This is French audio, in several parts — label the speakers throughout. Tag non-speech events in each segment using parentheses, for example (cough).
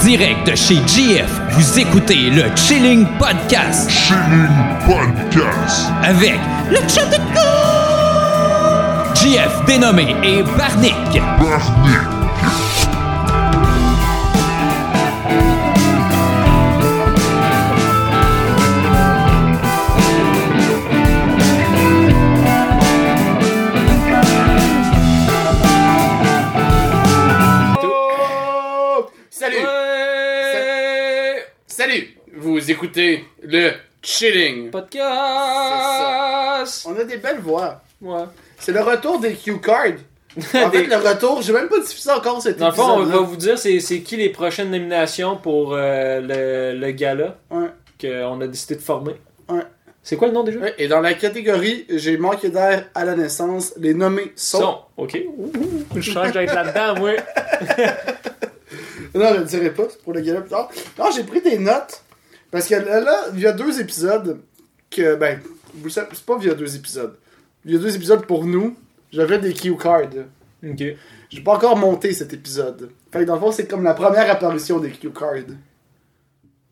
Speaker 1: direct de chez GF, vous écoutez le Chilling Podcast
Speaker 2: Chilling Podcast.
Speaker 1: avec le chat de cou- GF dénommé et Barnick.
Speaker 2: Barney.
Speaker 3: Salut! Sa- Salut! Vous écoutez le Chilling.
Speaker 4: Podcast!
Speaker 5: On a des belles voix.
Speaker 4: Ouais.
Speaker 5: C'est le retour des cue
Speaker 4: (laughs)
Speaker 5: cards. En fait, le retour, j'ai même pas diffusé encore cet
Speaker 4: Dans le fond, on
Speaker 5: épisode-là.
Speaker 4: va vous dire c'est c'est qui les prochaines nominations pour euh, le, le gala
Speaker 5: Ouais.
Speaker 4: qu'on a décidé de former.
Speaker 5: Ouais.
Speaker 4: C'est quoi le nom déjà?
Speaker 5: Ouais, Et dans la catégorie, j'ai manqué d'air à la naissance, les nommés sont.
Speaker 4: Son. Ok. Ouh, ouh, Je change d'être là-dedans, moi.
Speaker 5: Non, je le dirai pas, c'est pour le gala plus tard. Non, j'ai pris des notes. Parce que là, là, il y a deux épisodes que, ben, vous le savez, c'est pas via deux épisodes. Il y a deux épisodes pour nous, j'avais des cue cards.
Speaker 4: Ok.
Speaker 5: J'ai pas encore monté cet épisode. Fait que dans le fond, c'est comme la première apparition des cue cards.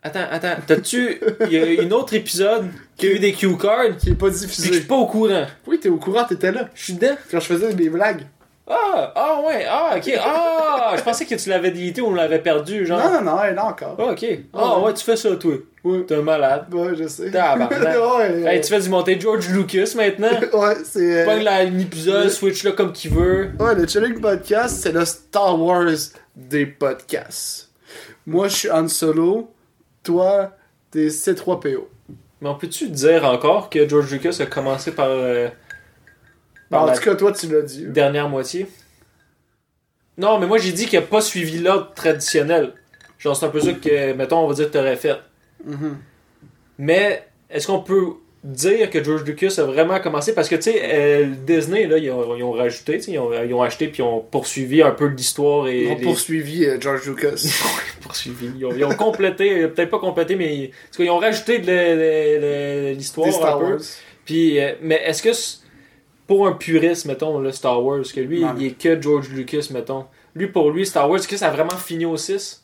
Speaker 4: Attends, attends. T'as-tu. Il y a un autre épisode qui a eu des cue cards
Speaker 5: Qui est pas
Speaker 4: pis que je suis
Speaker 5: diffusé.
Speaker 4: pas au courant.
Speaker 5: Oui, t'es au courant, t'étais là.
Speaker 4: Je suis dedans?
Speaker 5: Quand je faisais mes blagues.
Speaker 4: Ah! Ah ouais! Ah ok! Ah! Je pensais que tu l'avais délité ou on l'avait perdu, genre.
Speaker 5: Non, non, non, elle est là encore.
Speaker 4: Ah ok. Ah
Speaker 5: Ouais.
Speaker 4: ouais, tu fais ça, toi.
Speaker 5: Ouais.
Speaker 4: T'es un malade.
Speaker 5: Ouais, je sais.
Speaker 4: Tabarnak.
Speaker 5: (laughs) ouais, euh,
Speaker 4: Hey, tu fais du monter George Lucas
Speaker 5: (laughs)
Speaker 4: maintenant?
Speaker 5: ouais, c'est. euh,
Speaker 4: Pogne la- l'épisode, switch-le comme qu'il veut.
Speaker 5: Ouais, le Chilling Podcast, c'est le Star Wars des podcasts. Moi, je suis Han Solo. Toi, t'es C3PO.
Speaker 4: Mais on peut-tu dire encore que George Lucas a commencé par, euh, par
Speaker 5: en
Speaker 4: la
Speaker 5: tout cas, toi, tu l'as dit.
Speaker 4: dernière moitié? Non, mais moi j'ai dit qu'il n'a pas suivi l'ordre traditionnel. Genre, c'est un peu ça que, mettons, on va dire, t'aurais fait.
Speaker 5: Mhm.
Speaker 4: Mais est-ce qu'on peut dire que George Lucas a vraiment commencé parce que tu sais euh, Disney là ils ont, ils ont rajouté tu sais, ils ont, ils ont acheté puis ils ont poursuivi un peu l'histoire et
Speaker 5: Ils ont
Speaker 4: les-
Speaker 5: poursuivi euh, George
Speaker 4: (laughs)
Speaker 5: Lucas.
Speaker 4: poursuivi. Ils ont, ils ont complété, euh, peut-être pas complété, mais ils, en tout cas, ils ont rajouté de la- de la- de
Speaker 5: des
Speaker 4: l'histoire un
Speaker 5: Star Wars.
Speaker 4: peu. Puis, euh, mais est-ce que c'est- pour un puriste, mettons, le Star Wars, que lui,
Speaker 5: Non.
Speaker 4: il est que George Lucas, mettons, lui pour lui, Star Wars, est-ce que ça a vraiment fini au 6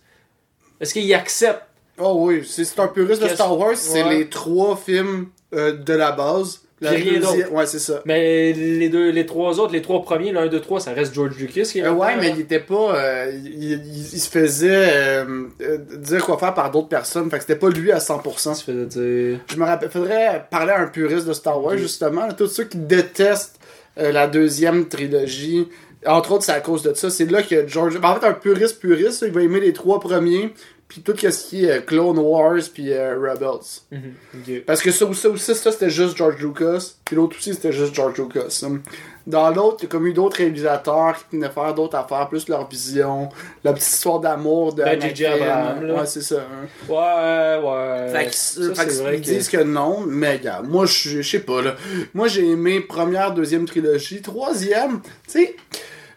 Speaker 4: Est-ce qu'il accepte
Speaker 5: Oh oui, c'est c'est un puriste de
Speaker 4: Qu'est-ce-
Speaker 5: Star Wars. C'est
Speaker 4: Ouais.
Speaker 5: les trois films euh, de la base. La
Speaker 4: Puis rien
Speaker 5: deuxième- Ouais, c'est ça.
Speaker 4: Mais les deux, les trois autres, les trois premiers, l'un, deux, trois, ça reste George Lucas. Qui est
Speaker 5: Euh, ouais,
Speaker 4: là-dedans,
Speaker 5: mais
Speaker 4: hein?
Speaker 5: il était pas. euh, il, il- il se faisait euh, euh, dire quoi faire par d'autres personnes. Fait que c'était pas lui à 100%.
Speaker 4: Tu faisais dire.
Speaker 5: Je me rappelle, faudrait parler à un puriste de Star Wars,
Speaker 4: Ok.
Speaker 5: justement. Tous ceux qui détestent euh, la deuxième trilogie. Entre autres, c'est à cause de ça. C'est là que George. ben, en fait, un puriste puriste, il va aimer les trois premiers. Puis tout ce qui est euh, Clone Wars, puis euh, Rebels.
Speaker 4: Mhm, ok.
Speaker 5: Parce que ça aussi, ça, aussi, ça c'était juste George Lucas. Puis l'autre aussi, c'était juste George Lucas. hein. Dans l'autre, il y a comme eu d'autres réalisateurs qui venaient faire d'autres affaires, plus leur vision. La petite histoire d'amour de.
Speaker 4: Ben, J.J.
Speaker 5: Anakin.
Speaker 4: Abraham, là.
Speaker 5: Ouais, c'est ça. hein.
Speaker 4: Ouais, ouais.
Speaker 5: Fait que-
Speaker 4: Euh, Ça,
Speaker 5: fait
Speaker 4: c'est
Speaker 5: que
Speaker 4: vrai
Speaker 5: ils
Speaker 4: que-
Speaker 5: disent que non, mais regarde, moi je suis- je sais pas là. Moi j'ai aimé première, deuxième trilogie, troisième, tu sais,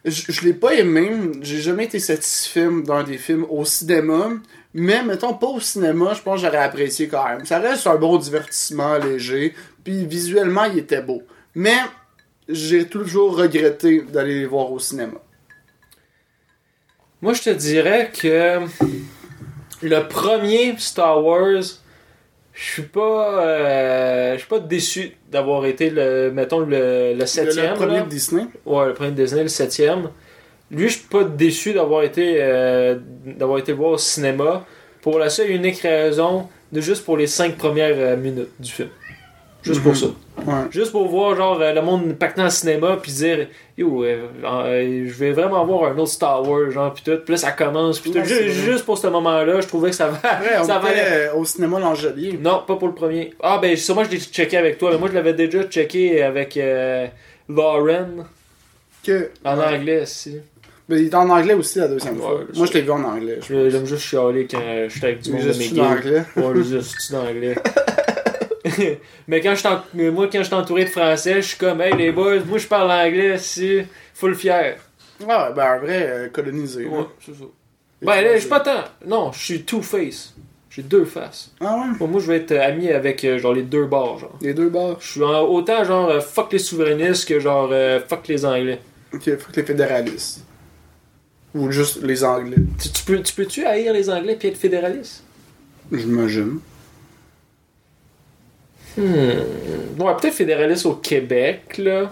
Speaker 5: je je l'ai pas aimé, j'ai jamais été satisfait d'un des films au cinéma, mais mettons pas au cinéma, je pense que j'aurais apprécié quand même. Ça reste un bon divertissement léger, puis visuellement il était beau. Mais j'ai toujours regretté d'aller les voir au cinéma.
Speaker 4: Moi, je te dirais que le premier Star Wars, je suis pas, euh, je suis pas déçu d'avoir été le, mettons le, le septième.
Speaker 5: le premier
Speaker 4: là.
Speaker 5: de Disney.
Speaker 4: Ouais, le premier de Disney, le septième. Lui, je suis pas déçu d'avoir été, euh, d'avoir été voir au cinéma pour la seule et unique raison de juste pour les cinq premières euh, minutes du film. Juste pour
Speaker 5: Mhm.
Speaker 4: ça.
Speaker 5: Ouais.
Speaker 4: Juste pour voir genre euh, le monde pactant le cinéma puis dire yo euh, euh, je vais vraiment voir un autre Star Wars genre puis tout puis là ça commence puis tout.
Speaker 5: Ouais,
Speaker 4: Ju-
Speaker 5: c'est
Speaker 4: juste,
Speaker 5: vrai.
Speaker 4: pour ce moment là je trouvais que ça va
Speaker 5: Après, on
Speaker 4: (laughs) ça
Speaker 5: était
Speaker 4: valait
Speaker 5: euh, au cinéma L'Angelier.
Speaker 4: non pas pour le premier ah ben sûrement je l'ai checké avec toi mais moi je l'avais déjà checké avec euh, Lauren
Speaker 5: Que...
Speaker 4: en anglais aussi
Speaker 5: Mais il est en anglais aussi la deuxième
Speaker 4: Ouais,
Speaker 5: fois.
Speaker 4: je
Speaker 5: Moi,
Speaker 4: sais.
Speaker 5: je l'ai vu en anglais. Je
Speaker 4: Je- j'aime juste chialer quand euh, je suis avec du monde
Speaker 5: Mais
Speaker 4: de
Speaker 5: je
Speaker 4: mes
Speaker 5: suis en
Speaker 4: guildes
Speaker 5: anglais.
Speaker 4: ouais le juste d'anglais (laughs) mais quand je t'en- mais moi quand je suis entouré de français je suis comme hey les boys moi je parle anglais si full fier
Speaker 5: Ah, ben un vrai euh, colonisé. là.
Speaker 4: c'est ça. Ben là, je suis pas tant. Non, je suis two-face. J'ai deux faces.
Speaker 5: Ah ouais?
Speaker 4: Bon, moi, je vais être euh, ami avec euh, genre les deux bords, genre.
Speaker 5: Les deux bars.
Speaker 4: Je suis en- autant genre euh, fuck les souverainistes que genre euh, fuck les anglais.
Speaker 5: Ok, fuck les fédéralistes. Ou juste les Anglais.
Speaker 4: Tu, tu peux, tu peux-tu haïr les Anglais puis être fédéraliste?
Speaker 5: J'imagine.
Speaker 4: Ouais, peut-être fédéraliste au Québec, là.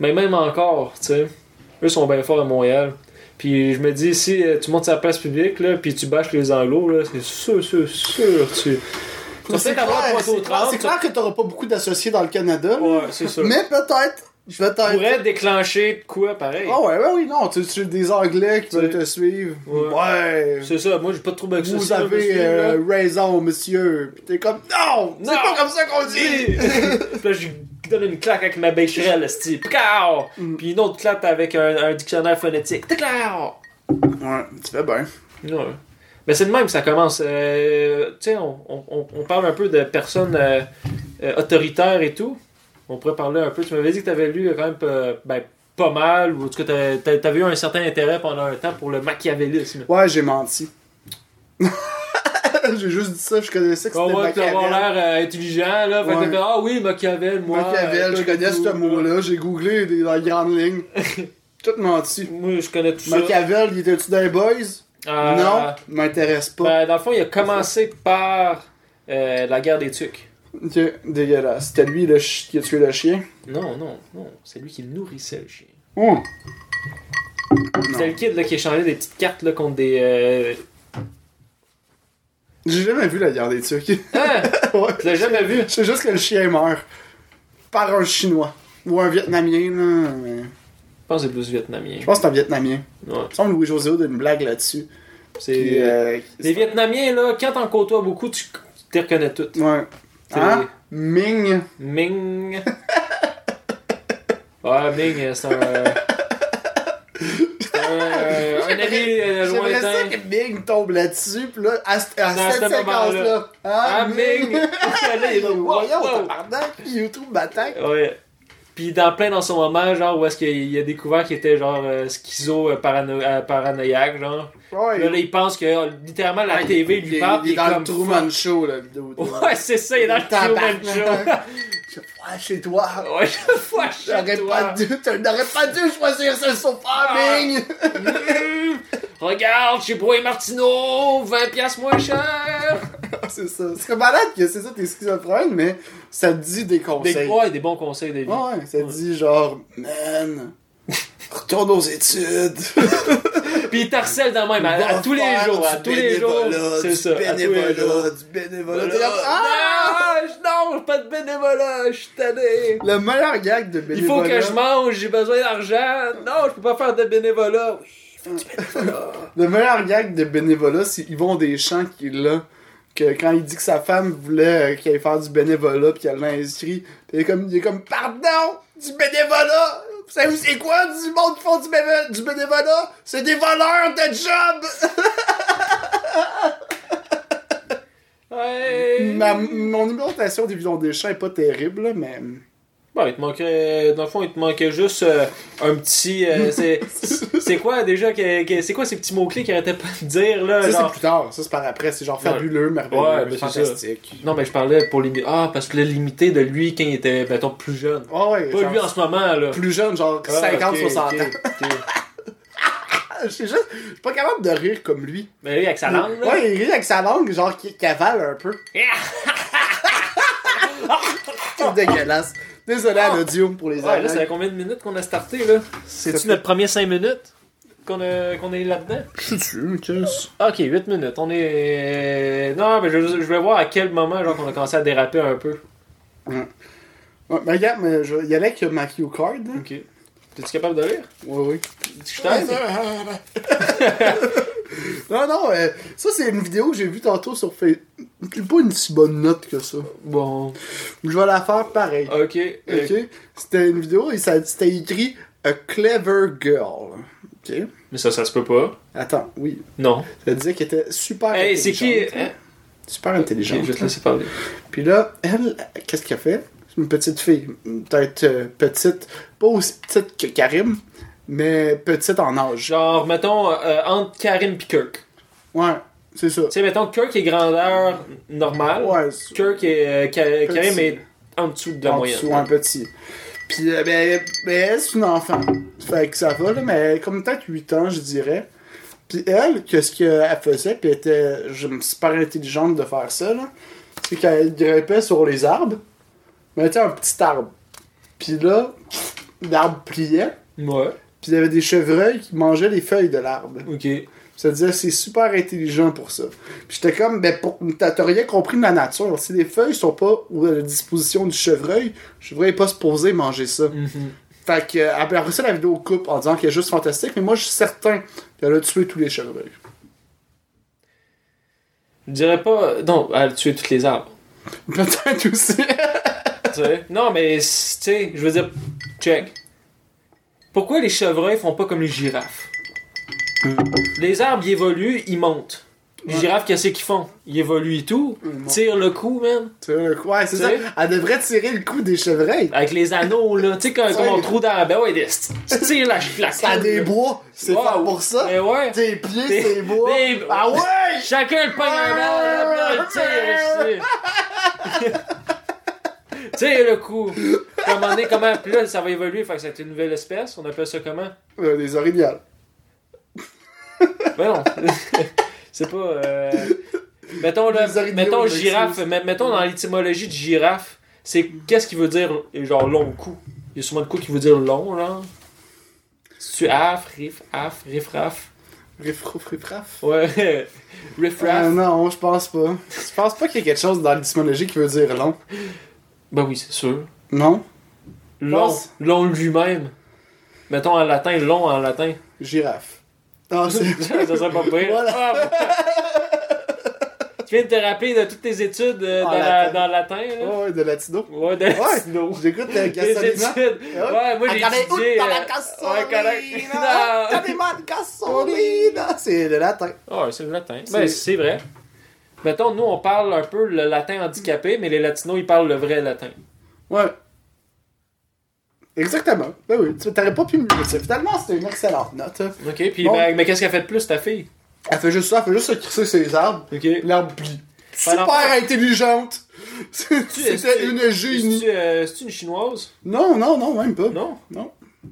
Speaker 4: Mais même encore, tu sais. Eux sont bien forts à Montréal. Puis je me dis, si euh, tu montes sur la place publique, là, puis tu bâches les Anglos, là, c'est sûr, sûr, sûr, tu... Tu vas
Speaker 5: C'est
Speaker 4: peut-être avoir
Speaker 5: clair,
Speaker 4: trois
Speaker 5: c'est
Speaker 4: autres
Speaker 5: clair, c'est
Speaker 4: tu vas-
Speaker 5: clair que t'auras pas beaucoup d'associés dans le Canada. là.
Speaker 4: Ouais, c'est sûr.
Speaker 5: Mais peut-être.
Speaker 4: Tu Oh,
Speaker 5: Peut-être.
Speaker 4: pourrais déclencher de quoi, pareil.
Speaker 5: Ah ouais, ouais, oui, non, tu, tu des Anglais qui
Speaker 4: Tu-
Speaker 5: veulent te suivre. Ouais.
Speaker 4: C'est ça, moi j'ai pas de trouble avec ça.
Speaker 5: Vous
Speaker 4: Si on veut
Speaker 5: avez
Speaker 4: suivre, là,
Speaker 5: euh, raison, monsieur. Pis t'es comme, non, c'est
Speaker 4: Non.
Speaker 5: pas comme ça qu'on dit.
Speaker 4: Puis là, je lui donne une claque avec ma bécherelle, style. Picard!
Speaker 5: Mm.
Speaker 4: Puis une autre claque avec un, un dictionnaire phonétique. Déclare!
Speaker 5: Ouais, tu fais bien.
Speaker 4: Ouais. Mais c'est de même que ça commence. Euh, tu sais, on, on- on- on parle un peu de personnes euh, euh, autoritaires et tout. On pourrait parler un peu. Tu m'avais dit que tu avais lu euh, quand même euh, ben, pas mal, ou en tout cas, tu avais eu un certain intérêt pendant un temps pour le machiavélisme.
Speaker 5: Ouais, j'ai menti. (laughs) j'ai juste dit ça, je connaissais que
Speaker 4: On
Speaker 5: c'était
Speaker 4: va Ah avoir
Speaker 5: Machiavel.
Speaker 4: l'air euh, intelligent, là. Fait que
Speaker 5: Ouais.
Speaker 4: t'as fait, ah oui, Machiavel, moi.
Speaker 5: Machiavel,
Speaker 4: euh,
Speaker 5: je connais ce
Speaker 4: tout,
Speaker 5: mot-là, j'ai googlé des- dans les grandes
Speaker 4: (laughs)
Speaker 5: lignes. Tout menti.
Speaker 4: Moi, je connais tout ça.
Speaker 5: Machiavel, il était-tu dans les boys?
Speaker 4: Euh,
Speaker 5: Non, m'intéresse pas.
Speaker 4: ben, dans le fond, il a commencé par euh, la guerre des Tucs.
Speaker 5: Ok, dégueulasse. C'était lui le chi- qui a tué le chien?
Speaker 4: Non, non, non. C'est lui qui nourrissait le chien.
Speaker 5: Hum.
Speaker 4: C'était le kid là, qui échangeait des petites cartes là, contre des.
Speaker 5: (laughs)
Speaker 4: euh,
Speaker 5: J'ai jamais vu la guerre des Turcs. (laughs)
Speaker 4: Hein?
Speaker 5: Ouais.
Speaker 4: Tu l'as jamais vu?
Speaker 5: C'est juste que le chien meurt. Par un Chinois. Ou un Vietnamien, là. mais-
Speaker 4: Je pense que c'est plus vietnamien.
Speaker 5: Je pense que c'est un Vietnamien. Il
Speaker 4: Ouais.
Speaker 5: me semble que Louis-José Hood a une blague là-dessus. Puis,
Speaker 4: C'est...
Speaker 5: euh,
Speaker 4: Les Vietnamiens, là, quand t'en côtoies beaucoup, tu tu t'y reconnais toutes.
Speaker 5: Ouais.
Speaker 4: C'est-
Speaker 5: Hein? Ming.
Speaker 4: Ming. Ouais, Ming, euh, c'est un. euh, c'est un, euh, un ami euh,
Speaker 5: J'aimerais ça
Speaker 4: lointain.
Speaker 5: que Ming tombe là-dessus, pis là, à, c- à
Speaker 4: Dans
Speaker 5: cette
Speaker 4: ce moment-là.
Speaker 5: séquence-là. Hein,
Speaker 4: Ah, Ming!
Speaker 5: (laughs)
Speaker 4: Allez, là, wow,
Speaker 5: Voyons,
Speaker 4: wow.
Speaker 5: tabarnak, YouTube m'attaque.
Speaker 4: Ouais. Puis dans plein dans son moment, genre, où est-ce qu'il a découvert qu'il était genre euh, schizo euh, parano- euh, paranoïaque, genre. Là, là,
Speaker 5: Ouais.
Speaker 4: il pense que euh, littéralement la
Speaker 5: Ouais,
Speaker 4: TV
Speaker 5: il-
Speaker 4: lui parle.
Speaker 5: Il
Speaker 4: puis
Speaker 5: est dans le
Speaker 4: comme,
Speaker 5: Truman
Speaker 4: fuck.
Speaker 5: Show, là, vidéo.
Speaker 4: Ouais, c'est ça, il est dans le Truman Show. (laughs)
Speaker 5: (laughs) Je crois chez toi.
Speaker 4: Ouais, je vois chez
Speaker 5: J'aurais pas
Speaker 4: toi.
Speaker 5: dû, tu n'aurais pas dû choisir ce sofa,
Speaker 4: Ah.
Speaker 5: Ming!
Speaker 4: Mmh. (laughs) Regarde, chez Bois et Martineau, 20 piastres moins cher.
Speaker 5: (laughs) c'est ça. C'est malade que c'est ça, t'es schizophrène, mais ça te dit des
Speaker 4: Des,
Speaker 5: conseils.
Speaker 4: ouais, des bons conseils, David.
Speaker 5: Ouais, ouais, ça te dit genre,
Speaker 4: (laughs)
Speaker 5: man, retourne aux études.
Speaker 4: Puis il t'harcèle dans le même, à, à
Speaker 5: Va
Speaker 4: tous les
Speaker 5: faire
Speaker 4: jours,
Speaker 5: du
Speaker 4: à tous les jours.
Speaker 5: bénévolat,
Speaker 4: C'est
Speaker 5: du
Speaker 4: ça, à tous les jours.
Speaker 5: Bénévolat, du bénévolat. T'es comme, Ah!
Speaker 4: Ah, non, pas de bénévolat, je suis tanné.
Speaker 5: Le meilleur gag de
Speaker 4: Il faut
Speaker 5: bénévolat.
Speaker 4: que je mange, j'ai besoin d'argent. Non, je peux pas faire de bénévolat. Oui, fais du bénévolat.
Speaker 5: Le meilleur gag de bénévolat, c'est Yvon Deschamps qui est là. Que quand il dit que sa femme voulait euh, qu'elle fasse du bénévolat puis qu'elle l'a inscrit, il est comme, il est comme pardon, du bénévolat! Vous savez c'est quoi du monde qui font du, béné- du bénévolat? C'est des voleurs de job!
Speaker 4: Ouais.
Speaker 5: Ma- mon imitation des Yvon Deschamps est pas terrible, là, mais.
Speaker 4: Bon, il te manquait, dans le fond, il te manquait juste euh, un petit.
Speaker 5: (laughs)
Speaker 4: euh, c'est c'est quoi déjà que, que- C'est quoi ces petits mots-clés qu'il arrêtait pas de dire là
Speaker 5: Ça, c'est
Speaker 4: genre-
Speaker 5: plus tard. Ça, c'est par après. C'est genre fabuleux,
Speaker 4: Ouais,
Speaker 5: merveilleux,
Speaker 4: ben, c'est
Speaker 5: fantastique.
Speaker 4: Non, mais je parlais pour l'imiter. Ah, parce que le limité de lui quand il était, mettons, plus jeune.
Speaker 5: Ah ouais,
Speaker 4: Pas
Speaker 5: genre,
Speaker 4: lui en ce moment là.
Speaker 5: plus jeune, genre
Speaker 4: Ah,
Speaker 5: 50,
Speaker 4: ok,
Speaker 5: 60 ans. (laughs)
Speaker 4: ok, ok.
Speaker 5: Je suis juste, je suis pas capable de rire comme lui.
Speaker 4: Mais lui, avec sa langue là.
Speaker 5: Ouais, il rit avec sa langue, genre qui cavale un
Speaker 4: (laughs)
Speaker 5: peu.
Speaker 4: Ah!
Speaker 5: (laughs) C'est dégueulasse. Désolé à l'audio pour les
Speaker 4: Ouais, là,
Speaker 5: aveugles.
Speaker 4: ça fait combien de minutes qu'on a starté, là?
Speaker 5: Ça
Speaker 4: C'est-tu
Speaker 5: fait-
Speaker 4: notre premier 5 minutes qu'on a- qu'on est là-dedans? Ah, Ok, 8 minutes. On est. Non, mais je, je vais voir à quel moment, genre, qu'on a commencé à déraper un peu.
Speaker 5: Ouais, mais regarde, mais je- il y avait que ma cue card. hein.
Speaker 4: Ok. T'es-tu capable de lire?
Speaker 5: Ouais, ouais.
Speaker 4: Je t'aide.
Speaker 5: (laughs) non, non, euh, ça c'est une vidéo que j'ai vue tantôt sur Facebook. C'est pas une si bonne note que ça.
Speaker 4: Bon.
Speaker 5: Je vais la faire pareil.
Speaker 4: Ok. euh,
Speaker 5: Ok? C'était une vidéo et ça c'était écrit A Clever Girl. Ok?
Speaker 4: Mais ça, ça se peut pas.
Speaker 5: Attends, oui.
Speaker 4: Non.
Speaker 5: Ça disait qu'elle était super
Speaker 4: Hey, c'est qui?
Speaker 5: intelligente.
Speaker 4: Hein?
Speaker 5: Super
Speaker 4: Ok,
Speaker 5: intelligente.
Speaker 4: je vais te laisser parler.
Speaker 5: Puis là, elle, qu'est-ce qu'elle fait? C'est une petite fille. Peut-être euh, petite, pas aussi petite que Karim, mais petite en âge.
Speaker 4: Genre, mettons, euh, entre Karim pis Kirk. Tu
Speaker 5: Ouais, c'est ça.
Speaker 4: sais, mettons, Kirk est grandeur normale.
Speaker 5: Ouais, c'est-
Speaker 4: Kirk est. euh, Ka- Karim est en dessous de la
Speaker 5: en
Speaker 4: moyenne.
Speaker 5: dessous, un petit. Puis, euh, ben, ben, elle, c'est une enfant. Fait que ça va, là, mais elle a comme peut-être 8 ans, je dirais. Puis elle, que ce qu'elle faisait, puis elle était je me- super intelligente de faire ça, là, c'est qu'elle grimpait sur les arbres, mais était un petit arbre. Puis là, l'arbre pliait,
Speaker 4: Ouais.
Speaker 5: puis il y avait des chevreuils qui mangeaient les feuilles de l'arbre.
Speaker 4: Ok.
Speaker 5: Ça disait, c'est super intelligent pour ça. Puis j'étais comme, ben, pour- t'as t'as rien compris de la nature. Si les feuilles sont pas à la disposition du chevreuil, le chevreuil est pas supposé manger ça.
Speaker 4: Mm-hmm.
Speaker 5: Fait que, euh, après ça, la vidéo coupe en disant qu'elle est juste fantastique, mais moi, je suis certain qu'elle a tué tous les chevreuils. (laughs)
Speaker 4: Je dirais pas. Non, elle a tué toutes les arbres.
Speaker 5: Peut-être aussi. (laughs)
Speaker 4: Tu sais. Non, mais c- tu sais, je veux dire, check. Pourquoi les chevreuils font pas comme les girafes Les arbres, ils évoluent, ils montent. Les
Speaker 5: Hmm. Ouais.
Speaker 4: girafes, qu'est-ce qu'ils font Ils évoluent et tout.
Speaker 5: Ils montent.
Speaker 4: Tire le coup, man.
Speaker 5: Tu vois, le coup- ouais, c'est ça.
Speaker 4: Tu sais?
Speaker 5: Elle devrait tirer le coup des chevreuils.
Speaker 4: Avec les anneaux, là. Tu sais,
Speaker 5: (laughs)
Speaker 4: quand,
Speaker 5: Ouais.
Speaker 4: comme on trouve dans la. Ben ouais, des- tu tires la la
Speaker 5: Ça a des
Speaker 4: là.
Speaker 5: bois, c'est
Speaker 4: Wow.
Speaker 5: pas pour ça.
Speaker 4: Mais ouais.
Speaker 5: Tes pieds,
Speaker 4: Des-
Speaker 5: c'est bois.
Speaker 4: des- (laughs)
Speaker 5: Ah ouais!
Speaker 4: Chacun le pogne un arbre, là, le tire, tu sais. Tire le coup. Puis à un moment donné, comment. Puis là, ça va évoluer, fait que c'est une nouvelle espèce. On appelle ça comment
Speaker 5: Euh, des orignales.
Speaker 4: Ben non. (laughs) c'est pas. euh, Mettons, là,
Speaker 5: Des orignaux,
Speaker 4: mettons
Speaker 5: des
Speaker 4: girafe.
Speaker 5: maxis.
Speaker 4: met- mettons dans l'étymologie de girafe, c'est qu'est-ce qui veut dire genre long cou. Il y a sûrement de coup qui veut dire long, genre. Tu af, rif, af, riff, raf.
Speaker 5: Riffrouf, riffraff.
Speaker 4: Ouais. (laughs) riff,
Speaker 5: Euh,
Speaker 4: raff.
Speaker 5: non, je pense pas. Je pense pas qu'il y a quelque chose dans l'étymologie qui veut dire long.
Speaker 4: Ben oui, c'est sûr.
Speaker 5: Non?
Speaker 4: Long.
Speaker 5: Pense.
Speaker 4: Long lui-même. Mettons en latin, long en
Speaker 5: (laughs)
Speaker 4: latin.
Speaker 5: Girafe. (laughs) Ah, c'est...
Speaker 4: ça serait pas pire.
Speaker 5: Voilà.
Speaker 4: Ah, bon. tu viens de te rappeler de toutes tes études euh,
Speaker 5: En
Speaker 4: dans, la-
Speaker 5: latin.
Speaker 4: dans le latin, là?
Speaker 5: Oh, ouais, de latino.
Speaker 4: Ouais, de
Speaker 5: Ouais.
Speaker 4: Latino.
Speaker 5: J'écoute euh,
Speaker 4: Des
Speaker 5: Gasolina.
Speaker 4: études.
Speaker 5: ouais.
Speaker 4: Ouais, moi j'ai étudié. euh, ouais, correct. (laughs) Non.
Speaker 5: mal Gasolina! C'est le latin.
Speaker 4: Ah, c'est le latin.
Speaker 5: C'est-
Speaker 4: Ben, c'est vrai. Mettons, nous, on parle un peu le latin handicapé, mais les latinos, ils parlent le vrai latin.
Speaker 5: Ouais. Exactement. Ben oui, tu t'aurais pas pu mieux dire ça. Finalement, c'était une excellente note.
Speaker 4: OK, puis
Speaker 5: Bon.
Speaker 4: ben, mais qu'est-ce qu'elle fait de plus, ta fille?
Speaker 5: Elle fait juste ça, elle fait juste se crisser ses arbres.
Speaker 4: OK.
Speaker 5: L'arbre plie.
Speaker 4: Alors-
Speaker 5: Super intelligente! C'était
Speaker 4: est-ce
Speaker 5: une
Speaker 4: Est-ce
Speaker 5: génie.
Speaker 4: euh, c'est-tu une chinoise?
Speaker 5: Non, non, non, même pas.
Speaker 4: Non,
Speaker 5: Non.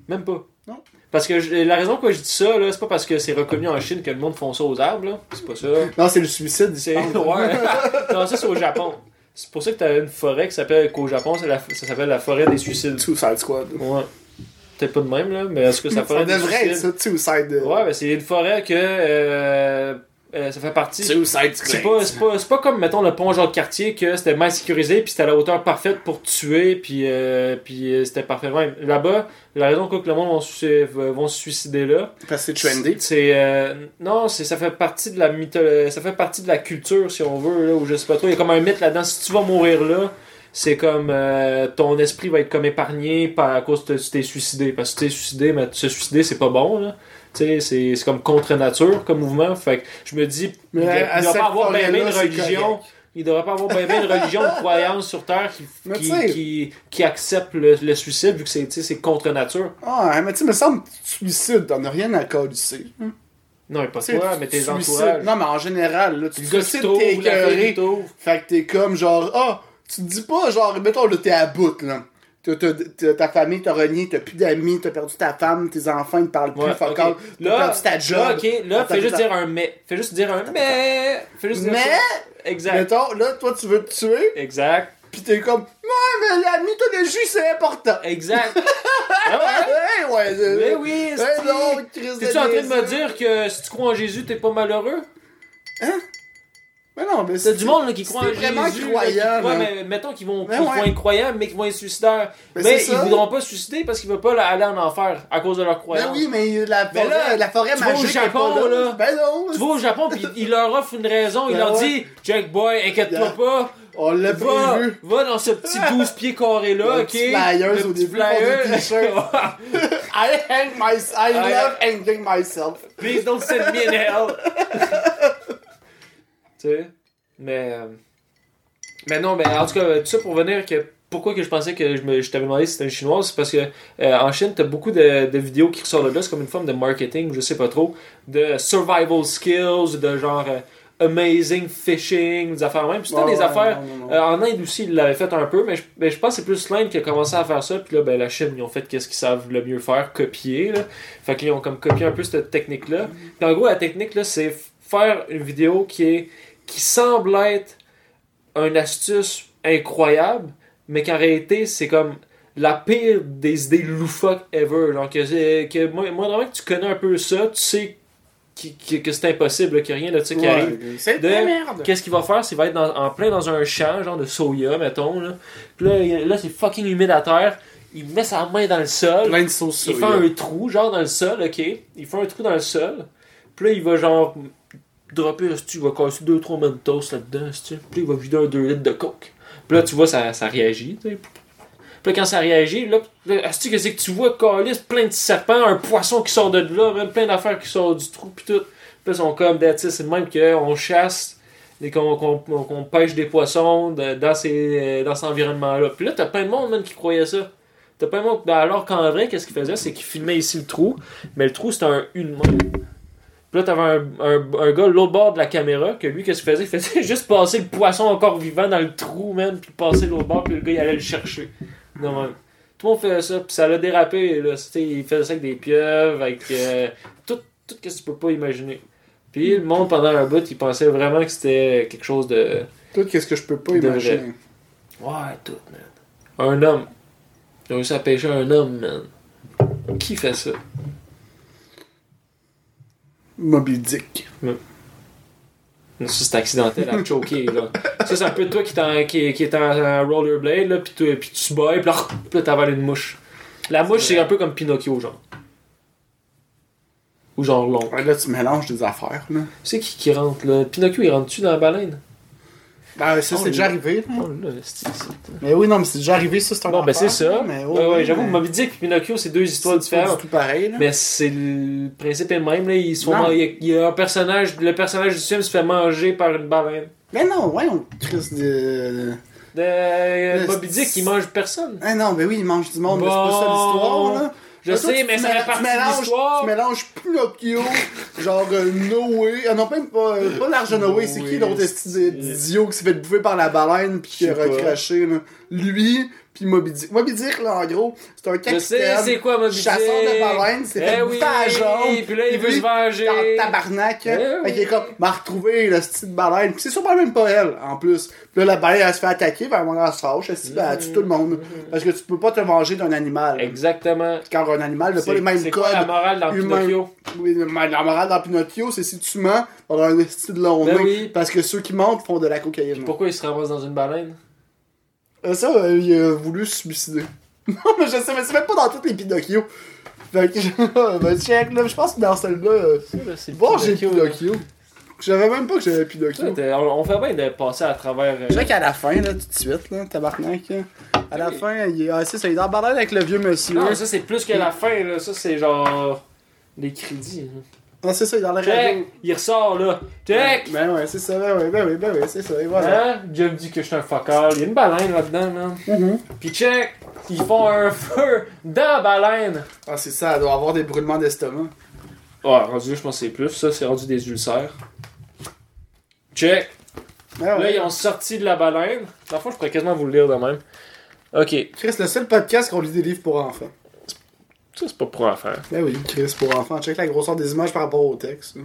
Speaker 4: même pas.
Speaker 5: Non.
Speaker 4: Parce que je- la raison pourquoi je dis ça, là, c'est pas parce que c'est reconnu en Chine que le monde font ça aux arbres, là. C'est
Speaker 5: (laughs)
Speaker 4: pas ça.
Speaker 5: Non, c'est le suicide.
Speaker 4: C'est.
Speaker 5: Ah,
Speaker 4: Ouais. non, ça, c'est au Japon. C'est pour ça que t'as une forêt qui s'appelle. qu'au Japon, c'est la- ça s'appelle la forêt des suicides.
Speaker 5: Suicide Squad.
Speaker 4: Ouais. Peut-être pas de même, là, mais est-ce que
Speaker 5: (laughs)
Speaker 4: ça
Speaker 5: Ça,
Speaker 4: pourrait
Speaker 5: devrait être
Speaker 4: difficile?
Speaker 5: ça, Suicide. euh,
Speaker 4: Ouais, mais c'est une forêt que. euh, euh, ça fait partie.
Speaker 3: Suicide
Speaker 4: C'est pas, c'est pas, c'est pas comme, mettons, le pont Jean-Cartier que c'était mal sécurisé, puis c'était à la hauteur parfaite pour tuer, puis, euh, puis euh, c'était parfait. Ouais, Là-bas, la raison pour laquelle le monde vont se- vont se suicider là,
Speaker 5: Parce que c'est trendy.
Speaker 4: c'est euh, non, c'est ça fait partie de la mytho- ça fait partie de la culture si on veut là, ou je sais pas trop. Il y a comme un mythe là-dedans. Si tu vas mourir là, c'est comme euh, ton esprit va être comme épargné par à cause de tu t'es suicidé. Parce que tu t'es suicidé, mais se suicider c'est pas bon là. Tu sais, c'est c'est comme contre nature comme mouvement. Fait que je me dis,
Speaker 5: Mais
Speaker 4: il ne
Speaker 5: à- à
Speaker 4: devrait
Speaker 5: cette
Speaker 4: pas avoir bien
Speaker 5: forêt-là,
Speaker 4: une
Speaker 5: c'est
Speaker 4: religion.
Speaker 5: correct.
Speaker 4: Il devrait pas avoir bien une
Speaker 5: (laughs)
Speaker 4: religion de croyance sur Terre qui,
Speaker 5: Mais tu
Speaker 4: qui,
Speaker 5: sais-
Speaker 4: qui- qui accepte le, le suicide vu que c'est tu sais, c'est contre nature.
Speaker 5: Ah, mais tu sais, me semble, suicide, t'en as rien à calisser.
Speaker 4: Non, mais pas
Speaker 5: Tu sais,
Speaker 4: toi, mais tes
Speaker 5: suicide-
Speaker 4: entourages.
Speaker 5: Non, mais en général, là, tu
Speaker 4: Le gars qui
Speaker 5: suicides,
Speaker 4: t'ouvre,
Speaker 5: t'es
Speaker 4: la fille qui
Speaker 5: écœuré.
Speaker 4: t'ouvre.
Speaker 5: Fait que t'es comme genre, ah, tu te dis pas, genre, mettons, là, t'es à bout, là. T'as- t'as- t'as- Ta famille t'a renié, t'as plus d'amis, t'as perdu ta femme, tes enfants ils te parlent plus,
Speaker 4: Ouais,
Speaker 5: fuck
Speaker 4: ok.
Speaker 5: all, t'as
Speaker 4: Là,
Speaker 5: perdu ta job.
Speaker 4: là, ok, là,
Speaker 5: Attends,
Speaker 4: fais juste
Speaker 5: attends.
Speaker 4: dire un mais. Fais juste dire un mais. Fais juste dire
Speaker 5: Mais-
Speaker 4: ça. Exact.
Speaker 5: Mettons, là, toi, tu veux te tuer,
Speaker 4: Exact.
Speaker 5: pis t'es comme, non, mais la mythologie, c'est important. (laughs)
Speaker 4: Exact. Ah Eh, ouais?
Speaker 5: Hey, ouais, euh,
Speaker 4: Mais oui,
Speaker 5: hey,
Speaker 4: c'est
Speaker 5: non, Chris
Speaker 4: T'es-tu en train de me
Speaker 5: niaiseux.
Speaker 4: dire que si tu crois en Jésus, t'es pas malheureux?
Speaker 5: Mais non, mais
Speaker 4: C'est du monde là, qui croit en
Speaker 5: c'est
Speaker 4: Jésus.
Speaker 5: vraiment
Speaker 4: là, qui
Speaker 5: croyant,
Speaker 4: croit,
Speaker 5: hein.
Speaker 4: mais mettons qu'ils vont,
Speaker 5: Mais
Speaker 4: qu'ils
Speaker 5: ouais.
Speaker 4: vont être croyants, mais qu'ils vont être suicidaires.
Speaker 5: Mais
Speaker 4: mais
Speaker 5: c'est
Speaker 4: ils
Speaker 5: ça.
Speaker 4: voudront pas se suicider parce qu'ils veulent pas là, aller en enfer à cause de leur croyance.
Speaker 5: Ben oui, mais la
Speaker 4: Mais
Speaker 5: forêt,
Speaker 4: là,
Speaker 5: la forêt
Speaker 4: tu vas au
Speaker 5: magique. est
Speaker 4: Japon,
Speaker 5: pas
Speaker 4: là.
Speaker 5: Ben non.
Speaker 4: Tu vas au Japon, puis il leur offre une raison. Il
Speaker 5: Ben
Speaker 4: leur
Speaker 5: ouais.
Speaker 4: dit, Jack Boy, inquiète-toi
Speaker 5: Yeah.
Speaker 4: pas.
Speaker 5: On l'a
Speaker 4: Va,
Speaker 5: prévu.
Speaker 4: va dans ce petit 12 pieds carré là,
Speaker 5: Le
Speaker 4: ok?
Speaker 5: petit flyers
Speaker 4: Le
Speaker 5: au
Speaker 4: petit
Speaker 5: début, on dit t-shirt. I hang my, I
Speaker 4: Ouais.
Speaker 5: love hanging myself.
Speaker 4: (laughs) Please don't send me in hell.
Speaker 5: (laughs)
Speaker 4: tu sais? Mais. euh, Mais non, mais en tout cas, tout ça pour venir que. Pourquoi que je pensais que je, me- je t'avais demandé si c'était une chinoise, c'est parce que euh, en Chine, t'as beaucoup de, de vidéos qui ressortent de là, c'est comme une forme de marketing, je sais pas trop, de survival skills, de genre, euh, Amazing Fishing, des affaires de même. Puis c'était
Speaker 5: Ouais,
Speaker 4: des
Speaker 5: ouais,
Speaker 4: affaires.
Speaker 5: non, non, non.
Speaker 4: euh, en Inde aussi, ils l'avaient fait un peu, mais je, mais je pense que c'est plus l'Inde qui a commencé à faire ça. Puis là, ben, la Chine, ils ont fait qu'est-ce qu'ils savent le mieux faire, copier. Là. Fait qu'ils ont comme copié un peu cette technique-là. Puis en gros, la technique, là, c'est f- faire une vidéo qui est qui semble être une astuce incroyable, mais qu'en réalité, c'est comme la pire des idées loufoques ever. Genre que, c'est- que moi, moi, normalement, que tu connais un peu ça, tu sais qui- qui- que c'est impossible, là, qu'il n'y a rien de ça qui arrive.
Speaker 5: C'est
Speaker 4: de-
Speaker 5: de la merde.
Speaker 4: Qu'est-ce qu'il va faire? C'est qu'il va être dans- en plein dans un champ, genre de soya, mettons. Là, Puis là, il- là, c'est fucking humide à terre. Il met sa main dans le sol.
Speaker 5: Plein de sauces
Speaker 4: Il fait
Speaker 5: soya.
Speaker 4: un trou, genre dans le sol, ok? Il fait un trou dans le sol. Puis là, il va genre dropper, esti, il va casser 2-3 mentos là-dedans, esti. Puis là, il va vider un 2 litres de coke. Puis là, tu vois, ça, ça réagit, tu sais. Puis là, quand ça réagit, là, là esti, qu'est-ce que tu vois, Calis, plein de serpents, un poisson qui sort de là, même plein d'affaires qui sortent du trou, puis tout. Puis là, ils sont comme, ben, tu sais, c'est le même qu'on chasse. Et qu'on qu'on- qu'on- qu'on pêche des poissons de- dans, ces, euh, dans cet environnement-là. Puis là, t'as plein de monde même qui croyait ça. T'as pas aimé- ben alors qu'en vrai, qu'est-ce qu'il faisait C'est qu'il filmait ici le trou, mais le trou c'était un une main. Puis là, t'avais un, un, un gars de l'autre bord de la caméra, que lui, qu'est-ce qu'il faisait Il faisait (laughs) juste passer le poisson encore vivant dans le trou, même, puis passer de l'autre bord, puis le gars il allait le chercher. Non, même. Tout le monde faisait ça, puis ça l'a dérapé, là. C'était- Il faisait ça avec des pieuvres, avec euh, tout, tout ce que tu peux pas imaginer. Puis le monde, pendant un bout, il pensait vraiment que c'était quelque chose de.
Speaker 5: Tout qu'est-ce que je peux pas
Speaker 4: De vrai.
Speaker 5: imaginer.
Speaker 4: Ouais, tout, man. Un homme. J'ai réussi à pêcher un homme, man. Qui fait ça?
Speaker 5: Moby Dick.
Speaker 4: Non, Ça, c'est accidentel à choquer, là. Ça, c'est un peu toi qui, t'en- qui, qui est en, en rollerblade, là, pis, tu- pis tu bois, pis là, pis là, t'avales une mouche. La mouche, c'est un peu comme Pinocchio, genre. Ou genre long.
Speaker 5: Ouais, là, tu mélanges des affaires, là.
Speaker 4: C'est qui qui rentre, là? Pinocchio, il rentre-tu dans la baleine?
Speaker 5: Ben, ça,
Speaker 4: Oh,
Speaker 5: c'est
Speaker 4: lui.
Speaker 5: déjà arrivé, là.
Speaker 4: Oh, là, c'est- c'est-
Speaker 5: Mais oui, non, mais c'est déjà arrivé, ça, c'est un
Speaker 4: Bon, ben,
Speaker 5: affaire,
Speaker 4: c'est ça.
Speaker 5: là, Mais oh,
Speaker 4: ouais, ouais, j'avoue,
Speaker 5: mais
Speaker 4: Moby Dick et Pinocchio, c'est deux histoires
Speaker 5: c'est pas
Speaker 4: différentes.
Speaker 5: du tout pareil, là.
Speaker 4: Mais c'est le principe est le même, là. Ils se font
Speaker 5: Non.
Speaker 4: man- il, y a, il y a un personnage, le personnage du film se fait manger par une baleine.
Speaker 5: Mais non, ouais, on crisse de.
Speaker 4: De
Speaker 5: Le
Speaker 4: Bobby Dick,
Speaker 5: sti-
Speaker 4: il mange personne.
Speaker 5: Ah non, mais oui, il mange du monde, mais c'est pas ça
Speaker 4: Bon.
Speaker 5: l'histoire, là.
Speaker 4: Je
Speaker 5: Là, toi,
Speaker 4: sais,
Speaker 5: tu
Speaker 4: mais ça
Speaker 5: mé-
Speaker 4: fait
Speaker 5: tu
Speaker 4: partie de
Speaker 5: mélanges-
Speaker 4: l'histoire.
Speaker 5: Tu mélanges Pinocchio, genre euh, Noé. Ah non, même pas, euh, pas l'argent Noé, c'est
Speaker 4: Noé,
Speaker 5: qui l'autre esti d- d'idiot qui s'est fait bouffer par la baleine puis qui
Speaker 4: Je
Speaker 5: a
Speaker 4: sais pas.
Speaker 5: recraché, là. Lui, puis Moby Dick. Moby Dick, là, en gros, c'est un
Speaker 4: Je
Speaker 5: capitaine.
Speaker 4: sais, c'est quoi Moby Dick?
Speaker 5: chasseur de baleine, c'est fait
Speaker 4: Eh
Speaker 5: bouffer à la jambe.
Speaker 4: Puis là, il veut
Speaker 5: Lui,
Speaker 4: se venger.
Speaker 5: Dans tabarnak, hein.
Speaker 4: Eh
Speaker 5: Fait qu'il est
Speaker 4: oui.
Speaker 5: comme, m'a retrouvé, le style de baleine. Pis c'est sûrement même pas elle, en plus. Pis là, la baleine, elle se fait attaquer, ben, mon elle se fâche, elle se dit, ben, elle tue tout le monde.
Speaker 4: Mm-hmm.
Speaker 5: Parce que tu peux pas te venger d'un animal.
Speaker 4: Exactement.
Speaker 5: Car un animal n'a pas
Speaker 4: C'est-
Speaker 5: les mêmes
Speaker 4: C'est
Speaker 5: codes.
Speaker 4: quoi la morale dans
Speaker 5: humains.
Speaker 4: Pinocchio?
Speaker 5: Oui, mais la morale dans Pinocchio, c'est si tu mens, on a un style de long
Speaker 4: Ben
Speaker 5: nez.
Speaker 4: oui.
Speaker 5: Parce que ceux qui mentent font de la cocaïne.
Speaker 4: Pourquoi il se ramasse dans une baleine?
Speaker 5: Euh, Ça, euh, il a voulu se suicider. (laughs) Non, mais je sais, mais c'est même pas dans tous les Pinocchio. Fait que, (laughs) ben, check, là, je pense que dans celle-là, euh,
Speaker 4: Ça, là, c'est
Speaker 5: bon, j'ai
Speaker 4: Pinocchio,
Speaker 5: Pinocchio. J'avais même pas que j'avais Pinocchio.
Speaker 4: là. T'es- On, on fait bien de passer à travers. euh,
Speaker 5: Je sais qu'à la fin, là, tout de suite, là, tabarnak, là, à la
Speaker 4: Oui.
Speaker 5: fin, il est, ah, c'est ça, il est en balade avec le vieux monsieur.
Speaker 4: Non, ça, c'est plus que la fin, là. Ça, c'est genre. Les crédits. là.
Speaker 5: Non, Ah, c'est ça, il est dans la radio.
Speaker 4: Check! Il ressort, là. Check!
Speaker 5: Ben ouais, c'est ça, ben ouais, ben ouais, ben ouais, c'est ça, et voilà.
Speaker 4: Hein? Jeff dit que je suis un fucker. Il y a une baleine là-dedans, man.
Speaker 5: Mhm.
Speaker 4: Puis check, ils font un (laughs) feu dans la baleine.
Speaker 5: Ah, c'est ça, elle doit avoir des brûlements d'estomac.
Speaker 4: Oh, rendu, je pense que c'est plus. Ça, c'est rendu des ulcères. Check.
Speaker 5: Ben
Speaker 4: Là,
Speaker 5: ouais.
Speaker 4: ils ont sorti de la baleine. Dans le fond, je pourrais quasiment vous le lire de même. Ok.
Speaker 5: Chris, le seul podcast qu'on lit des livres pour enfants.
Speaker 4: Ça, c'est pas pour en faire.
Speaker 5: Ben oui, Chris pour enfants. Check la grosseur des images par rapport au texte. hein.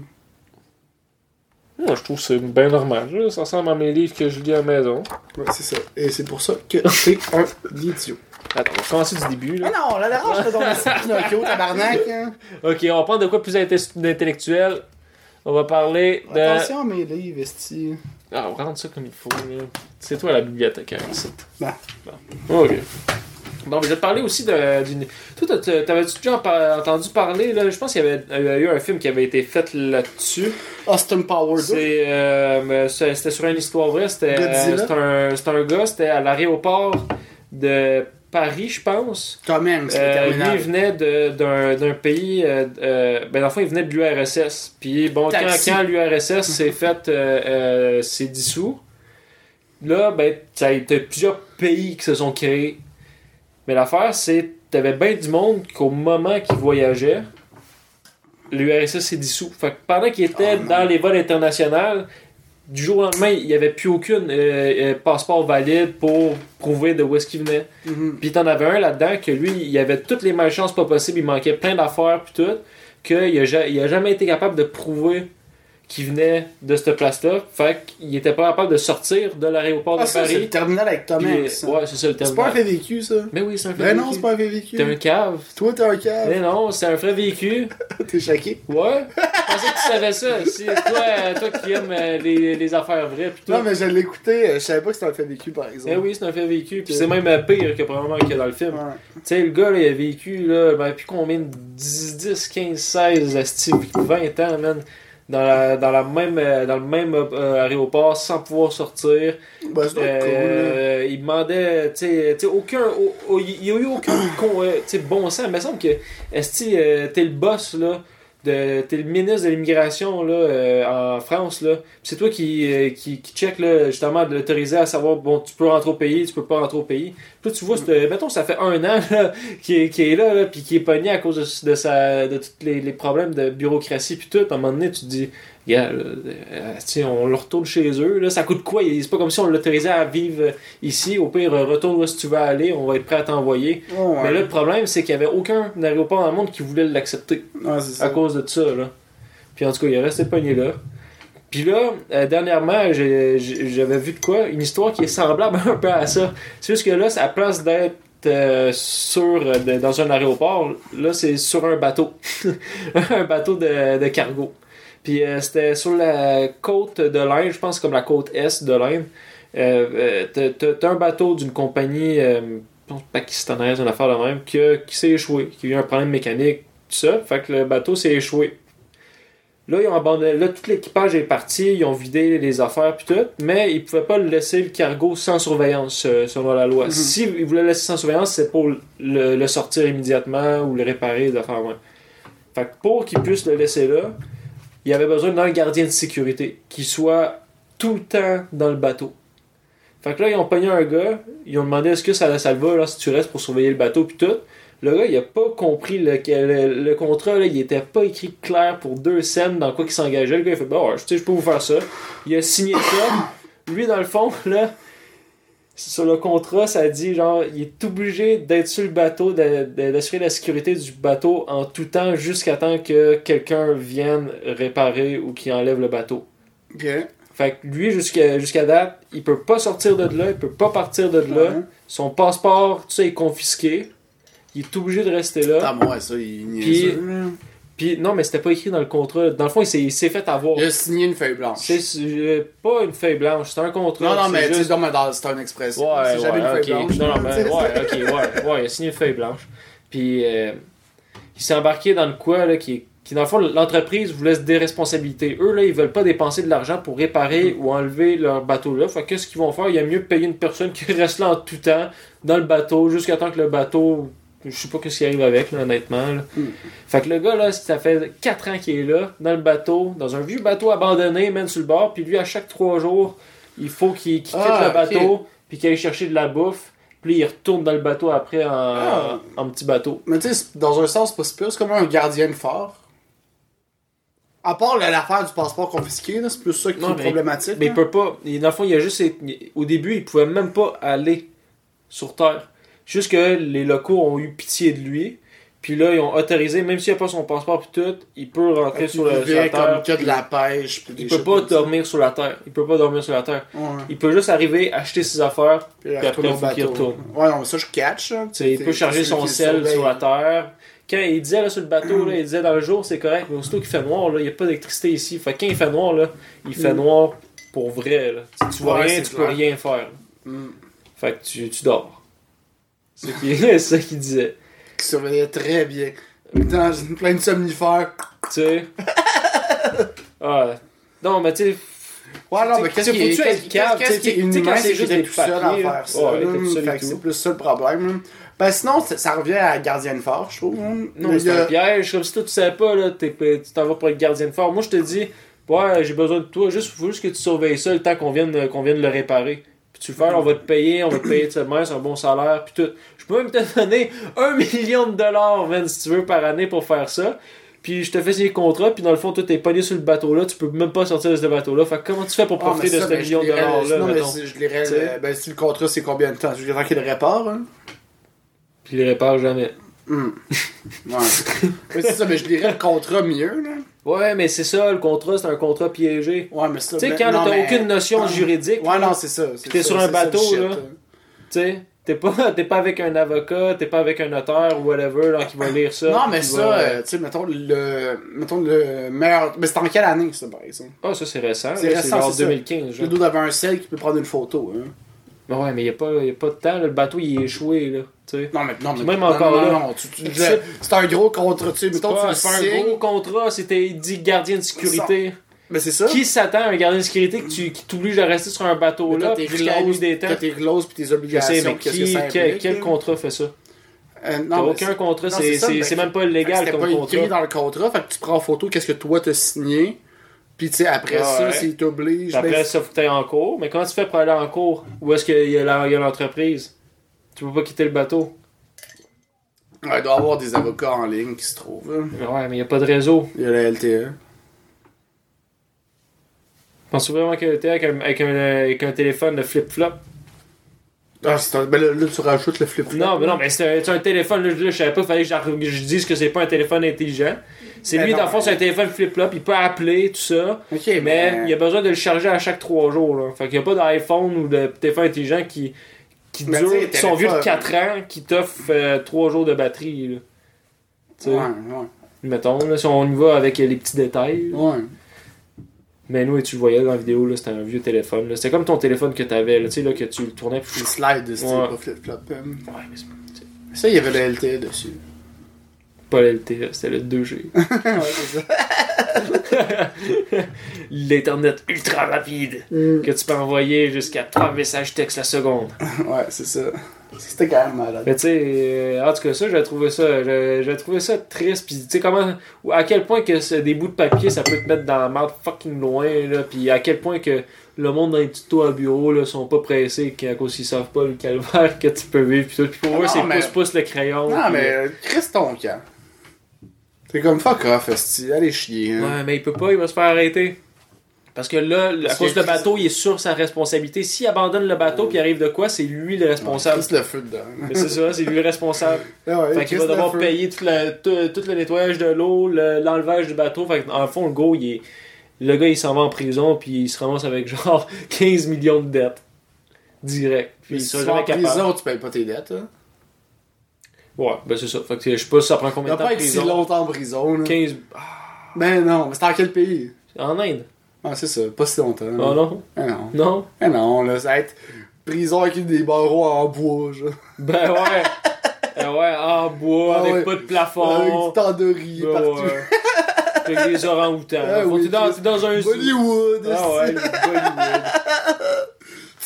Speaker 4: Moi, je trouve que c'est bien normal. là. Ça ressemble à mes livres que je lis à la maison.
Speaker 5: Ouais, c'est ça. Et c'est pour ça
Speaker 4: (laughs)
Speaker 5: que t'es un idiot.
Speaker 4: Attends, on va commencer du début,
Speaker 5: Ah
Speaker 4: là.
Speaker 5: non, la dérange, c'est ton petit Pinocchio, tabarnak.
Speaker 4: (laughs)
Speaker 5: hein.
Speaker 4: Ok, on va prendre de quoi plus inte- d'intellectuel. On va parler de...
Speaker 5: Attention à mes livres, esti.
Speaker 4: Ah, on rentre ça comme il faut. là. C'est toi la bibliothécaire, ici.
Speaker 5: Ben.
Speaker 4: Bon. Ok. Bon, mais je vais te parler aussi de- d'une. Toi, t'as- t'as- t'avais-tu déjà pa- entendu parler, là Je pense qu'il y avait il y a eu un film qui avait été fait là-dessus.
Speaker 5: Austin Powers.
Speaker 4: C'est, euh, mais c'est- C'était sur une histoire vraie. C'était euh,
Speaker 5: Godzilla.
Speaker 4: c'est un, c'est un gars, c'était à l'aéroport de Paris, je pense.
Speaker 5: Tom Hanks, le
Speaker 4: Euh, lui, il
Speaker 5: terminal.
Speaker 4: venait de- d'un d'un pays. euh, euh, ben, dans le fond, il venait de l'URSS. Puis, bon, quand,
Speaker 5: Taxi.
Speaker 4: quand l'URSS s'est fait. euh, euh, s'est dissous, là, ben, t'as t'as plusieurs pays qui se sont créés. Mais l'affaire, c'est t'avais bien du monde qu'au moment qu'ils voyageaient, l'URSS s'est dissous. Fait que pendant qu'il était
Speaker 5: Oh non.
Speaker 4: dans les vols internationaux, du jour au lendemain, il n'y avait plus aucune euh, euh, passeport valide pour prouver de où est-ce qu'il venait.
Speaker 5: Mhm.
Speaker 4: Puis t'en avais un là-dedans que lui, il avait toutes les malchances pas possibles, il manquait plein d'affaires puis tout, qu'il a, ja- il a jamais été capable de prouver qu'il venait de cette place-là. Fait qu'il était pas capable de sortir de l'aéroport
Speaker 5: Ah,
Speaker 4: de
Speaker 5: ça, c'est le
Speaker 4: Paris.
Speaker 5: terminal avec Tom
Speaker 4: Puis,
Speaker 5: Hanks,
Speaker 4: euh,
Speaker 5: ça.
Speaker 4: ouais, c'est ça le terme.
Speaker 5: C'est pas un fait vécu, ça.
Speaker 4: Mais oui, c'est un vrai
Speaker 5: Ben non,
Speaker 4: vécu.
Speaker 5: c'est pas un Ah. fait vécu.
Speaker 4: T'es un cave.
Speaker 5: Toi, t'es un cave.
Speaker 4: Mais non, c'est un vrai vécu.
Speaker 5: T'es choqué.
Speaker 4: Ouais. Je pensais que tu savais ça. Si, toi, euh, toi qui aimes euh, les, les affaires vraies pis tout.
Speaker 5: Non, mais je l'ai écouté, euh, je savais pas que c'était un fait vécu, par
Speaker 4: Eh
Speaker 5: exemple.
Speaker 4: oui, c'est un fait vécu. Puis c'est même euh, pire que probablement qu'il y a dans le film.
Speaker 5: Ouais.
Speaker 4: Tu sais, le gars, là, il a vécu, là, ben, puis combien de 10, 10 15, 16, asti, 20 ans, man, dans, la, dans, la même, euh, dans le même euh, aéroport, sans pouvoir sortir.
Speaker 5: Bah, c'est donc cool, là.
Speaker 4: Euh, Il demandait, tu sais, tu sais, aucun, au- au- il n'y a eu aucun
Speaker 5: (coughs)
Speaker 4: con- euh, tu sais, bon sens. Il me semble que, esti, euh, t'es le boss, là, de, t'es le ministre de l'immigration, là, euh, en France, là. Puis c'est toi qui, euh, qui, qui check, là, justement, de l'autoriser à savoir, bon, tu peux rentrer au pays, tu peux pas rentrer au pays. Puis là, tu vois, c'est, euh, mettons, ça fait un an, là, (laughs) qui est, qui est là, là, puis qui est pogné à cause de, de, sa, de tous les, les problèmes de bureaucratie, puis tout. À un moment donné, tu te dis, gars, là, euh, tu sais, on le retourne chez eux, là, ça coûte quoi C'est pas comme si on l'autorisait à vivre euh, ici. Au pire, euh, retourne où est-ce que tu vas aller, on va être prêt à t'envoyer.
Speaker 5: Oh, Ouais,
Speaker 4: Mais là,
Speaker 5: ouais.
Speaker 4: le problème, c'est qu'il y avait aucun aéroport dans le monde qui voulait l'accepter
Speaker 5: Ouais, c'est
Speaker 4: à
Speaker 5: ça.
Speaker 4: cause de ça, là. Puis en tout cas, il est resté pogné là. Puis là, euh, dernièrement, j'ai- j'ai- j'avais vu de quoi Une histoire qui est semblable (laughs) un peu à ça. C'est juste que là, à place d'être euh, sur, euh, de- dans un aéroport, là, c'est sur un bateau. (laughs) un bateau de, de cargo. Puis euh, c'était sur la côte de l'Inde, je pense comme la côte est de l'Inde. Euh, euh, t'as- t'as t'as un bateau d'une compagnie euh, je pense pakistanaise, une affaire de même, que- qui s'est échoué, qui a eu un problème mécanique, tout ça. Fait que le bateau s'est échoué. Là, ils ont abandonné. Là, tout l'équipage est parti, ils ont vidé les affaires puis tout, mais ils pouvaient pas le laisser le cargo sans surveillance, euh, selon la loi.
Speaker 5: Mhm.
Speaker 4: S'ils voulaient le laisser sans surveillance, c'est pour le, le sortir immédiatement ou le réparer, des affaires de même. Fait que pour qu'ils puissent le laisser là, il y avait besoin d'un gardien de sécurité qui soit tout le temps dans le bateau. Fait que là, ils ont pogné un gars, ils ont demandé est-ce que ça, ça le va là, si tu restes pour surveiller le bateau puis tout. Le gars, il a pas compris le, que- le, le contrat, là, il était pas écrit clair pour deux scènes dans quoi il s'engageait. Le gars, il fait Bon, ouais, je sais, je peux vous faire ça. Il a signé ça. Lui, dans le fond, là, sur le contrat, ça dit genre, il est obligé d'être sur le bateau, de- de- d'assurer la sécurité du bateau en tout temps jusqu'à temps que quelqu'un vienne réparer ou qui enlève le bateau.
Speaker 5: Ok.
Speaker 4: Fait que lui, jusqu'à jusqu'à date, il peut pas sortir de là, il peut pas partir de là.
Speaker 5: Ouais.
Speaker 4: Son passeport, tout ça, est confisqué. Il est obligé de rester là.
Speaker 5: Ah, bon, ouais, ça, il hein.
Speaker 4: Puis-
Speaker 5: niaiseux, là.
Speaker 4: Puis non, mais c'était pas écrit dans le contrat. Dans le fond, il s'est- il s'est fait avoir.
Speaker 5: Il a signé une feuille blanche.
Speaker 4: C'est c'est pas une feuille blanche, c'est un contrat.
Speaker 5: Non, non,
Speaker 4: c'est
Speaker 5: mais tu sais,
Speaker 4: juste-
Speaker 5: non, mais dans- c'est un express.
Speaker 4: Ouais,
Speaker 5: C'est jamais
Speaker 4: ouais,
Speaker 5: une
Speaker 4: ok.
Speaker 5: feuille blanche. (laughs)
Speaker 4: Non, non,
Speaker 5: Tu
Speaker 4: mais
Speaker 5: sais,
Speaker 4: ouais, ok, ouais, ouais, il a signé une feuille blanche. Puis euh, il s'est embarqué dans le quoi, là, qui, qui dans le fond, l'entreprise voulait se déresponsabiliser. Eux, là, ils veulent pas dépenser de l'argent pour réparer ou enlever leur bateau-là. Fait que qu'est-ce qu'ils vont faire? Il y a mieux payer une personne qui (laughs) reste là en tout temps, dans le bateau, jusqu'à temps que le bateau. Je sais pas ce qui arrive avec, là, honnêtement. là.
Speaker 5: Mm.
Speaker 4: Fait que le gars, là, ça fait 4 ans qu'il est là, dans le bateau, dans un vieux bateau abandonné, même sur le bord. Puis lui, à chaque 3 jours, il faut qu'il qu'il quitte
Speaker 5: Ah,
Speaker 4: le
Speaker 5: ok.
Speaker 4: bateau puis qu'il aille chercher de la bouffe, puis il retourne dans le bateau après en,
Speaker 5: Ah.
Speaker 4: en petit bateau.
Speaker 5: Mais tu sais, c'est- dans un sens, c'est pas si pire, c'est comme un gardien de phare. À part là, l'affaire du passeport confisqué, là, c'est plus ça qui
Speaker 4: Non,
Speaker 5: est
Speaker 4: mais-
Speaker 5: problématique.
Speaker 4: Mais il
Speaker 5: là.
Speaker 4: peut pas. il- Dans le fond, il a juste. été- Au début, il pouvait même pas aller sur Terre. Juste que les locaux ont eu pitié de lui. Puis là, ils ont autorisé, même s'il n'y a pas son passeport puis tout, il peut
Speaker 5: Fait
Speaker 4: rentrer
Speaker 5: qu'il
Speaker 4: sur, le, sur
Speaker 5: vivait
Speaker 4: la
Speaker 5: comme
Speaker 4: Terre.
Speaker 5: que de la pêche. puis des
Speaker 4: Il peut
Speaker 5: choses
Speaker 4: pas
Speaker 5: comme ça.
Speaker 4: dormir sur la Terre. Il peut pas dormir sur la Terre.
Speaker 5: Ouais.
Speaker 4: Il peut juste arriver, acheter ses affaires,
Speaker 5: Puis
Speaker 4: après,
Speaker 5: retourne au
Speaker 4: faut qu'il
Speaker 5: bateau.
Speaker 4: retourne.
Speaker 5: Ouais, non, mais ça, je catch. hein.
Speaker 4: Tu sais, il
Speaker 5: T'es-
Speaker 4: peut charger
Speaker 5: c'est
Speaker 4: son
Speaker 5: lui qui
Speaker 4: sel
Speaker 5: surveille.
Speaker 4: sur la terre. Quand il disait là, sur le bateau, là, il disait dans le jour c'est correct, mais aussitôt qu'il fait noir, là, il n'y a pas d'électricité ici. Fait que quand il fait noir, là, il fait noir pour vrai. Là. Tu, tu vois
Speaker 5: Mm. Ouais,
Speaker 4: rien,
Speaker 5: c'est
Speaker 4: tu
Speaker 5: clair.
Speaker 4: peux rien faire.
Speaker 5: Mm.
Speaker 4: Fait que tu, tu dors. C'est ce qui- (laughs) c'est ça qu'il disait.
Speaker 5: Qui surveillait très bien. Dans une pleine somnifère. (laughs)
Speaker 4: Tu sais. Ah. Non, mais tu sais.
Speaker 5: Ouais, non,
Speaker 4: Tu-
Speaker 5: mais
Speaker 4: tu-
Speaker 5: qu'est-ce
Speaker 4: faut
Speaker 5: qui est.
Speaker 4: que tu aies
Speaker 5: Qu'est-ce
Speaker 4: le
Speaker 5: qu'est-ce-
Speaker 4: cadre,
Speaker 5: qu'est-ce
Speaker 4: tu sais,
Speaker 5: qui est
Speaker 4: tu sais,
Speaker 5: inhumain,
Speaker 4: quand
Speaker 5: c'est
Speaker 4: c'est
Speaker 5: que
Speaker 4: juste
Speaker 5: t'es
Speaker 4: des
Speaker 5: tout seul à
Speaker 4: papiers,
Speaker 5: faire ça.
Speaker 4: ouais,
Speaker 5: là.
Speaker 4: t'es tout seul
Speaker 5: Fait
Speaker 4: et
Speaker 5: que
Speaker 4: tout.
Speaker 5: c'est plus ça le problème. là. Ben sinon, ça, ça revient à gardien de phare, je trouve. hein.
Speaker 4: Non,
Speaker 5: Le
Speaker 4: mais c'est
Speaker 5: gars-
Speaker 4: un piège. Comme si toi, tu savais pas, là, t'es- tu t'en vas pour être gardien de fort. Moi, je te dis, ouais, j'ai besoin de toi. Juste, faut juste que tu surveilles ça le temps qu'on vienne, euh, qu'on vienne le réparer. Puis tu le fais, on va te payer, on va te payer de cette manière, c'est un bon salaire, puis (laughs) tout. Je peux même te donner un million de dollars, man, si tu veux, par année pour faire ça. puis je te fais signer le contrat, puis dans le fond, toi, t'es pogné sur le bateau-là, tu peux même pas sortir de ce bateau-là. Fait que comment tu fais pour
Speaker 5: Ah, mais
Speaker 4: profiter de
Speaker 5: ça,
Speaker 4: ce
Speaker 5: ben, je
Speaker 4: million de
Speaker 5: lirais-
Speaker 4: dollars-là,
Speaker 5: Non, mais
Speaker 4: mettons?
Speaker 5: si je lirais,
Speaker 4: Tu sais?
Speaker 5: euh, ben, si le contrat, c'est combien de temps? Je dirais qu'il le répare, hein?
Speaker 4: Puis il les répare jamais.
Speaker 5: Hmm. Ouais. Ouais, c'est ça, mais je lirais le contrat mieux, là.
Speaker 4: Ouais, mais c'est ça, le contrat, c'est un contrat piégé.
Speaker 5: Ouais, mais ça...
Speaker 4: Tu sais,
Speaker 5: ben,
Speaker 4: quand
Speaker 5: non,
Speaker 4: t'as
Speaker 5: mais-
Speaker 4: aucune notion
Speaker 5: Ah.
Speaker 4: juridique,
Speaker 5: Ouais, non, c'est ça. c'est
Speaker 4: t'es
Speaker 5: ça,
Speaker 4: sur un
Speaker 5: c'est ça le
Speaker 4: bateau,
Speaker 5: shit,
Speaker 4: là. Tu sais, t'es pas, (laughs) t'es pas avec un avocat, t'es pas avec un notaire ou whatever, là, qui va lire ça.
Speaker 5: Non, mais
Speaker 4: qui
Speaker 5: ça,
Speaker 4: va-
Speaker 5: euh, tu sais, mettons le, mettons le meilleur. Mais c'est en quelle année, ça, par exemple
Speaker 4: Ah, ça, c'est récent.
Speaker 5: C'est
Speaker 4: là,
Speaker 5: récent,
Speaker 4: genre
Speaker 5: c'est ça.
Speaker 4: 2015,
Speaker 5: Le
Speaker 4: genre.
Speaker 5: dos d'avoir un sel qui peut prendre une photo. Hein.
Speaker 4: Mais ouais, mais y a pas, y a pas de temps, là, le bateau, il est échoué, là. Tu sais.
Speaker 5: Non, mais non, mais.
Speaker 4: Même
Speaker 5: non,
Speaker 4: encore
Speaker 5: non,
Speaker 4: là.
Speaker 5: non, non, tu- tu-
Speaker 4: Tu
Speaker 5: je-
Speaker 4: sais-
Speaker 5: c'est un gros contrat, tu sais, mettons, tu
Speaker 4: Ouais,
Speaker 5: le
Speaker 4: C'est un
Speaker 5: signes.
Speaker 4: gros contrat, c'était il dit gardien de sécurité.
Speaker 5: Mais c'est ça.
Speaker 4: Qui s'attend à un gardien de sécurité que tu, qui t'oblige à rester sur un bateau
Speaker 5: Mais
Speaker 4: là
Speaker 5: T'as tes
Speaker 4: puis jusqu'à la nuit
Speaker 5: clauses,
Speaker 4: des temps?
Speaker 5: t'as tes clauses puis tes
Speaker 4: Je sais,
Speaker 5: obligations.
Speaker 4: mais
Speaker 5: qu'est-ce
Speaker 4: qui,
Speaker 5: que ça
Speaker 4: que-
Speaker 5: implique,
Speaker 4: quel
Speaker 5: là?
Speaker 4: contrat fait ça?
Speaker 5: Euh, non,
Speaker 4: T'as
Speaker 5: mais
Speaker 4: aucun
Speaker 5: c'est-
Speaker 4: contrat,
Speaker 5: non,
Speaker 4: c'est
Speaker 5: ça,
Speaker 4: c'est-
Speaker 5: mais-
Speaker 4: c'est même pas
Speaker 5: fait que
Speaker 4: légal
Speaker 5: C'était
Speaker 4: comme
Speaker 5: pas écrit
Speaker 4: contrat.
Speaker 5: dans le contrat, fait que tu prends en photo qu'est-ce que toi t'as signé. Puis, tu sais, après
Speaker 4: Ah,
Speaker 5: ça,
Speaker 4: Ouais.
Speaker 5: s'il t'oblige.
Speaker 4: Puis Après,
Speaker 5: ben,
Speaker 4: ça, faut que t'ailles en cours. Mais comment tu fais pour aller en cours? Où est-ce qu'il y a la- il y a l'entreprise? Tu peux pas quitter le bateau.
Speaker 5: ouais, il doit y avoir des avocats en ligne qui se trouvent. hein.
Speaker 4: Ouais, mais il y a pas de réseau.
Speaker 5: Il y a la E. LTE.
Speaker 4: Penses-tu vraiment que t'es avec un, avec un, euh, avec un téléphone de flip-flop?
Speaker 5: Ah, c'est un... ben là, là, tu rajoutes le flip
Speaker 4: Non, mais non, mais c'est un, c'est un téléphone. Là, je- là, je savais pas, fallait que j'arrive- je, dise que c'est pas un téléphone intelligent. C'est
Speaker 5: Ben
Speaker 4: lui,
Speaker 5: non,
Speaker 4: dans le fond,
Speaker 5: mais-
Speaker 4: c'est un téléphone flip-flop. Il peut appeler, tout ça.
Speaker 5: Ok,
Speaker 4: Mais il a besoin de le charger à chaque 3 jours. Là. Fait qu'il n'y a pas d'iPhone ou de téléphone intelligent qui, qui
Speaker 5: Ben,
Speaker 4: dure,
Speaker 5: tu sais,
Speaker 4: qui sont vieux de
Speaker 5: téléphone-
Speaker 4: 4 ans, qui t'offrent 3 jours de batterie. là. Tu sais,
Speaker 5: Ouais, ouais.
Speaker 4: mettons, là, si on y va avec euh, les petits détails. là.
Speaker 5: Ouais.
Speaker 4: Mais nous, et tu le voyais dans la vidéo, là, c'était un vieux téléphone. là. C'était comme ton téléphone que t'avais, là, tu sais, là, que tu le tournais. puis-
Speaker 5: Les slides, c'est
Speaker 4: Ouais.
Speaker 5: pas flip-flop. hein.
Speaker 4: Ouais, mais c'est
Speaker 5: Ça, il y avait le LTE E dessus. (laughs)
Speaker 4: pas le LTE, c'était le 2G.
Speaker 5: ouais, c'est ça.
Speaker 4: (laughs) l'internet ultra rapide
Speaker 5: Mm.
Speaker 4: que tu peux envoyer jusqu'à 3 messages texte la seconde.
Speaker 5: Ouais, c'est ça. C'était quand même malade.
Speaker 4: Mais tu sais, euh, en tout cas ça, j'ai trouvé ça, j'ai j'ai trouvé ça triste. Puis tu sais comment, ou à quel point que c'est des bouts de papier, ça peut te mettre dans la merde fucking loin là. Puis à quel point que le monde dans les tutos à bureau là sont pas pressés qu'à cause qu'ils savent pas le calvaire (laughs) que tu peux vivre. Puis tout. Puis pour
Speaker 5: Ah
Speaker 4: eux
Speaker 5: non,
Speaker 4: c'est
Speaker 5: mais-
Speaker 4: pouce pouce le crayon.
Speaker 5: Non,
Speaker 4: puis-
Speaker 5: mais euh, Chris ton camp. C'est comme fuck off, Esti. Allez chier. Hein.
Speaker 4: Ouais, mais il peut pas, il va se faire arrêter. Parce que là, à
Speaker 5: Parce
Speaker 4: cause
Speaker 5: que-
Speaker 4: du bateau, il est sur sa responsabilité. S'il abandonne le bateau puis arrive de quoi, c'est lui le responsable.
Speaker 5: Chris le feu dedans. hein.
Speaker 4: Mais c'est ça, c'est lui le responsable.
Speaker 5: Ah ouais,
Speaker 4: fait qu'il va
Speaker 5: Chris le
Speaker 4: devoir
Speaker 5: feu.
Speaker 4: payer tout, la- tout- tout le nettoyage de l'eau, le- l'enlevage du bateau. Fait en fond, le gars, il est- le gars, il s'en va en prison puis il se ramasse avec (laughs) genre 15 millions de dettes. Direct. Puis
Speaker 5: Puis
Speaker 4: il
Speaker 5: si
Speaker 4: sera
Speaker 5: tu vas
Speaker 4: jamais
Speaker 5: en
Speaker 4: capable.
Speaker 5: prison, tu payes pas tes dettes. Hein.
Speaker 4: Ouais, ben c'est ça. Fait que je sais pas si ça prend
Speaker 5: Tu
Speaker 4: combien
Speaker 5: vas
Speaker 4: de temps
Speaker 5: pas
Speaker 4: de
Speaker 5: être si
Speaker 4: prison.
Speaker 5: longtemps en prison. Là.
Speaker 4: 15...
Speaker 5: Ben non, mais c'est en quel pays
Speaker 4: En Inde.
Speaker 5: Ah, c'est ça. Pas si longtemps.
Speaker 4: Oh non?
Speaker 5: Ah non.
Speaker 4: Non?
Speaker 5: Ah non, là, ça va être prison avec des barreaux en bois, genre. (laughs)
Speaker 4: Ben ouais. ben ouais, en bois,
Speaker 5: Ah
Speaker 4: avec
Speaker 5: ouais. Ah,
Speaker 4: pas de
Speaker 5: Avec du
Speaker 4: plafond.
Speaker 5: temps de riz
Speaker 4: Ben
Speaker 5: partout.
Speaker 4: ouais. Avec des orang-outans.
Speaker 5: Ah
Speaker 4: Faut que
Speaker 5: oui,
Speaker 4: t'es dans,
Speaker 5: Chris.
Speaker 4: t'es dans un zoo.
Speaker 5: Bollywood,
Speaker 4: Ah ouais,
Speaker 5: esti.
Speaker 4: Bollywood.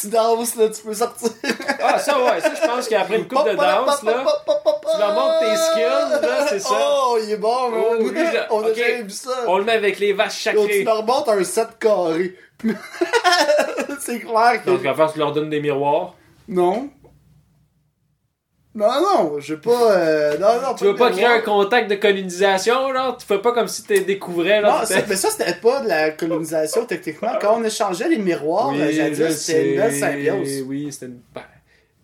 Speaker 5: tu danses là, tu peux sortir.
Speaker 4: Ah ça ouais, ça je pense qu'après (laughs) une coupe de danse là, tu leur montres tes skills là, c'est ça.
Speaker 5: Oh, il est bon, man.
Speaker 4: Oh, oui, là.
Speaker 5: On a
Speaker 4: Ok.
Speaker 5: déjà vu ça.
Speaker 4: On le met avec les vaches
Speaker 5: Yo, tu
Speaker 4: sacrées.
Speaker 5: leur montres un 7 carré. (laughs) c'est clair
Speaker 4: Donc
Speaker 5: que.
Speaker 4: la face, tu leur donnes des miroirs.
Speaker 5: Non. Non, non, je veux pas. euh, Non, non,
Speaker 4: Tu veux pas
Speaker 5: de
Speaker 4: créer un
Speaker 5: miroir.
Speaker 4: contact de colonisation genre, tu fais pas comme si tu découvrais
Speaker 5: Non,
Speaker 4: là.
Speaker 5: ça- mais ça, c'était pas de la colonisation, techniquement. Quand on échangeait les miroirs,
Speaker 4: Oui,
Speaker 5: euh,
Speaker 4: je
Speaker 5: jadis, c'était une
Speaker 4: sais.
Speaker 5: belle symbiose.
Speaker 4: Oui, c'était une ben,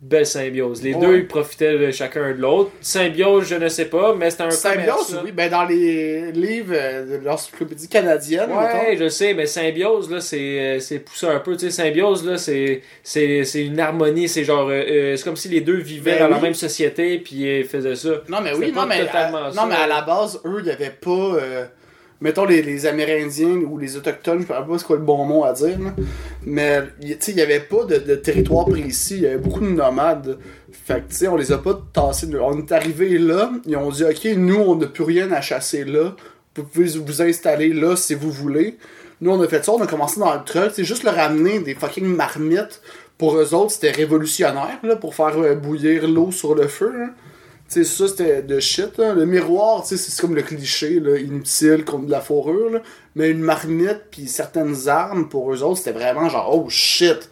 Speaker 4: belle symbiose. Les
Speaker 5: Ouais.
Speaker 4: deux ils profitaient de chacun de l'autre. Symbiose, je ne sais pas, mais c'était un commerce,
Speaker 5: Symbiose,
Speaker 4: là.
Speaker 5: oui, ben dans les livres euh, de l'encyclopédie canadienne, mettons.
Speaker 4: Ouais, je sais, mais symbiose, là, c'est, euh, c'est poussé un peu. Tu sais, symbiose, là, c'est, c'est, c'est une harmonie. C'est genre, euh, euh, c'est comme si les deux vivaient
Speaker 5: Ben
Speaker 4: dans la
Speaker 5: oui.
Speaker 4: même société, puis euh, ils faisaient ça.
Speaker 5: Non, mais
Speaker 4: C'était
Speaker 5: oui,
Speaker 4: pas
Speaker 5: non, mais, à,
Speaker 4: totalement ça.
Speaker 5: non, mais à la base, eux, il y avait pas. euh, mettons les, les Amérindiens ou les Autochtones, je ne sais pas c'est quoi le bon mot à dire, là. mais y- tu sais, il n'y avait pas de, de territoire précis, il y avait beaucoup de nomades. Fait que, tu sais, on les a pas tassés. de- On est arrivé là, ils ont dit, OK, nous, on n'a plus rien à chasser là, vous pouvez vous installer là si vous voulez. Nous, on a fait ça, on a commencé dans le truck, c'est juste leur amener des fucking marmites. Pour eux autres, c'était révolutionnaire, là, pour faire euh, bouillir l'eau sur le feu, hein. Tu sais, ça, c'était de shit. là. Le miroir, tu sais, c'est comme le cliché, là, inutile, contre de la fourrure. là. Mais une marmite, puis certaines armes, pour eux autres, c'était vraiment genre, oh shit,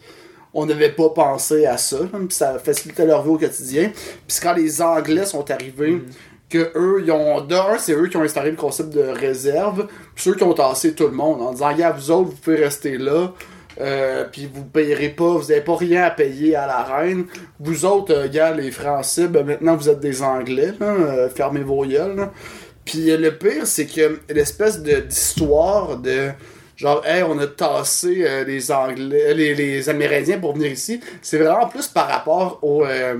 Speaker 5: on n'avait pas pensé à ça. là. Puis ça facilitait leur vie au quotidien. Puis c'est quand les Anglais sont arrivés, que eux, ils ont. D'un, c'est eux qui ont instauré le concept de réserve. Puis ceux qui ont tassé tout le monde en disant, gars, vous autres, vous pouvez rester là. Euh, puis vous payerez pas, vous avez pas rien à payer à la reine. Vous autres, euh, gars, les Français, ben maintenant vous êtes des Anglais, là, euh, fermez vos gueules. là. Puis euh, le pire, c'est que l'espèce de- d'histoire de genre, hey, on a tassé euh, les Anglais, les, les Amérindiens pour venir ici, c'est vraiment plus par rapport aux, euh,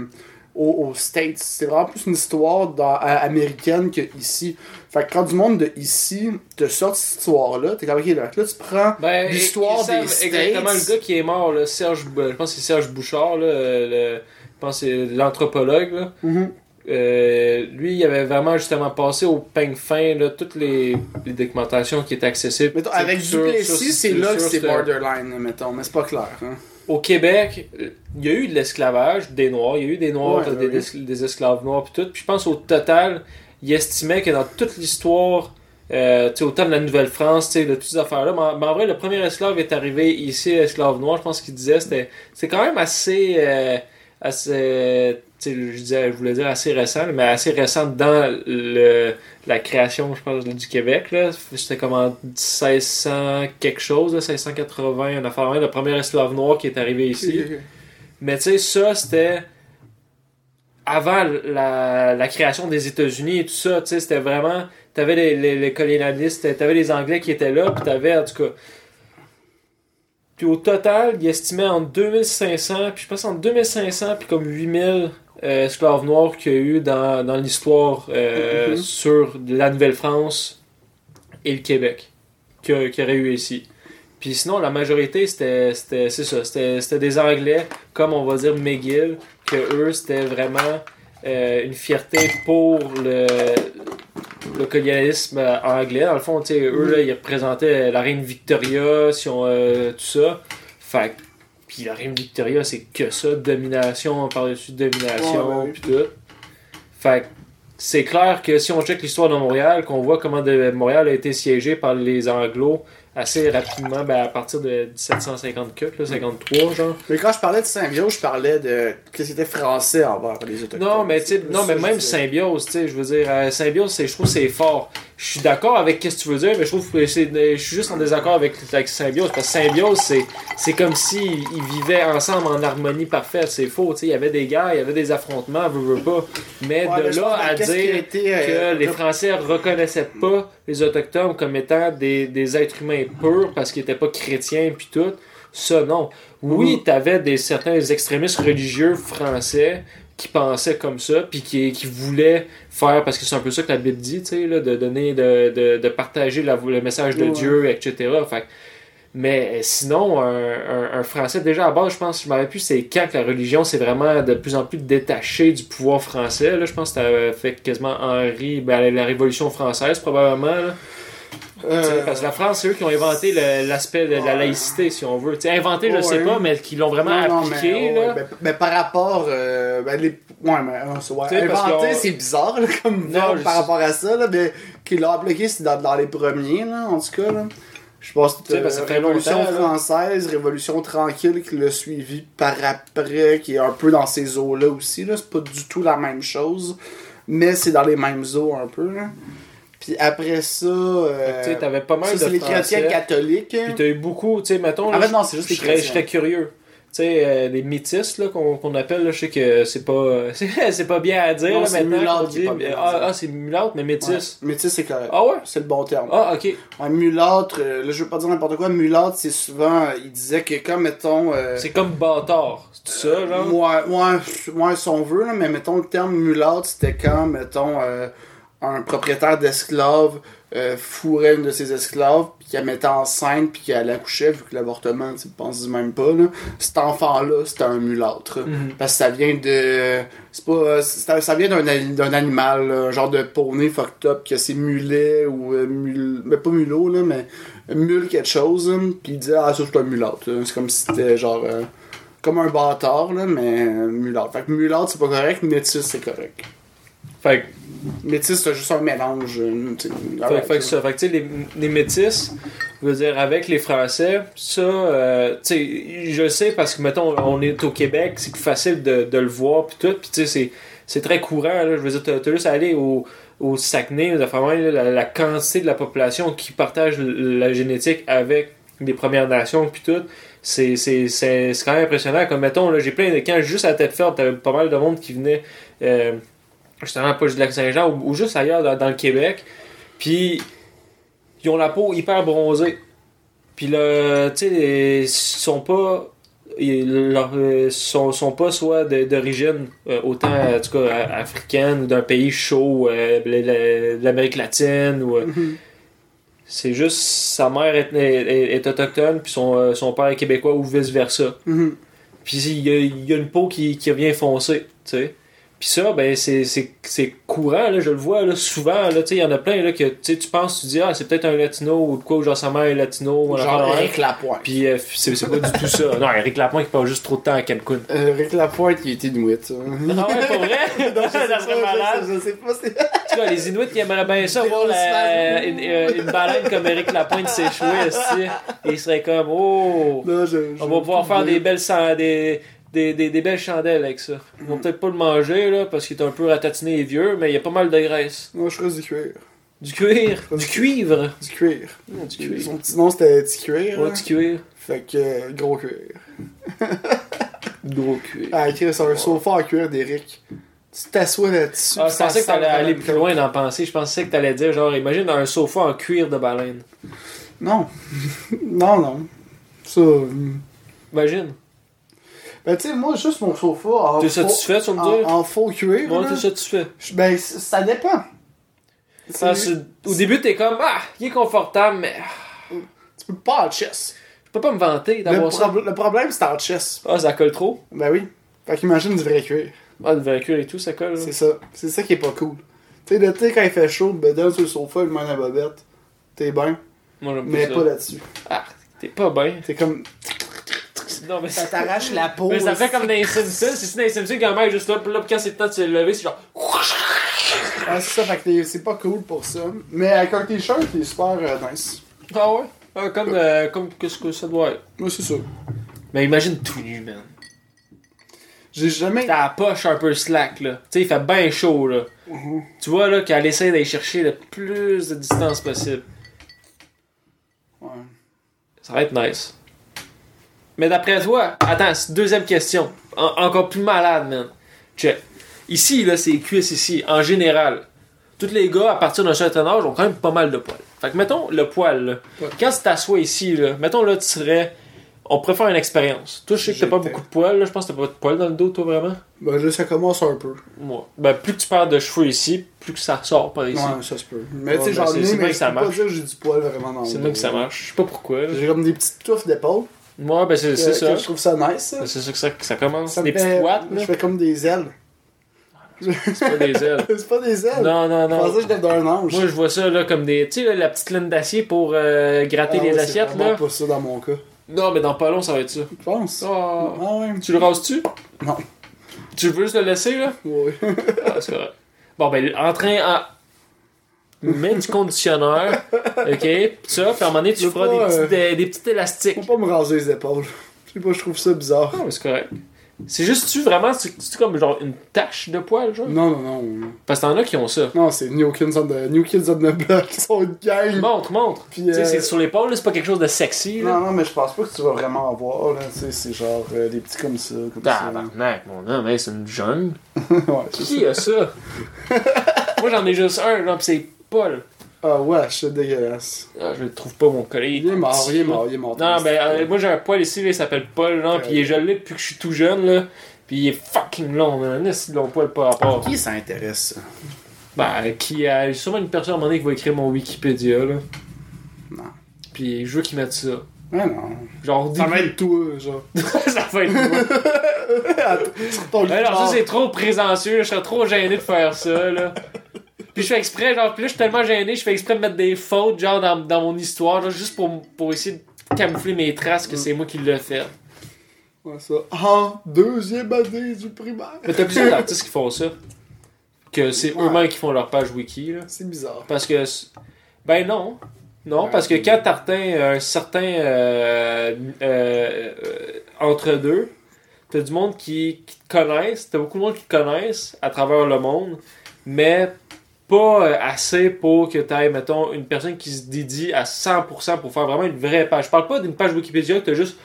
Speaker 5: aux, aux States. C'est vraiment plus une histoire dans- à- américaine que ici. Fait que quand du monde de ici te sort cette histoire-là, t'es comme, ok, là, là, tu prends
Speaker 4: Ben, ils-
Speaker 5: l'histoire
Speaker 4: ils savent
Speaker 5: des States.
Speaker 4: Exactement, le gars qui est mort, là, Serge, ben, je pense que c'est Serge Bouchard, là, euh, le- je pense que c'est l'anthropologue. là.
Speaker 5: Mhm.
Speaker 4: Euh, lui, il avait vraiment justement passé au peigne fin là, toutes les, les documentations qui étaient accessibles.
Speaker 5: Mettons,
Speaker 4: Tu sais,
Speaker 5: avec
Speaker 4: sur- sur-
Speaker 5: Duplessis, c'est
Speaker 4: sur-
Speaker 5: là que
Speaker 4: sur
Speaker 5: c'est
Speaker 4: ce-
Speaker 5: borderline, mettons, mais c'est pas clair. Hein.
Speaker 4: Au Québec, euh, il y a eu de l'esclavage des Noirs, il y a eu des Noirs,
Speaker 5: Ouais,
Speaker 4: des,
Speaker 5: ouais.
Speaker 4: des- des esclaves noirs, puis tout. Puis je pense au total, il estimait que dans toute l'histoire, euh, tu sais, au temps de la Nouvelle-France, tu sais, de toutes ces affaires-là, mais en, mais en vrai, le premier esclave est arrivé ici, esclave noir, je pense qu'il disait, c'était c'est quand même assez. euh, assez euh, tu sais, je, disais, je voulais dire assez récent, mais assez récent dans le, la création, je pense, du Québec. là. C'était comme en 1600 quelque chose, là, 1680, une affaire, de même, le premier esclave noir qui est arrivé ici. Mais tu sais, ça, c'était avant la, la création des États-Unis et tout ça. Tu sais, c'était vraiment. T'avais les, les, les colonialistes, t'avais les Anglais qui étaient là, puis t'avais, en tout cas. Puis au total, il estimait entre 2500, puis je pense entre 2500 puis comme 8000 euh, esclaves noirs qu'il y a eu dans, dans l'histoire euh,
Speaker 5: Mhm.
Speaker 4: sur la Nouvelle-France et le Québec que- qu'il y aurait eu ici. Puis sinon, la majorité, c'était c'était- c'est ça, c'était c'était des Anglais, comme on va dire McGill, que eux, c'était vraiment euh, une fierté pour le, le colonialisme euh, anglais. Dans le fond, tu sais, eux,
Speaker 5: Mm.
Speaker 4: là, ils représentaient la reine Victoria, si on, euh, tout ça. Fait que- puis la reine Victoria, c'est que ça, domination par-dessus domination,
Speaker 5: Ouais, ouais.
Speaker 4: puis tout. Fait que c'est clair que si on check l'histoire de Montréal, qu'on voit comment de- Montréal a été siégé par les Anglos assez rapidement, ben, à partir de 1750 quelques, là, 53, genre.
Speaker 5: Mais quand je parlais de symbiose, je parlais de que c'était français envers les autochtones.
Speaker 4: Non, mais, tu sais, non, mais
Speaker 5: Ça,
Speaker 4: même
Speaker 5: je-
Speaker 4: symbiose, tu sais, je veux dire, euh, symbiose, c'est- je trouve que c'est fort. Je suis d'accord avec ce que tu veux dire, mais je trouve que c'est- je suis juste en désaccord avec, avec symbiose, parce que symbiose, c'est, c'est comme si ils vivaient ensemble en harmonie parfaite. C'est faux, tu sais, il y avait des guerres, il y avait des affrontements, veux, veux pas. Mais
Speaker 5: Ouais, mais
Speaker 4: de
Speaker 5: je
Speaker 4: là
Speaker 5: pense ben,
Speaker 4: à
Speaker 5: qu'est-ce qui a
Speaker 4: dire
Speaker 5: été, euh,
Speaker 4: que les Français reconnaissaient pas les autochtones comme étant des, des êtres humains purs parce qu'ils étaient pas chrétiens puis tout. Ça, non.
Speaker 5: Mm-hmm.
Speaker 4: Oui, t'avais des certains extrémistes religieux français qui pensaient comme ça, puis qui, qui voulaient faire, parce que c'est un peu ça que la Bible dit, tu sais, là, de donner, de, de, de partager la- le message de
Speaker 5: Ouais.
Speaker 4: Dieu, etc. Fait que- mais euh, sinon, un, un- un Français, déjà à base, je pense, je m'en rappelle plus, c'est quand que la religion s'est vraiment de plus en plus détachée du pouvoir français. Là, je pense que ça fait quasiment Henri, ben, la Révolution française probablement. là. Tu sais,
Speaker 5: Euh,
Speaker 4: Parce que la France, c'est eux qui ont inventé le- l'aspect de la
Speaker 5: Ouais.
Speaker 4: laïcité, si on veut. Tu sais, inventé, je
Speaker 5: Ouais.
Speaker 4: sais pas, mais qui l'ont vraiment
Speaker 5: non, non, mais,
Speaker 4: appliqué.
Speaker 5: ouais,
Speaker 4: là.
Speaker 5: ben, ben, par rapport. euh, ben, les... Ouais, mais. euh, c'est- ouais.
Speaker 4: Tu sais, parce
Speaker 5: Inventé,
Speaker 4: qu'on-
Speaker 5: c'est bizarre, là, comme verbe
Speaker 4: je-
Speaker 5: par rapport à ça, là, mais qu'il l'a appliqué, c'est dans, dans les premiers, là, en tout cas. Là. Je pense que
Speaker 4: sais, parce que ça fait
Speaker 5: Révolution
Speaker 4: longtemps, là.
Speaker 5: française, Révolution tranquille qui l'a suivi par après, qui est un peu dans ces eaux-là aussi. Là. C'est pas du tout la même chose, mais c'est dans les mêmes eaux un peu. là. Puis après ça, euh,
Speaker 4: Tu sais, t'avais pas mal
Speaker 5: ça,
Speaker 4: de
Speaker 5: c'est les
Speaker 4: Français.
Speaker 5: chrétiens catholiques.
Speaker 4: Puis t'as eu beaucoup, tu sais, mettons.
Speaker 5: En
Speaker 4: là,
Speaker 5: fait, non, c'est juste les
Speaker 4: je serais-
Speaker 5: chrétiens.
Speaker 4: J'étais curieux. Tu sais, euh, les métis, là, qu'on qu'on appelle, là, je sais que c'est pas, (laughs) c'est pas bien à dire,
Speaker 5: Non,
Speaker 4: là,
Speaker 5: c'est
Speaker 4: maintenant.
Speaker 5: mulâtre
Speaker 4: qu'on
Speaker 5: qui est
Speaker 4: dit,
Speaker 5: pas bien à
Speaker 4: ah,
Speaker 5: dire.
Speaker 4: ah, c'est mulâtre, mais
Speaker 5: Ouais.
Speaker 4: métis.
Speaker 5: Mais tu sais, c'est correct.
Speaker 4: Ah ouais?
Speaker 5: C'est le bon terme.
Speaker 4: Ah, ok.
Speaker 5: Ouais, mulâtre, euh, là je veux pas dire n'importe quoi, mulâtre c'est souvent, euh, il disait que comme mettons. euh,
Speaker 4: C'est comme bâtard. C'est ça, genre?
Speaker 5: Ouais, ouais, je- ouais, si on veut, là, mais mettons le terme mulâtre c'était quand, mettons, euh, un propriétaire d'esclaves euh, fourrait une de ses esclaves, puis qu'elle mettait enceinte, puis qu'elle accouchait, vu que l'avortement, tu penses même pas, là. Cet enfant-là, c'était un mulâtre.
Speaker 4: Mhm.
Speaker 5: Parce que ça vient de. C'est pas. c'est- Ça vient d'un ani- d'un animal, là, un genre de poney fucked up, que c'est mulet ou. euh, mul- mais pas mulot, là, mais. Mule quelque chose, hein, puis il disait, ah, ça, c'est un mulâtre. là. C'est comme si c'était genre. euh, comme un bâtard, là, mais euh, mulâtre. Fait que mulâtre, c'est pas correct, métis, c'est correct.
Speaker 4: Fait que
Speaker 5: Métis, c'est juste un mélange. euh, tu sais,
Speaker 4: Fait,
Speaker 5: alright,
Speaker 4: fait que ça, fait que, tu sais, les, les métis, je veux dire, avec les Français, ça, euh, tu sais, je sais parce que, mettons, on est au Québec, c'est plus facile de, de le voir, puis tout, puis tu sais, c'est- c'est très courant. là. Je veux dire, t'as t'as juste à aller au, au Saguenay, aux affaires de même, là, la, la quantité de la population qui partage l- la génétique avec les Premières Nations, puis tout. C'est c'est- c'est- c'est quand même impressionnant. Comme mettons, là, j'ai plein de camps juste à tête ferme, t'avais pas mal de monde qui venait euh, justement pas juste de Lac-Saint-Jean ou, ou juste ailleurs dans, dans le Québec. Puis ils ont la peau hyper bronzée. Puis là, tu sais, ils sont pas. Ils leur- euh, sont, sont pas soit de- d'origine euh, autant en tout cas a- africaine ou d'un pays chaud euh, de la- de l'Amérique latine ou euh, c'est juste sa mère est, est- est autochtone puis son, euh, son père est québécois ou vice versa
Speaker 5: Mhm.
Speaker 4: puis il y, a- il y a une peau qui, qui revient foncée, tu sais. Puis ça, ben, c'est- c'est c'est courant, là, je le vois là, souvent, là, tu sais, il y en a plein, là, que tu sais, tu penses, tu dis, ah, c'est peut-être un latino ou de quoi, ou genre sa mère est latino, ou un affaire de
Speaker 5: Genre
Speaker 4: même.
Speaker 5: Eric Lapointe.
Speaker 4: Puis euh, c'est c'est pas du tout ça. Non, Eric Lapointe qui passe juste trop de temps à Cancun.
Speaker 5: Euh, Eric Lapointe, il était Inuit. (laughs) ça.
Speaker 4: Ah ouais, pas (laughs) vrai?
Speaker 5: Non, je sais
Speaker 4: ça
Speaker 5: pas,
Speaker 4: serait malade.
Speaker 5: Je je sais pas, c'est.
Speaker 4: En tout cas, les Inuits, ils aimeraient bien ça,
Speaker 5: Des
Speaker 4: voir la-
Speaker 5: grosses vagues.
Speaker 4: une, euh, une baleine comme Eric Lapointe (laughs) s'échouer, aussi. Et ils seraient comme, oh,
Speaker 5: Non, je- je-
Speaker 4: on va pouvoir faire des belles, sans- des, des, des, des belles chandelles avec ça. Ils vont peut-être pas le manger, là, parce qu'il est un peu ratatiné et vieux, mais il y a pas mal de graisse.
Speaker 5: Moi, je creuse du cuir.
Speaker 4: Du cuir, du cuivre.
Speaker 5: Du cuir.
Speaker 4: Du cuir.
Speaker 5: Son petit nom, c'était petit cuir.
Speaker 4: Ouais, du cuir.
Speaker 5: Fait que, euh, gros cuir.
Speaker 4: Gros cuir.
Speaker 5: Ah, Chris, un sofa en cuir d'Eric. Tu t'assois là-dessus.
Speaker 4: Ah, je
Speaker 5: ça
Speaker 4: pensais que
Speaker 5: sent
Speaker 4: t'allais
Speaker 5: la
Speaker 4: aller
Speaker 5: même
Speaker 4: plus loin d'en penser. Je pensais que t'allais dire, genre, imagine un sofa en cuir de baleine.
Speaker 5: Non. (laughs) non, non. Ça. hum.
Speaker 4: Imagine.
Speaker 5: Ben, tu sais, moi, juste mon sofa en.
Speaker 4: T'es
Speaker 5: faux-
Speaker 4: satisfait, tu me
Speaker 5: en,
Speaker 4: dis?
Speaker 5: en faux cuir.
Speaker 4: Bon,
Speaker 5: là,
Speaker 4: t'es satisfait.
Speaker 5: je- Ben, c- ça dépend.
Speaker 4: Ça, Ah, c'est- au début, t'es comme, ah, il est confortable, mais ah,
Speaker 5: Tu peux pas en chess.
Speaker 4: je peux pas me vanter
Speaker 5: Le,
Speaker 4: d'avoir ça.
Speaker 5: prob- le problème, c'est en chess.
Speaker 4: Ah, ça colle trop.
Speaker 5: Ben oui. Fait qu'imagine du vrai cuir.
Speaker 4: Ah, le vainqueur et tout, ça colle. là.
Speaker 5: C'est ça. C'est ça qui est pas cool. Tu sais, l'été, quand il fait chaud, bedonne sur le sofa, il demande à bobette. T'es bien,
Speaker 4: Moi, j'aime
Speaker 5: mais
Speaker 4: pas
Speaker 5: pas
Speaker 4: ça.
Speaker 5: là-dessus.
Speaker 4: Ah, t'es pas bien.
Speaker 5: T'es comme.
Speaker 4: Non, mais
Speaker 5: Ça
Speaker 4: ça
Speaker 5: t'arrache la peau.
Speaker 4: mais ça fait comme dans les Simpsons. Oh, C'est dans les Simpsons quand même, juste là, puis là, puis quand c'est le temps de se lever, c'est genre.
Speaker 5: Ouais, Ah, c'est ça, fait que t'es- c'est pas cool pour ça. Mais avec un t-shirt, t'es super euh, nice.
Speaker 4: Ah ouais? Ah, comme, euh, comme qu'est-ce que ça doit être.
Speaker 5: Moi, c'est ça.
Speaker 4: Mais imagine tout nu, man.
Speaker 5: J'ai jamais.
Speaker 4: T'as la poche un peu slack, là. Tu sais, il fait bien chaud, là. Tu vois, là, qu'elle essaie d'aller chercher le plus de distance possible.
Speaker 5: Ouais.
Speaker 4: Ça va être nice. Mais d'après toi, attends, c'est deuxième question. En- encore plus malade, man. Check. Ici, là, c'est les cuisses ici, en général. Tous les gars, à partir d'un certain âge, ont quand même pas mal de poils. Fait que mettons le poil, là.
Speaker 5: Ouais.
Speaker 4: Quand tu t'assois ici, là, mettons là, tu serais. On pourrait faire une expérience. Toi, je sais que t'as pas
Speaker 5: J'étais.
Speaker 4: beaucoup de poils, là. Je pense que t'as pas de poils dans le dos, toi, vraiment.
Speaker 5: Ben là, ça commence un peu.
Speaker 4: Moi. Ben, plus que tu perds de cheveux ici, plus que ça ressort par ici.
Speaker 5: Ouais, ça se peut. Mais tu
Speaker 4: Ouais,
Speaker 5: sais, j'en
Speaker 4: ben, c'est- c'est
Speaker 5: ai,
Speaker 4: bien
Speaker 5: mais
Speaker 4: que
Speaker 5: je
Speaker 4: ça
Speaker 5: peux pas
Speaker 4: marche.
Speaker 5: dire que j'ai du poil vraiment dans le
Speaker 4: C'est
Speaker 5: dos.
Speaker 4: même que ça marche. Je sais pas pourquoi. là.
Speaker 5: J'ai comme des petites touffes d'épaule.
Speaker 4: Moi, ben, c'est
Speaker 5: que-
Speaker 4: c'est ça.
Speaker 5: que Je trouve ça nice. ça.
Speaker 4: Ben, C'est ça que ça, que ça commence.
Speaker 5: Euh, Ça me
Speaker 4: Des
Speaker 5: fait-
Speaker 4: petites watts, là.
Speaker 5: Je fais comme des ailes. (laughs)
Speaker 4: C'est pas des ailes.
Speaker 5: c'est pas des ailes.
Speaker 4: Non, non,
Speaker 5: Je
Speaker 4: non.
Speaker 5: pensais que j'étais d'un ange.
Speaker 4: Moi, je vois ça là, comme des. Tu sais, là, la petite laine d'acier pour euh, gratter
Speaker 5: Ah
Speaker 4: les
Speaker 5: ouais, c'est
Speaker 4: assiettes,
Speaker 5: vraiment
Speaker 4: là.
Speaker 5: pas ça dans mon cas.
Speaker 4: Non, mais dans pas long, ça va être ça.
Speaker 5: Je pense.
Speaker 4: Oh.
Speaker 5: (laughs) Ah ouais.
Speaker 4: Tu le rases-tu
Speaker 5: Non.
Speaker 4: Tu veux juste le laisser, là (laughs)
Speaker 5: Ouais.
Speaker 4: Ah, c'est correct. Bon, ben, en train à. Mets du conditionneur, ok? Pis ça, puis à un moment donné, tu
Speaker 5: Faut
Speaker 4: feras
Speaker 5: pas,
Speaker 4: des,
Speaker 5: euh,
Speaker 4: petits, des, des petits élastiques.
Speaker 5: Faut pas me raser les épaules. Je sais pas, je trouve ça bizarre.
Speaker 4: Ah, mais c'est correct. C'est juste, tu vraiment, c'est c'est comme genre une tache de poil, genre?
Speaker 5: Non, non, non.
Speaker 4: Parce que t'en as qui ont ça.
Speaker 5: Non, c'est New Kids on the, New Kids on the Block. Ils sont une gang.
Speaker 4: Montre, montre.
Speaker 5: Puis,
Speaker 4: Tu sais,
Speaker 5: euh,
Speaker 4: c'est sur l'épaule, là, c'est pas quelque chose de sexy, là.
Speaker 5: Non, non, mais je pense pas que tu vas vraiment avoir, là. Tu sais, c'est genre euh, des petits comme ça. Comme
Speaker 4: Ah,
Speaker 5: ça.
Speaker 4: Tabarnak, mon homme, hey, c'est une jungle.
Speaker 5: (laughs) ouais, c'est ça.
Speaker 4: Qui a ça?
Speaker 5: (laughs)
Speaker 4: Moi, j'en ai juste un, là, pis c'est Paul.
Speaker 5: Ah ouais, c'est dégueulasse.
Speaker 4: Ah, je le trouve pas, mon collègue.
Speaker 5: Il est mort, il est mort, il est mort.
Speaker 4: Non, mais euh, moi, j'ai un poil ici, là, il s'appelle Paul, là, pis il
Speaker 5: Euh.
Speaker 4: est gelé depuis que je suis tout jeune, là. Pis il est fucking long, man. Est-ce long poil par rapport?
Speaker 5: Qui ça intéresse, ça?
Speaker 4: Bah, qui a sûrement une personne à un moment donné qui va écrire mon Wikipédia, là.
Speaker 5: Non.
Speaker 4: Pis je veux qu'il mette ça.
Speaker 5: Ouais, non.
Speaker 4: Genre, au
Speaker 5: Ça va
Speaker 4: début-
Speaker 5: être toi, genre.
Speaker 4: (laughs) ça va être moi.
Speaker 5: Ton
Speaker 4: Ouais, Ben Alors
Speaker 5: guitare.
Speaker 4: ça c'est trop présentieux, là. je serais trop gêné de faire ça là. Puis je fais exprès, genre, puis là je suis tellement gêné, je fais exprès de mettre des fautes genre dans, dans mon histoire, genre, juste pour, pour essayer de camoufler mes traces que c'est moi qui l'ai fait.
Speaker 5: Ouais, ça. En deuxième année du primaire.
Speaker 4: Mais t'as plusieurs artistes qui font ça. Que c'est
Speaker 5: Ouais.
Speaker 4: eux-mêmes qui font leur page wiki là.
Speaker 5: (laughs) C'est bizarre.
Speaker 4: Parce que. c- Ben non. Non, parce que quand t'atteins un certain euh, euh, euh, entre-deux, t'as du monde qui, qui te connaissent, t'as beaucoup de monde qui te connaissent à travers le monde, mais pas euh, assez pour que t'ailles, mettons, une personne qui se dédie à 100% pour faire vraiment une vraie page. Je parle pas d'une page Wikipédia que t'as juste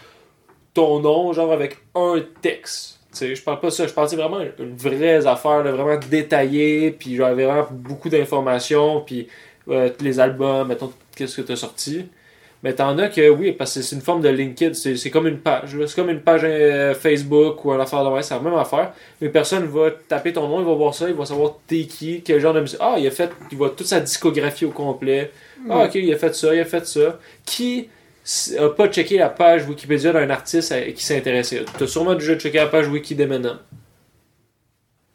Speaker 4: ton nom, genre avec un texte. Tu sais, je parle pas de ça, je parle tu sais, vraiment une vraie affaire, là, vraiment détaillée, puis genre vraiment beaucoup d'informations, puis euh, tous les albums, mettons, qu'est-ce que t'as sorti. Mais t'en as que oui, parce que c'est une forme de LinkedIn, c'est c'est comme une page. là. C'est comme une page euh, Facebook ou une affaire de ouais, c'est la même affaire. Mais personne va taper ton nom, il va voir ça, il va savoir t'es qui, quel genre de musique. Ah, il a fait, il voit toute sa discographie au complet.
Speaker 5: Hmm.
Speaker 4: Ah, ok, il a fait ça, il a fait ça. Qui s- a pas checké la page Wikipédia d'un artiste à- qui s'intéressait T'as sûrement déjà checké la page Wiki d'Eminem.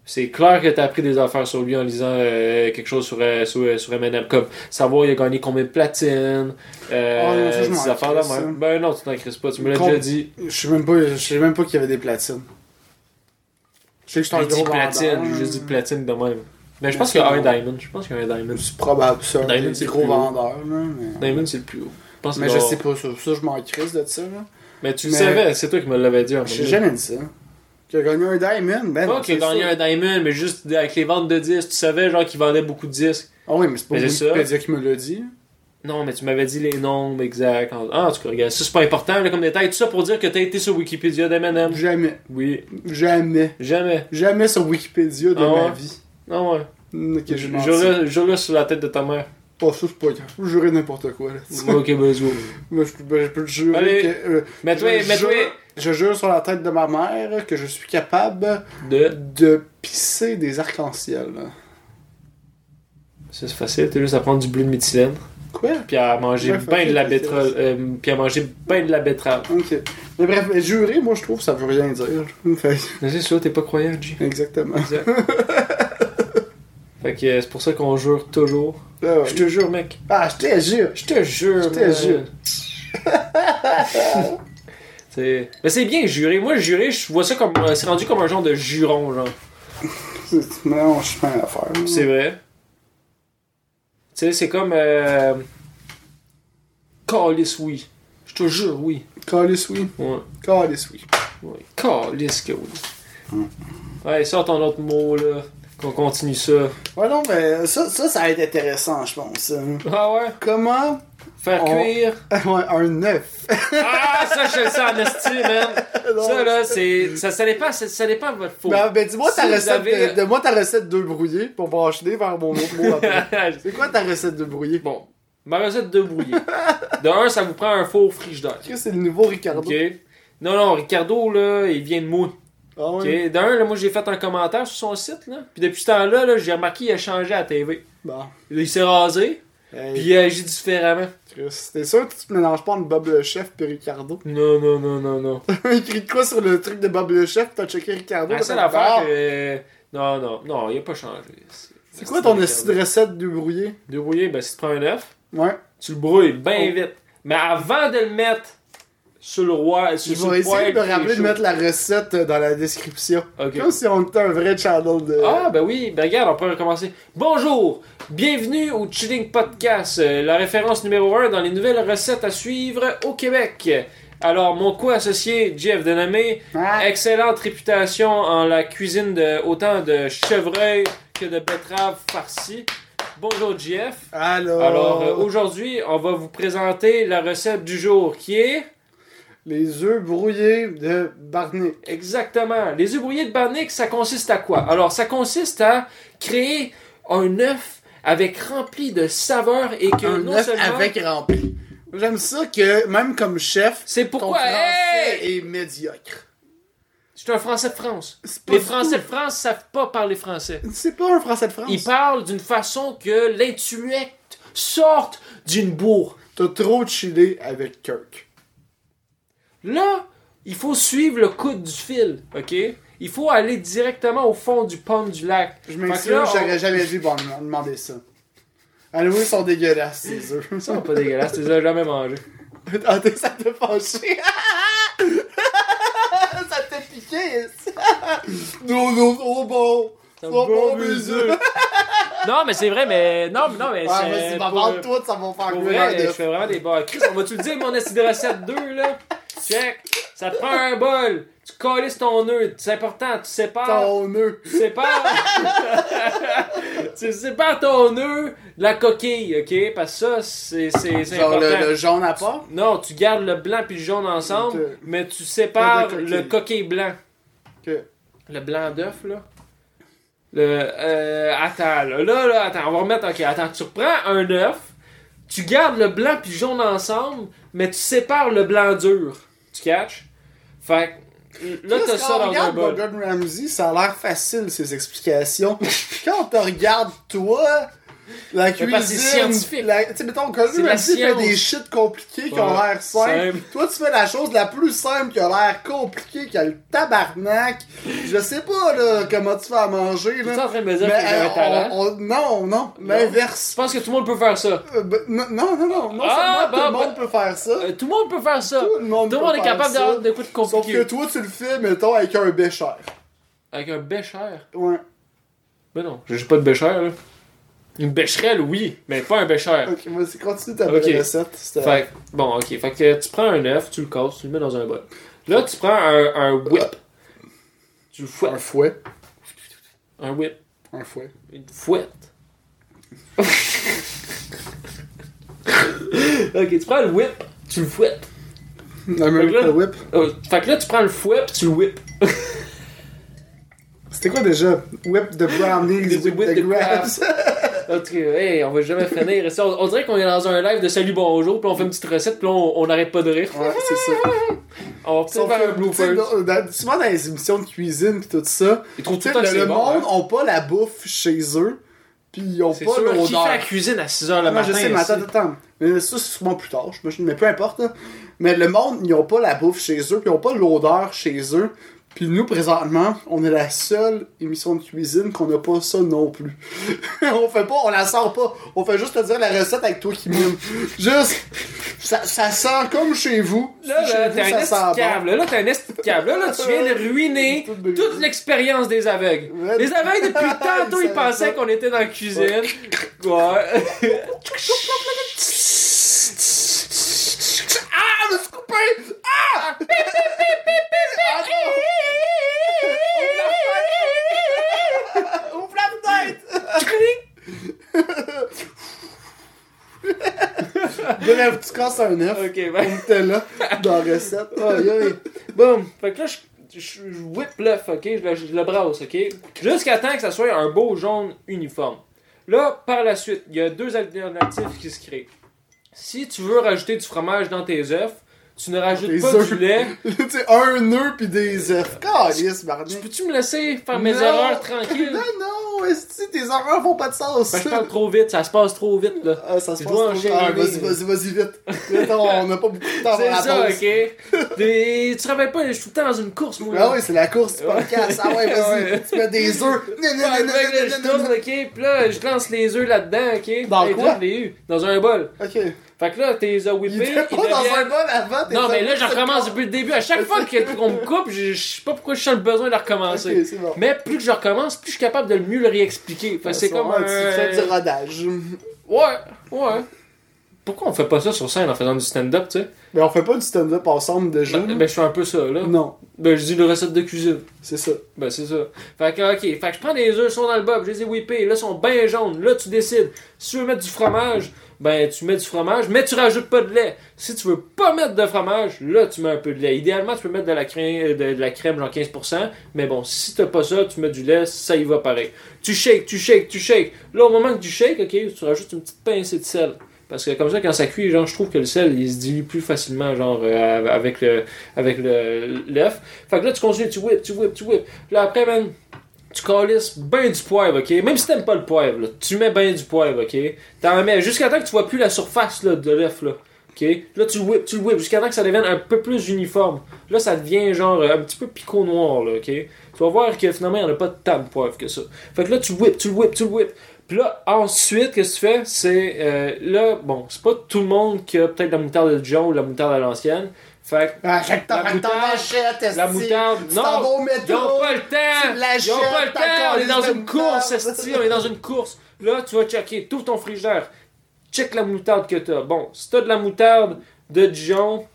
Speaker 4: C'est clair que t'as appris des affaires sur lui en lisant euh, quelque chose sur, euh, sur, euh, sur Eminem, comme savoir il a gagné combien de platines, euh,
Speaker 5: Oh non, ça, je m'en
Speaker 4: des affaires là
Speaker 5: crisse, ça.
Speaker 4: même. Ben non, tu t'en crises pas, tu me l'as
Speaker 5: Com-
Speaker 4: déjà dit.
Speaker 5: Je sais même pas, je sais même pas qu'il y avait des platines. Je sais que je suis un
Speaker 4: J'ai dit
Speaker 5: gros
Speaker 4: platine,
Speaker 5: vendeur.
Speaker 4: j'ai juste dit platine de même. Mais je pense
Speaker 5: Mais
Speaker 4: qu'il y a
Speaker 5: c'est
Speaker 4: un
Speaker 5: bon.
Speaker 4: diamond, je pense qu'il y a un diamond.
Speaker 5: C'est probable ça,
Speaker 4: Diamond,
Speaker 5: des
Speaker 4: c'est
Speaker 5: gros
Speaker 4: plus haut.
Speaker 5: vendeur. Là, mais
Speaker 4: Diamond c'est le plus haut. Je pense
Speaker 5: mais
Speaker 4: qu'il
Speaker 5: je
Speaker 4: doit
Speaker 5: sais
Speaker 4: avoir.
Speaker 5: pas, ça, ça je m'en crisse de ça. Là.
Speaker 4: Mais tu le
Speaker 5: Mais-
Speaker 4: savais, c'est toi qui me l'avais dit. à un
Speaker 5: Je sais
Speaker 4: moment
Speaker 5: jamais dit ça. Qu'il a gagné un diamond, ben
Speaker 4: Ah, Pas
Speaker 5: non,
Speaker 4: qu'il
Speaker 5: c'est
Speaker 4: a gagné
Speaker 5: ça.
Speaker 4: un diamond, mais juste avec les ventes de disques, tu savais genre qu'il vendait beaucoup de disques.
Speaker 5: Ah oui, mais c'est pas
Speaker 4: Mais c'est ça.
Speaker 5: Wikipédia qui me l'a dit.
Speaker 4: Non, mais tu m'avais dit les nombres exacts. En- Ah, en tout cas, regarde, ça c'est pas important là, comme détail. Tout ça pour dire que t'as été sur Wikipédia d'Eminem.
Speaker 5: Jamais,
Speaker 4: Oui,
Speaker 5: jamais,
Speaker 4: jamais.
Speaker 5: jamais sur Wikipédia de
Speaker 4: Ah
Speaker 5: ma
Speaker 4: ouais?
Speaker 5: vie. Hmm,
Speaker 4: Non, ouais.
Speaker 5: Ok, j'ai menti.
Speaker 4: Jure-le jure-le sur la tête de
Speaker 5: (laughs)
Speaker 4: ta mère.
Speaker 5: Oh, ça, c'est pas grave. Je peux jurer n'importe quoi là.
Speaker 4: ok, ben, go.
Speaker 5: (laughs) Moi, je peux, ben, je peux te jurer
Speaker 4: Allez.
Speaker 5: que. euh,
Speaker 4: Mets-toi,
Speaker 5: je,
Speaker 4: mets-toi.
Speaker 5: jure, je jure sur la tête de ma mère que je suis capable
Speaker 4: De.
Speaker 5: de pisser des arcs-en-ciel.
Speaker 4: Ça, C'est facile, t'as juste à prendre du bleu de méthylène.
Speaker 5: Quoi?
Speaker 4: puis à manger
Speaker 5: Ouais,
Speaker 4: ben de la
Speaker 5: fuck it,
Speaker 4: betterave euh, puis à manger ben de la betterave
Speaker 5: Ok. Mais bref, mais jurer, moi, je trouve que ça veut rien dire. (laughs) Fait-
Speaker 4: mais c'est ça t'es pas croyant G
Speaker 5: Exactement.
Speaker 4: fait que euh, c'est pour ça qu'on jure toujours
Speaker 5: Ah, ouais.
Speaker 4: je te jure mec
Speaker 5: Ah, je te jure.
Speaker 4: je te jure (laughs)
Speaker 5: Je te
Speaker 4: man.
Speaker 5: jure.
Speaker 4: C'est- mais c'est bien jurer moi jurer je vois ça comme euh, c'est rendu comme un genre de juron genre
Speaker 5: C'est- Non, je suis pas à faire.
Speaker 4: c'est vrai tu sais c'est comme euh... calice oui je te jure oui
Speaker 5: Callis, oui.
Speaker 4: ouais
Speaker 5: Callis, oui.
Speaker 4: Ouais, calisse que oui.
Speaker 5: Hum.
Speaker 4: Ouais, sors ton autre mot, là. Qu'on continue ça.
Speaker 5: Ouais, non, mais ça, ça, ça va être intéressant, je pense. Euh,
Speaker 4: Ah ouais?
Speaker 5: Comment (laughs)
Speaker 4: Faire
Speaker 5: On-
Speaker 4: cuire.
Speaker 5: Ouais, un œuf.
Speaker 4: Ah, ça, je le sens en
Speaker 5: (laughs)
Speaker 4: esti, man. Ça, là, c'est... Ça, ça dépend, ça, ça dépend de votre four. (laughs)
Speaker 5: Ben, ben, dis-moi ta,
Speaker 4: Si vous
Speaker 5: recette
Speaker 4: avez-
Speaker 5: de, de- moi ta recette de brouillé, pour on va enchaîner vers mon autre mot
Speaker 4: (laughs)
Speaker 5: après.
Speaker 4: bon,
Speaker 5: C'est quoi ta recette de brouillé?
Speaker 4: ma recette de brouillé. De un, ça vous prend un four frigidaire.
Speaker 5: Chris, c'est le nouveau Ricardo.
Speaker 4: OK? Non, non, Ricardo, là, il vient de moi.
Speaker 5: Ah ouais?
Speaker 4: OK? De un, là, moi, j'ai fait un commentaire sur son site, là. Puis depuis ce temps-là, là, j'ai remarqué qu'il a changé à la TV.
Speaker 5: Bon.
Speaker 4: Il s'est rasé, puis
Speaker 5: Bah, Hey,
Speaker 4: il agit différemment.
Speaker 5: Chris, t'es sûr que tu te mélanges pas entre Bob le Chef pis Ricardo? (laughs)
Speaker 4: Non, non, non, non, non.
Speaker 5: Il écrit de quoi sur le truc de Bob le Chef pis t'as checké Ricardo?
Speaker 4: La
Speaker 5: t'as
Speaker 4: seule
Speaker 5: fait,
Speaker 4: affaire
Speaker 5: ah,
Speaker 4: que... Non, non, non, il a pas changé.
Speaker 5: C'est quoi ton esti de recette de brouillé?
Speaker 4: Débrouiller, ben si tu prends un œuf,
Speaker 5: Ouais.
Speaker 4: tu le brouilles bien
Speaker 5: Oh.
Speaker 4: vite. Mais avant de le mettre sur le roi,
Speaker 5: Je
Speaker 4: sur, sur
Speaker 5: vais
Speaker 4: le
Speaker 5: essayer de
Speaker 4: poêle
Speaker 5: me rappeler
Speaker 4: qui
Speaker 5: de
Speaker 4: est
Speaker 5: mettre la recette euh, dans la description.
Speaker 4: chaud. Ok.
Speaker 5: Comme si on était un vrai channel de...
Speaker 4: Ah, ben oui, ben regarde, on peut recommencer. Bonjour, bienvenue au Chilling Podcast, euh, la référence numéro 1 dans les nouvelles recettes à suivre au Québec. Alors, mon co-associé, Jeff Denamé,
Speaker 5: Ah,
Speaker 4: excellente réputation en la cuisine de autant de chevreuil que de betterave farcie. Bonjour, Jeff.
Speaker 5: Alors,
Speaker 4: Alors euh, aujourd'hui, on va vous présenter la recette du jour qui est
Speaker 5: les œufs brouillés de Barney.
Speaker 4: exactement les œufs brouillés de Barnick. Ça consiste à quoi Alors ça consiste à créer un œuf avec rempli de saveurs et que
Speaker 5: un
Speaker 4: non
Speaker 5: œuf
Speaker 4: seulement
Speaker 5: avec rempli. J'aime ça que même comme chef,
Speaker 4: c'est
Speaker 5: ton
Speaker 4: pourquoi
Speaker 5: français
Speaker 4: hey
Speaker 5: est médiocre.
Speaker 4: C'est un français de France.
Speaker 5: C'est pas
Speaker 4: Les
Speaker 5: du
Speaker 4: Français de France savent pas parler français.
Speaker 5: tout- C'est pas un français de
Speaker 4: Ils
Speaker 5: France.
Speaker 4: parlent d'une façon que l'intellect sorte d'une bourre.
Speaker 5: T'as trop chillé avec Kirk.
Speaker 4: Là, il faut suivre le coude du fil, ok Il faut aller directement au fond du pont du lac.
Speaker 5: Je
Speaker 4: Fait que là,
Speaker 5: m'excuse, j'aurais
Speaker 4: on-
Speaker 5: jamais dû bon, demander ça. Allô, ils sont dégueulasses, ces
Speaker 4: (laughs)
Speaker 5: œufs.
Speaker 4: Ils sont pas dégueulasses, tu les as jamais (laughs) mangés.
Speaker 5: (laughs) Ah, t'es- ça t'a penché. (laughs) ça t'a piqué. (laughs) non, non, non, bon.
Speaker 4: C'est
Speaker 5: Ça bon, mes œufs.
Speaker 4: (laughs) Non, mais c'est vrai, mais. Non, mais non, mais.
Speaker 5: Ah, vas-y,
Speaker 4: c'est- pour-
Speaker 5: m'en toi, ça va faire
Speaker 4: pour
Speaker 5: goûler un
Speaker 4: vrai, je
Speaker 5: œuf.
Speaker 4: fais vraiment des bars. Chris, on va-tu le dire, mon acide de recette 2 là Check Ça te prend un bol. Tu colles ton nœud. C'est important. Tu sépares.
Speaker 5: Ton nœud.
Speaker 4: Tu sépares. (laughs) tu sépares ton nœud de la coquille, ok? Parce que ça, c'est c'est- c'est
Speaker 5: Genre
Speaker 4: important.
Speaker 5: le, le jaune à part.
Speaker 4: Non, tu gardes le blanc puis le jaune ensemble,
Speaker 5: Ok.
Speaker 4: mais tu sépares
Speaker 5: Pas de coquille.
Speaker 4: le coquille blanc.
Speaker 5: Ok.
Speaker 4: Le blanc d'œuf, là. Le, euh, attends, là, là, là, attends, on va remettre. Ok, attends, tu reprends un œuf, tu gardes le blanc puis le jaune ensemble, mais tu sépares le blanc dur. Tu catches? Fait que là, t'as
Speaker 5: Chris,
Speaker 4: ça
Speaker 5: quand on
Speaker 4: dans un
Speaker 5: regarde
Speaker 4: bol.
Speaker 5: Gordon Ramsay, ça a l'air facile, ses explications. (laughs) quand on regarde toi, la
Speaker 4: Mais
Speaker 5: cuisine...
Speaker 4: parce que c'est scientifique.
Speaker 5: la- Tu sais, mettons, Gordon
Speaker 4: C'est de la
Speaker 5: Ramsay fait
Speaker 4: science.
Speaker 5: des shit compliqués qui ont
Speaker 4: Ouais.
Speaker 5: l'air simples.
Speaker 4: Simple.
Speaker 5: Toi, tu fais la chose la plus simple qui a l'air compliquée, qui a le tabarnak. Je sais pas, là, comment tu fais à manger,
Speaker 4: T'es en
Speaker 5: là.
Speaker 4: train de me
Speaker 5: Mais
Speaker 4: dire que j'ai un
Speaker 5: euh,
Speaker 4: talent?
Speaker 5: on- on- non, non, l'inverse.
Speaker 4: Je pense que tout le monde peut faire ça.
Speaker 5: Euh, ben, non, non, non, non, non
Speaker 4: Ah,
Speaker 5: seulement tout
Speaker 4: bah,
Speaker 5: le monde peut faire ça.
Speaker 4: Euh, tout le monde peut faire ça.
Speaker 5: Tout le monde
Speaker 4: Tout le
Speaker 5: peut
Speaker 4: monde est
Speaker 5: faire
Speaker 4: capable
Speaker 5: ça.
Speaker 4: d'avoir des coups de
Speaker 5: Sauf que
Speaker 4: compliqués.
Speaker 5: toi, tu le fais, mettons, avec un bécher.
Speaker 4: Avec un bécher.
Speaker 5: Ouais.
Speaker 4: Ben non, j'ai j'ai pas de béchère, là. Une bécherelle, oui, mais pas un bécher.
Speaker 5: Ok, vas-y, continue ta
Speaker 4: Ok.
Speaker 5: belle recette. c'était-
Speaker 4: Fait que- bon, ok. Fait que tu prends un œuf, tu le casses, tu le mets dans un bol. Là, tu prends un, un whip. Tu le
Speaker 5: Un
Speaker 4: fouettes.
Speaker 5: fouet.
Speaker 4: Un whip.
Speaker 5: Un fouet.
Speaker 4: Une fouette. (laughs) ok, tu prends le whip, tu le fouettes.
Speaker 5: American
Speaker 4: là-
Speaker 5: Whip.
Speaker 4: Euh, fait que là, tu prends le fouet, puis tu le whip.
Speaker 5: C'était quoi déjà? Whip the brownies
Speaker 4: Des
Speaker 5: with
Speaker 4: whip
Speaker 5: the
Speaker 4: de
Speaker 5: grass.
Speaker 4: En tout cas, hey, on va jamais finir. Ça, On, on dirait qu'on est dans un live de salut bonjour, puis on fait une petite recette, puis là, on on n'arrête pas de rire.
Speaker 5: ouais, c'est ça.
Speaker 4: On va peut-être
Speaker 5: Sauf
Speaker 4: faire un
Speaker 5: que, tu sais,
Speaker 4: blooper.
Speaker 5: dans- dans- souvent dans les émissions de cuisine pis tout ça,
Speaker 4: Ils trouvent tout
Speaker 5: tu sais,
Speaker 4: le temps que
Speaker 5: le,
Speaker 4: c'est
Speaker 5: le
Speaker 4: bon.
Speaker 5: monde
Speaker 4: hein.
Speaker 5: ont pas la bouffe chez eux, pis ils ont
Speaker 4: C'est
Speaker 5: pas
Speaker 4: sûr, qui fait
Speaker 5: l'odeur.
Speaker 4: la cuisine à 6h le
Speaker 5: Non,
Speaker 4: matin?
Speaker 5: je sais, mais
Speaker 4: ici?
Speaker 5: attends, attends. Mais ça, c'est souvent plus tard, j'imagine. Mais peu importe. là. Mais le monde, ils ont pas la bouffe chez eux, puis ils ont pas l'odeur chez eux. Puis nous, présentement, on est la seule émission de cuisine qu'on n'a pas ça non plus. (laughs) on fait pas, on la sort pas. On fait juste te dire la recette avec toi qui mime. juste, ça, ça sent comme chez vous.
Speaker 4: Là,
Speaker 5: Si
Speaker 4: là,
Speaker 5: chez vous,
Speaker 4: t'as un
Speaker 5: ça
Speaker 4: esti de
Speaker 5: sent bon.
Speaker 4: câble. Là, t'as un esti de câble. Là, là, tu viens de ruiner
Speaker 5: Tout bébé.
Speaker 4: toute l'expérience des aveugles.
Speaker 5: Ouais.
Speaker 4: Les aveugles, depuis tantôt,
Speaker 5: (laughs) Ils
Speaker 4: ils pensaient
Speaker 5: savaient pas.
Speaker 4: qu'on était dans la cuisine. Ouais.
Speaker 5: Ah, je me suis coupé! Ah! Ah, non.
Speaker 4: (laughs)
Speaker 5: (laughs) Ouvre la fenêtre! (laughs) (laughs) Bref, tu casses Ah! un œuf.
Speaker 4: ok, ben.
Speaker 5: T'es là, dans la recette. Aïe, aïe.
Speaker 4: Bon, fait que là, je, je, je whip l'œuf, ok? Je le, je le brasse, ok? Jusqu'à temps que ça soit un beau jaune uniforme. Là, par la suite, il y a deux alternatives qui se créent. Si tu veux rajouter du fromage dans tes œufs, tu ne
Speaker 5: Tes
Speaker 4: rajoutes pas
Speaker 5: œufs.
Speaker 4: du lait.
Speaker 5: (laughs) Tu sais, un œuf pis des
Speaker 4: Euh,
Speaker 5: œufs. Calice, Barney.
Speaker 4: Peux-tu me laisser faire mes
Speaker 5: Non.
Speaker 4: erreurs tranquilles?
Speaker 5: (laughs) Non, non, est-ce que tes erreurs font pas de sens?
Speaker 4: Ben, je parle trop vite, ça se passe trop vite là.
Speaker 5: (laughs) Ah, ça se
Speaker 4: Je
Speaker 5: passe
Speaker 4: dois
Speaker 5: trop
Speaker 4: enchaîner.
Speaker 5: tard. Vas-y, vas-y, vas-y, vite. Attends, on n'a pas beaucoup de temps avant
Speaker 4: C'est
Speaker 5: la
Speaker 4: ça,
Speaker 5: pause.
Speaker 4: ok? Des- Tu te rappelles pas, je suis tout le temps dans une course, moi.
Speaker 5: Ah oui, c'est la course du
Speaker 4: Ouais.
Speaker 5: podcast. Ah
Speaker 4: (laughs)
Speaker 5: ouais, vas-y,
Speaker 4: Ouais.
Speaker 5: tu mets des œufs. Non, non,
Speaker 4: (laughs) Ouais,
Speaker 5: non, non,
Speaker 4: mec, là,
Speaker 5: non,
Speaker 4: je
Speaker 5: non, non,
Speaker 4: tourne, ok? Puis là, je lance les œufs là-dedans, ok?
Speaker 5: Dans
Speaker 4: Les
Speaker 5: quoi?
Speaker 4: œufs, je les ai eus. Dans un bol.
Speaker 5: non. Ok.
Speaker 4: Fait que là, t'es a whippés.
Speaker 5: Il était pas
Speaker 4: ils
Speaker 5: dans un
Speaker 4: deviennent-
Speaker 5: bol avant. t'es
Speaker 4: Non,
Speaker 5: dans-
Speaker 4: mais là, je recommence depuis le début. À chaque fois que- qu'on me coupe, je je sais pas pourquoi je sens le besoin de
Speaker 5: Ok, (laughs)
Speaker 4: recommencer.
Speaker 5: c'est bon.
Speaker 4: Mais plus que je recommence, plus je suis capable de mieux le réexpliquer. Fait que c'est
Speaker 5: Ouais,
Speaker 4: comme
Speaker 5: Tu fais du
Speaker 4: un...
Speaker 5: rodage.
Speaker 4: Ouais, ouais. Pourquoi on fait pas ça sur scène en faisant du stand-up, tu sais?
Speaker 5: Mais on fait pas du stand-up ensemble déjà.
Speaker 4: Ben, ben, je fais un peu ça, là.
Speaker 5: Non,
Speaker 4: Ben, je dis une recette de cuisine.
Speaker 5: c'est ça.
Speaker 4: Ben, c'est ça. Fait que, ok. Fait que je prends des œufs, ils sont dans le bob, je les ai whippés, là, ils sont bien jaunes. Là, tu décides. Si tu veux mettre du fromage, ben, tu mets du fromage, mais tu rajoutes pas de lait. Si tu veux pas mettre de fromage, là, tu mets un peu de lait. Idéalement, tu peux mettre de la crème, de, de la crème genre 15%, mais bon, si t'as pas ça, tu mets du lait, ça y va pareil. Tu shakes, tu shakes, tu shakes. Là, au moment que tu shakes, ok, tu rajoutes une petite pincée de sel. Parce que comme ça, quand ça cuit, genre, je trouve que le sel, il se dilue plus facilement, genre, euh, avec le, avec le, l'œuf. Fait que là, tu continues, tu whip, tu whip, tu whip. Puis là, après, man, tu calisses ben du poivre, ok? Même si t'aimes pas le poivre, là, tu mets ben du poivre, ok? T'en mets jusqu'à temps que tu vois plus la surface, là, de l'œuf, là. Ok? Là, tu le whip, tu le whip, jusqu'à temps que ça devienne un peu plus uniforme. Là, ça devient, genre, euh, un petit peu picot noir, là, ok? Tu vas voir que finalement, il n'y en a pas tant de poivre que ça. Fait que là, tu le whip, tu le whip, tu le whip. Puis là, ensuite, qu'est-ce que tu fais? C'est euh, là, bon, c'est pas tout le monde qui a peut-être la moutarde de Dijon ou la moutarde à l'ancienne. Fait que
Speaker 5: Ah, chaque temps,
Speaker 4: La
Speaker 5: chaque temps,
Speaker 4: moutarde,
Speaker 5: achète, est-ce
Speaker 4: la
Speaker 5: que-
Speaker 4: moutarde,
Speaker 5: tu
Speaker 4: non!
Speaker 5: t'en vas au métro.
Speaker 4: Ils ont pas le
Speaker 5: tu la
Speaker 4: temps! Ils ont
Speaker 5: jettes,
Speaker 4: pas le
Speaker 5: ta
Speaker 4: temps! On est
Speaker 5: calice
Speaker 4: dans
Speaker 5: de
Speaker 4: une course,
Speaker 5: moutarde.
Speaker 4: esti, on est dans une course. Là, tu vas checker, tout ton frigidaire. Check la moutarde que t'as. Bon, si t'as de la moutarde de Dijon,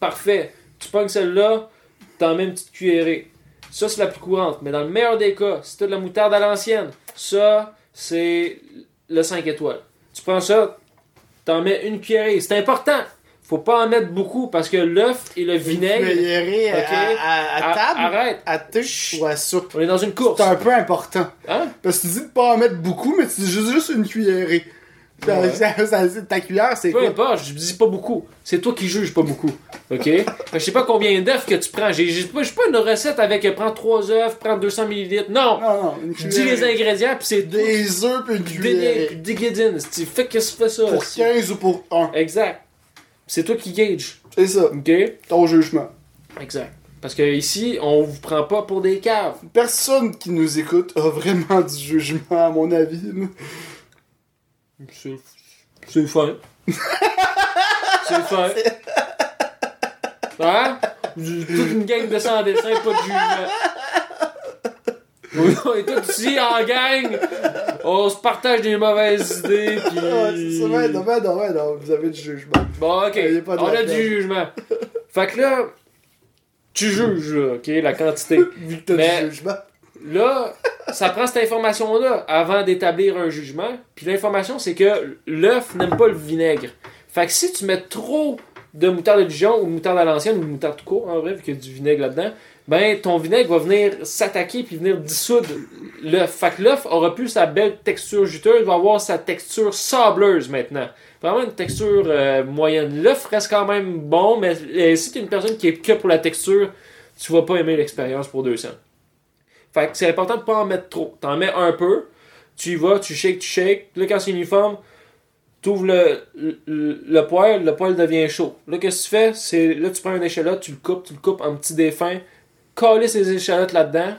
Speaker 4: parfait. Tu pognes celle-là, t'en mets une petite cuillerée. Ça, c'est la plus courante. Mais dans le meilleur des cas, si t'as de la moutarde à l'ancienne, ça, c'est le 5 étoiles. Tu prends ça, t'en mets une cuillerée. C'est important. Faut pas en mettre beaucoup parce que l'œuf et le vinaigre.
Speaker 5: Cuillerée à-
Speaker 4: Ok.
Speaker 5: à, à,
Speaker 4: Ah,
Speaker 5: table,
Speaker 4: arrête.
Speaker 5: à touche ou à soupe.
Speaker 4: On est dans une course.
Speaker 5: C'est un peu important.
Speaker 4: Hein?
Speaker 5: Parce que tu dis de pas en mettre beaucoup, mais tu dis juste, juste une cuillerée. Ta-
Speaker 4: Ouais.
Speaker 5: ça- ça- ta cuillère, c'est
Speaker 4: Peu
Speaker 5: quoi?
Speaker 4: importe, je dis pas beaucoup. C'est toi qui juges pas beaucoup. OK? Fait que je sais pas combien d'œufs que tu prends. J'ai j'ai pas, j'ai pas une recette avec euh, prends 3 œufs, prends 200 ml. Non!
Speaker 5: Non, non, une
Speaker 4: Je dis les
Speaker 5: cuillerée.
Speaker 4: ingrédients, puis c'est des.
Speaker 5: Des œufs puis une
Speaker 4: Des
Speaker 5: cuillerée.
Speaker 4: guédines. Tu fais qu'est-ce que tu fais ça?
Speaker 5: Pour
Speaker 4: c'est-
Speaker 5: 15 ou pour 1.
Speaker 4: Exact. C'est toi qui gage.
Speaker 5: C'est ça,
Speaker 4: OK?
Speaker 5: ton jugement.
Speaker 4: Exact. Parce que ici, on vous prend pas pour des caves.
Speaker 5: Personne qui nous écoute a vraiment du jugement, à mon avis. (laughs) là.
Speaker 4: C'est c'est
Speaker 5: (laughs)
Speaker 4: le fun. c'est le fun. Hein? Toute une gang de sans dessin, pas de jugement. On est tous ici en gang. On se partage des mauvaises idées. Puis...
Speaker 5: Ah, c'est ça, (laughs) ouais, non, ouais, non, ouais, non, vous avez du jugement.
Speaker 4: Bon, ok.
Speaker 5: Il y a pas de
Speaker 4: On a
Speaker 5: la
Speaker 4: du
Speaker 5: peine.
Speaker 4: jugement. Fait que là, tu juges, là, ok, la quantité.
Speaker 5: (laughs) Vu que t'as
Speaker 4: Mais-
Speaker 5: du jugement.
Speaker 4: Là, ça prend cette information-là avant d'établir un jugement. Puis l'information, c'est que l'œuf n'aime pas le vinaigre. Fait que si tu mets trop de moutarde de Dijon ou de moutarde à l'ancienne ou de moutarde tout court, en vrai, vu qu'il y a du vinaigre là-dedans, ben ton vinaigre va venir s'attaquer puis venir dissoudre l'œuf. Fait que l'œuf aura plus sa belle texture juteuse, va avoir sa texture sableuse maintenant. Vraiment une texture euh, moyenne. L'œuf reste quand même bon, mais euh, si tu une personne qui est que pour la texture, tu vas pas aimer l'expérience pour 200. Fait que c'est important de pas en mettre trop. T'en mets un peu, tu y vas, tu shakes, tu shakes. Là, quand c'est uniforme, t'ouvres le, le, le poêle, le poêle devient chaud. Là, qu'est-ce que tu fais? C'est, là, tu prends une échalote, tu le coupes, tu le coupes en petits défunts, calisses les échalotes là-dedans,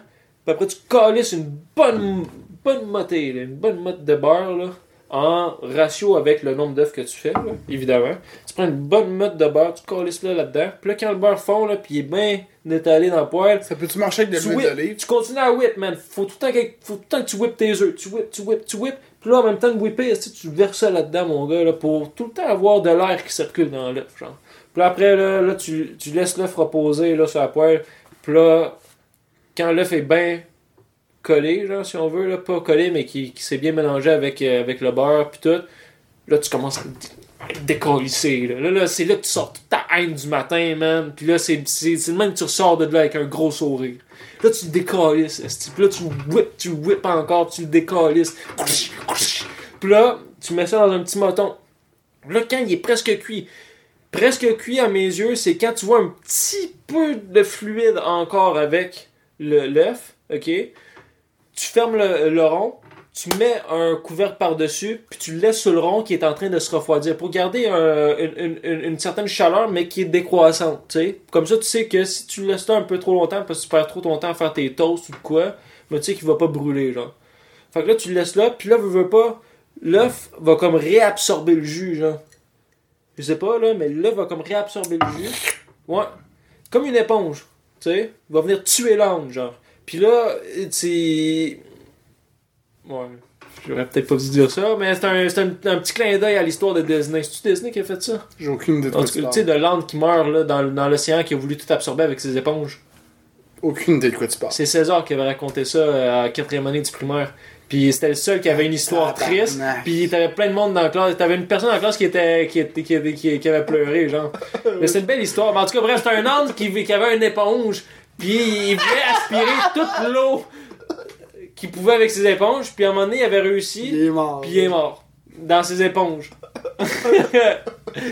Speaker 4: puis après, tu calisses une bonne, bonne mottée, là, une bonne motte de beurre, là, en ratio avec le nombre d'œufs que tu fais, là, évidemment. Tu prends une bonne motte de beurre, tu calisses là là-dedans, puis là, quand le beurre fond, là, puis il est bien étalé dans le poêle,
Speaker 5: Ça peut-tu marcher avec de
Speaker 4: tu,
Speaker 5: l'huile
Speaker 4: whip.
Speaker 5: d'olive?
Speaker 4: Tu continues à whip, man. Faut tout le temps que, faut tout le temps que tu whip tes œufs. Tu whip, tu whip, tu whip. Puis là, en même temps de whipper, esti, tu verses ça là-dedans, mon gars, là, pour tout le temps avoir de l'air qui circule dans l'œuf, genre. Puis là, après, là, là, tu, tu laisses l'œuf reposer là, sur la poêle. Puis là, quand l'œuf est bien collé, genre, si on veut, là, pas collé, mais qui, qui s'est bien mélangé avec, euh, avec le beurre, puis tout, là, tu commences à dé- décolisser. Là, là, là, c'est là que tu sors toute ta haine du matin, man. Puis là, c'est c'est- c'est le même que tu ressors de là avec un gros sourire. Puis là, tu le décalisses, esti. Puis là, tu whip, tu whip encore, tu le décalisses. Couch, couch. Puis là, tu mets ça dans un petit moton. Là, quand il est presque cuit, presque cuit à mes yeux, c'est quand tu vois un petit peu de fluide encore avec le- l'œuf, ok? Tu fermes le, le rond, tu mets un couvercle par-dessus, puis tu le laisses sur le rond qui est en train de se refroidir pour garder un- une, une- une- une certaine chaleur, mais qui est décroissante, tu sais. Comme ça, tu sais que si tu le laisses là un peu trop longtemps, parce que tu perds trop ton temps à faire tes toasts ou de quoi, mais tu sais qu'il va pas brûler, genre. Fait que là, tu le laisses là, puis là, veux, veux pas, l'œuf va comme réabsorber le jus, genre. Je sais pas, là, mais l'œuf va comme réabsorber le jus. Ouais. Comme une éponge, tu sais. Il va venir tuer l'âme, genre. Puis là, c'est... Ouais. J'aurais peut-être pas dû dire ça, mais c'est un, c'est un- un petit clin d'œil à l'histoire de Disney. C'est-tu Disney qui a fait ça?
Speaker 5: J'ai aucune idée de
Speaker 4: En
Speaker 5: quoi
Speaker 4: tout
Speaker 5: tu
Speaker 4: cas, tu sais,
Speaker 5: parles.
Speaker 4: de l'âne qui meurt là, dans, dans l'océan, qui a voulu tout absorber avec ses éponges.
Speaker 5: Aucune idée de quoi tu parles.
Speaker 4: C'est César qui avait raconté ça euh, à quatrième année du primaire. Puis c'était le seul qui avait une histoire
Speaker 5: Tabarnak.
Speaker 4: triste. Puis t'avais plein de monde dans la classe. T'avais une personne dans la classe qui était qui, était- qui, avait- qui- qui avait pleuré, genre. Mais c'est une belle histoire. Mais en tout cas, bref, c'était un âne qui, qui avait une éponge. Puis il voulait aspirer toute l'eau qu'il pouvait avec ses éponges. Puis à un moment donné, il avait réussi.
Speaker 5: Il est mort.
Speaker 4: Puis il est mort. Dans ses éponges. (laughs)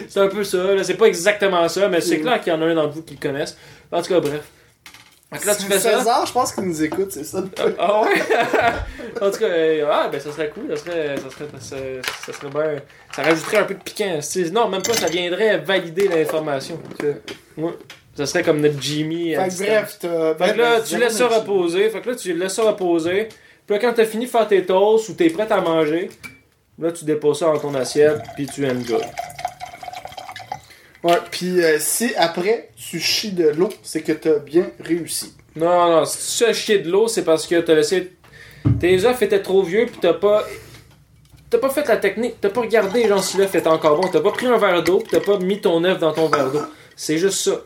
Speaker 4: c'est un peu ça, là. C'est pas exactement ça, mais c'est clair qu'il y en a un d'entre vous qui le connaissent. En tout cas, bref. Donc là, tu fais ça.
Speaker 5: César, je pense qu'il nous écoute, c'est ça.
Speaker 4: Ah ouais? (laughs) en tout cas, euh, ah, ben ça serait cool, ça serait, ça serait, ça, ça serait bien. Ça rajouterait un peu de piquant. c'est- Non, même pas, ça viendrait valider l'information. Ça serait comme notre Jimmy.
Speaker 5: Fait
Speaker 4: à
Speaker 5: que
Speaker 4: distance.
Speaker 5: bref, t'as.
Speaker 4: Fait
Speaker 5: ben,
Speaker 4: que là,
Speaker 5: ben,
Speaker 4: tu laisses ça
Speaker 5: ben,
Speaker 4: reposer. Fait que là, tu laisses ça reposer. Puis là, quand t'as fini de faire tes toasts ou t'es prêt à manger, là, tu déposes ça dans ton assiette, puis tu enjoy.
Speaker 5: Ouais, pis euh, si après tu chies de l'eau, c'est que t'as bien réussi.
Speaker 4: Non, non, si tu fais chier de l'eau, c'est parce que t'as laissé. Tes œufs étaient trop vieux, puis t'as pas. T'as pas fait la technique, t'as pas regardé genre si l'œuf était encore bon, t'as pas pris un verre d'eau, puis t'as pas mis ton œuf dans ton verre d'eau. C'est juste ça.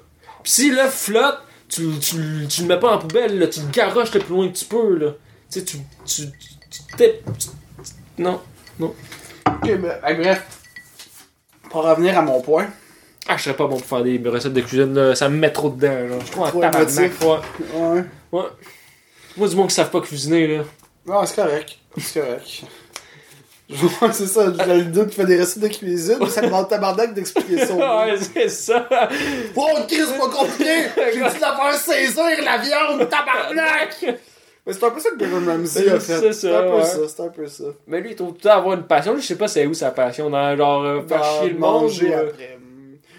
Speaker 4: Pis si le flotte, tu, tu, tu le mets pas en poubelle, là, tu le garoches le plus loin que tu peux. Là. Tu sais, tu. tu, tu, tu t'es- tu- tu- non.
Speaker 5: Ok, ben, hey, bref. Pour revenir à mon point.
Speaker 4: Ah, je serais pas bon pour faire des recettes de cuisine, là. ça me met trop dedans. Là. Je suis trop en
Speaker 5: Trop
Speaker 4: tabarnak.
Speaker 5: émotif.
Speaker 4: Ouais.
Speaker 5: Ouais.
Speaker 4: ouais. Moi, du monde qui savent pas cuisiner, là.
Speaker 5: Non, c'est correct. C'est (laughs) correct. Je vois, c'est ça, j'ai le doute qui fait des recettes de cuisine, ça me demande tabarnak d'expliquer (laughs) ça. au monde.
Speaker 4: (laughs) ouais, c'est ça.
Speaker 5: Oh, Chris, c'est pas (laughs) compliqué! J'ai dû la faire saisir, la viande, (laughs) tabarnak! Mais c'est un peu ça que Gordon Ramsay a fait.
Speaker 4: C'est ça,
Speaker 5: C'est un peu
Speaker 4: ouais.
Speaker 5: ça, c'est un peu ça.
Speaker 4: Mais lui, il trouve tout le temps avoir une passion. Lui, je sais pas c'est où sa passion. Dans, genre, euh, faire
Speaker 5: Dans
Speaker 4: chier le monde.
Speaker 5: manger
Speaker 4: ou, euh,
Speaker 5: après.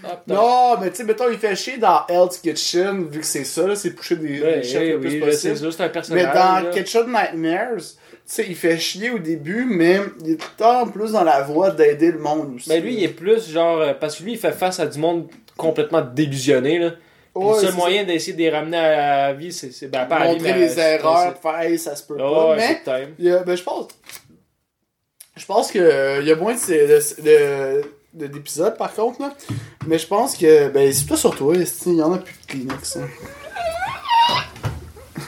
Speaker 4: ah, putain.
Speaker 5: Non, mais tu sais, mettons, il fait chier dans Hell's Kitchen, vu que c'est ça, là, c'est pousser des,
Speaker 4: Ouais,
Speaker 5: des chefs
Speaker 4: eh
Speaker 5: le
Speaker 4: oui,
Speaker 5: plus
Speaker 4: là, c'est
Speaker 5: possible.
Speaker 4: ça, c'est un
Speaker 5: Mais
Speaker 4: personnage.
Speaker 5: dans
Speaker 4: là.
Speaker 5: Kitchen Nightmares, tu sais, il fait chier au début, mais il est tant plus dans la voie d'aider le monde aussi.
Speaker 4: Mais Ben, lui, il est plus genre. euh, Parce que lui, il fait face à du monde complètement délusionné. Là. Puis
Speaker 5: Ouais,
Speaker 4: le seul
Speaker 5: c'est
Speaker 4: moyen d'essayer de les ramener à la vie, c'est. c'est- Ben,
Speaker 5: ça.
Speaker 4: pas à la vie,
Speaker 5: montrer
Speaker 4: mais à-
Speaker 5: les erreurs,
Speaker 4: c'est-
Speaker 5: faire, hey, ça se peut
Speaker 4: c'est-
Speaker 5: pas.
Speaker 4: Ouais,
Speaker 5: mais
Speaker 4: c'est le time.
Speaker 5: Il y a- ben, je pense. Je pense que euh, il y a moins de, de- de- de- d'épisodes par contre là. Mais je pense que ben c'est toi sur toi, esti, il y en a plus de Kleenex. hein.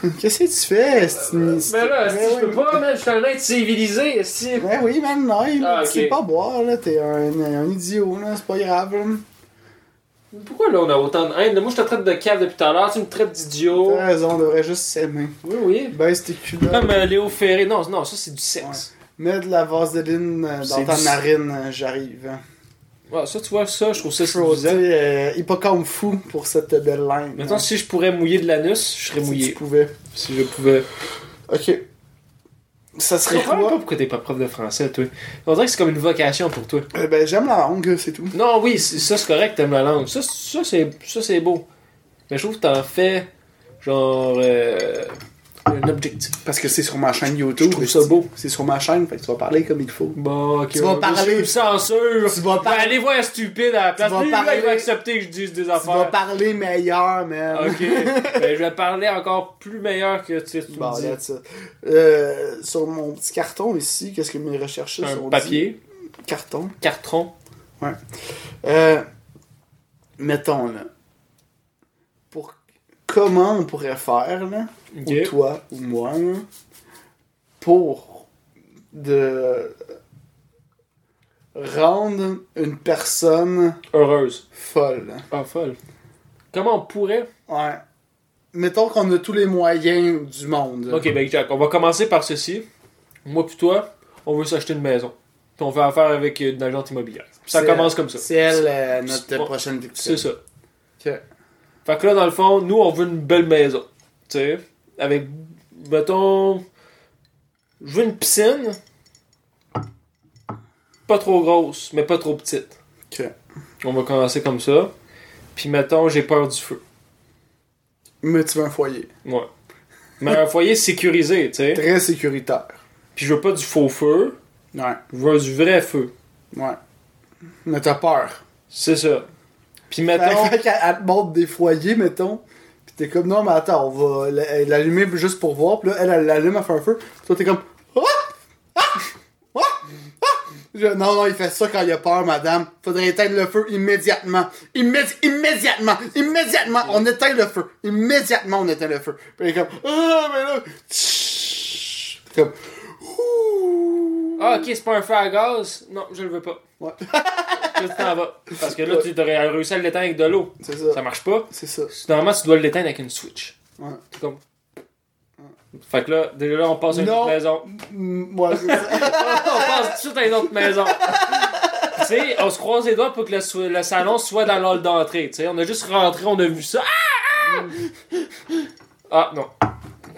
Speaker 5: (laughs) Qu'est-ce que tu fais, esti?
Speaker 4: Mais Ben là, si je peux
Speaker 5: oui.
Speaker 4: pas, man, je suis un être civilisé. Si.
Speaker 5: Ben oui, man, non,
Speaker 4: Ah,
Speaker 5: tu sais
Speaker 4: ok.
Speaker 5: pas boire, là, t'es un, un idiot, là, c'est pas grave, là.
Speaker 4: Pourquoi là, on a autant de haine? Moi, je te traite de cave depuis tout à l'heure, tu me traites d'idiot.
Speaker 5: T'as raison, on devrait juste s'aimer.
Speaker 4: Oui, oui.
Speaker 5: Ben c'était culottes.
Speaker 4: Comme euh, Léo Ferré. Non, non, ça, c'est du sexe.
Speaker 5: Mets de la vaseline euh, dans
Speaker 4: C'est
Speaker 5: ta
Speaker 4: du-
Speaker 5: narine, euh, j'arrive.
Speaker 4: Ouais, ça, tu vois, ça, je trouve ça
Speaker 5: Frosé,
Speaker 4: séduisant.
Speaker 5: euh, hippocampe fou pour cette belle ligne.
Speaker 4: Maintenant, si je pourrais mouiller de l'anus, je serais
Speaker 5: Si tu
Speaker 4: mouillé.
Speaker 5: pouvais.
Speaker 4: Si je pouvais.
Speaker 5: Ok. Ça
Speaker 4: Je
Speaker 5: serait
Speaker 4: comprends même pas
Speaker 5: quoi
Speaker 4: pourquoi t'es pas prof de français, toi. On dirait que c'est comme une vocation pour toi.
Speaker 5: Euh, Ben, j'aime la langue, c'est tout.
Speaker 4: Non, oui, c- ça c'est correct, t'aimes la langue. Ça, c- ça c'est ça c'est beau. Mais je trouve que t'en fais genre euh, un objectif.
Speaker 5: Parce que c'est sur ma chaîne YouTube.
Speaker 4: Je trouve ça
Speaker 5: c'est-
Speaker 4: beau.
Speaker 5: C'est sur ma chaîne, fait que tu vas parler comme il faut.
Speaker 4: Bon, ok.
Speaker 5: Tu vas
Speaker 4: ouais,
Speaker 5: parler.
Speaker 4: Je suis censure.
Speaker 5: Tu vas
Speaker 4: Ben,
Speaker 5: parler.
Speaker 4: allez voir un stupide à la place.
Speaker 5: vas
Speaker 4: Lui, là, il
Speaker 5: parler.
Speaker 4: va accepter que je dise des
Speaker 5: Tu vas
Speaker 4: affaires.
Speaker 5: parler meilleur, man.
Speaker 4: (laughs) Ok. ben, je vais parler encore plus meilleur que tu, sais, tu me
Speaker 5: Bon,
Speaker 4: dis.
Speaker 5: that's it. Euh, sur mon petit carton ici, qu'est-ce que mes recherches
Speaker 4: Un
Speaker 5: sont
Speaker 4: papier,
Speaker 5: dit? Carton.
Speaker 4: carton.
Speaker 5: Euh, mettons, là. Pour... Comment on pourrait faire, là, ou
Speaker 4: Ok.
Speaker 5: toi ou moi, là, pour de rendre une personne
Speaker 4: Heureuse.
Speaker 5: folle.
Speaker 4: Ah, folle. Comment on pourrait
Speaker 5: Ouais. Mettons qu'on a tous les moyens du monde.
Speaker 4: Ok, ben Jack, on va commencer par ceci. Moi puis toi, on veut s'acheter une maison. Puis on fait affaire avec euh, une agente immobilière. Ça
Speaker 5: C'est-
Speaker 4: commence comme ça.
Speaker 5: C'est elle euh, notre
Speaker 4: C'est pas-
Speaker 5: prochaine
Speaker 4: C'est
Speaker 5: victime.
Speaker 4: ça.
Speaker 5: Ok.
Speaker 4: Fait que là, dans le fond, nous, on veut une belle maison. Tu sais, avec, mettons, je veux une piscine. Pas trop grosse, mais pas trop petite.
Speaker 5: Ok.
Speaker 4: On va commencer comme ça. Puis mettons, j'ai peur du feu.
Speaker 5: Mais tu veux un foyer.
Speaker 4: Ouais. Mais un foyer sécurisé, tu sais.
Speaker 5: Très sécuritaire.
Speaker 4: Puis je veux pas du faux feu,
Speaker 5: Ouais.
Speaker 4: je veux du vrai feu.
Speaker 5: Ouais. Mais t'as peur.
Speaker 4: C'est ça. Puis mettons,
Speaker 5: Fait qu'elle elle te montre des foyers, mettons. Pis t'es comme, non, mais attends, on va l- l'allumer juste pour voir. Pis là, elle, elle l'allume, elle fait un feu. Pis toi, t'es comme, ah! Ah! Ah! Ah! Je- non, non, il fait ça quand il a peur, madame. Faudrait éteindre le feu immédiatement. Immédi- immédiatement. Immédiatement. On éteint le feu. Immédiatement, on éteint le feu. Pis elle est comme, ah, mais là. Tch! T'es comme, ouh.
Speaker 4: ah ok, c'est pas un feu à gaz. Non, je le veux pas.
Speaker 5: Ouais.
Speaker 4: (laughs) Là, tu t'en vas. Parce que là, tu aurais réussi à l'éteindre avec de l'eau.
Speaker 5: C'est ça.
Speaker 4: Ça marche pas.
Speaker 5: C'est ça.
Speaker 4: Normalement, tu dois l'éteindre avec une switch.
Speaker 5: Ouais.
Speaker 4: T'es comme. Fait que là, déjà là, on passe à une
Speaker 5: Non.
Speaker 4: autre maison.
Speaker 5: Mm, ouais, c'est ça.
Speaker 4: on passe tout de suite à une autre maison. tu sais, on se croise les doigts pour que le, so- le salon soit dans l'hall d'entrée. Tu sais, on a juste rentré, on a vu ça. Ah, Ah! Ah, non.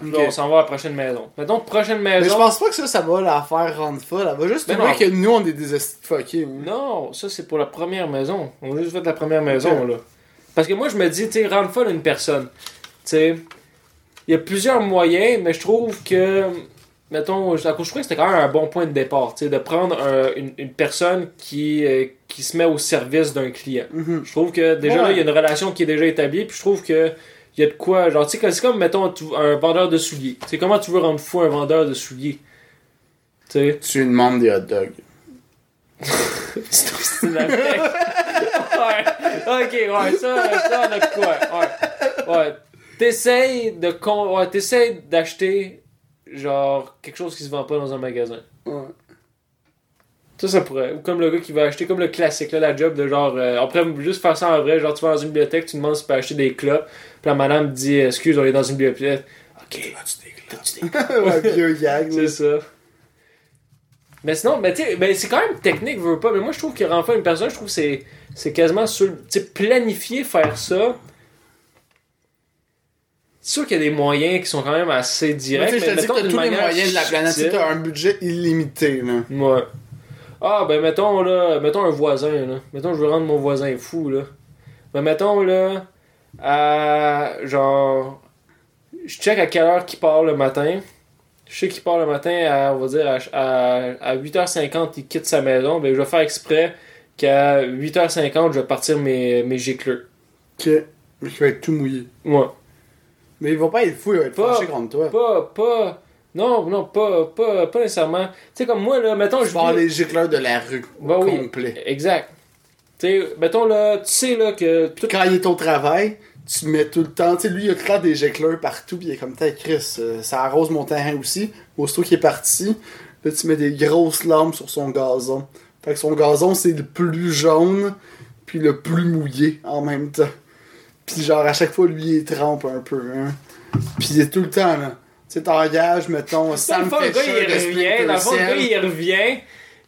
Speaker 4: Là,
Speaker 5: Ok.
Speaker 4: on s'en va à la prochaine maison. Mettons, prochaine
Speaker 5: Mais je
Speaker 4: maison.
Speaker 5: pense pas que ça, ça va la faire rendre folle. Elle va juste
Speaker 4: Mais
Speaker 5: trouver
Speaker 4: non.
Speaker 5: que nous, on est des esti de fuckés. hein.
Speaker 4: Non, ça c'est pour la première maison. On a juste fait la première maison là. Parce que moi je me dis, tu sais, rendre folle une personne. Tu sais, il y a plusieurs moyens, mais je trouve que, mettons, je, je trouvais que c'était quand même un bon point de départ, tu sais, de prendre un- une, une personne qui, euh, qui se met au service d'un client.
Speaker 5: Mhm.
Speaker 4: Je trouve que déjà
Speaker 5: Ouais.
Speaker 4: là, il y a une relation qui est déjà établie, puis je trouve que il y a de quoi, genre, tu sais, c'est comme, mettons, tu- un vendeur de souliers. Tu sais, comment tu veux rendre fou un vendeur de souliers? Tu sais.
Speaker 5: Tu lui (laughs) demandes des hot dogs.
Speaker 4: C'est une affaire. ouais. Ok, ouais, ça, ça, on a quoi? Ouais. ouais. T'essayes de con... ouais, t'essayes d'acheter, genre, quelque chose qui se vend pas dans un magasin.
Speaker 5: Ouais.
Speaker 4: Ça, ça pourrait. Ou comme le gars qui va acheter, comme le classique, là, la job de genre. euh, on pourrait juste faire ça en vrai. Genre, tu vas dans une bibliothèque, tu demandes si tu peux acheter des clopes. Puis la madame dit, excuse, on est dans une bibliothèque. Ok, vas-tu des clopes? T'as-tu des clopes?
Speaker 5: Un vieux gag. là.
Speaker 4: C'est ça. Mais sinon, ben, tu sais, ben, c'est quand même technique, veux pas. Mais moi, je trouve qu'il renferme une personne, je trouve que c'est, c'est quasiment sur le- Tu sais, planifier faire ça. C'est sûr qu'il y a des moyens qui sont quand même assez
Speaker 5: Mais
Speaker 4: directs.
Speaker 5: tu sais, je te dis
Speaker 4: mettons
Speaker 5: que t'as
Speaker 4: d'une
Speaker 5: tous les
Speaker 4: manière
Speaker 5: moyens de la planète, tu sais,
Speaker 4: subtile.
Speaker 5: t'as un budget illimité, là.
Speaker 4: Ouais. Ah, ben mettons là, mettons un voisin là. Mettons je veux rendre mon voisin fou là. Ben mettons là, à, genre, je check à quelle heure qu'il part le matin. Je sais qu'il part le matin à, on va dire, à, à, à 8h50, il quitte sa maison. Ben je vais faire exprès qu'à 8h50, je vais partir mes, mes gicleux.
Speaker 5: Ok. Mais qui va être tout mouillé.
Speaker 4: Ouais.
Speaker 5: Mais ils vont pas être fous, ils vont être
Speaker 4: Pas-
Speaker 5: fâchés contre toi.
Speaker 4: Pas, pas, non, non, pas, pas, pas nécessairement. Tu sais, comme moi là, mettons,
Speaker 5: Je
Speaker 4: je
Speaker 5: parle
Speaker 4: vis-
Speaker 5: les gicleurs de la rue.
Speaker 4: Ben
Speaker 5: au
Speaker 4: oui.
Speaker 5: complet.
Speaker 4: Exact. Tu sais, mettons là, tu sais là que tout
Speaker 5: Quand il est au travail, tu mets tout le temps. Tu sais, lui, il a clair des gicleurs partout, pis il est comme, t'as Chris, euh, ça arrose mon terrain aussi. Aussitôt qu'il est parti, là, tu mets des grosses larmes sur son gazon. Fait que son gazon, c'est le plus jaune, puis le plus mouillé en même temps. Puis genre, à chaque fois, lui, il trempe un peu, hein. Puis il est tout le temps, là. Tu sais, t'engages, mettons,
Speaker 4: Dans le
Speaker 5: Sam
Speaker 4: fond, le gars,
Speaker 5: Fisher
Speaker 4: il
Speaker 5: de
Speaker 4: revient. Dans le fond, le
Speaker 5: Splinter Cell.
Speaker 4: gars, il revient.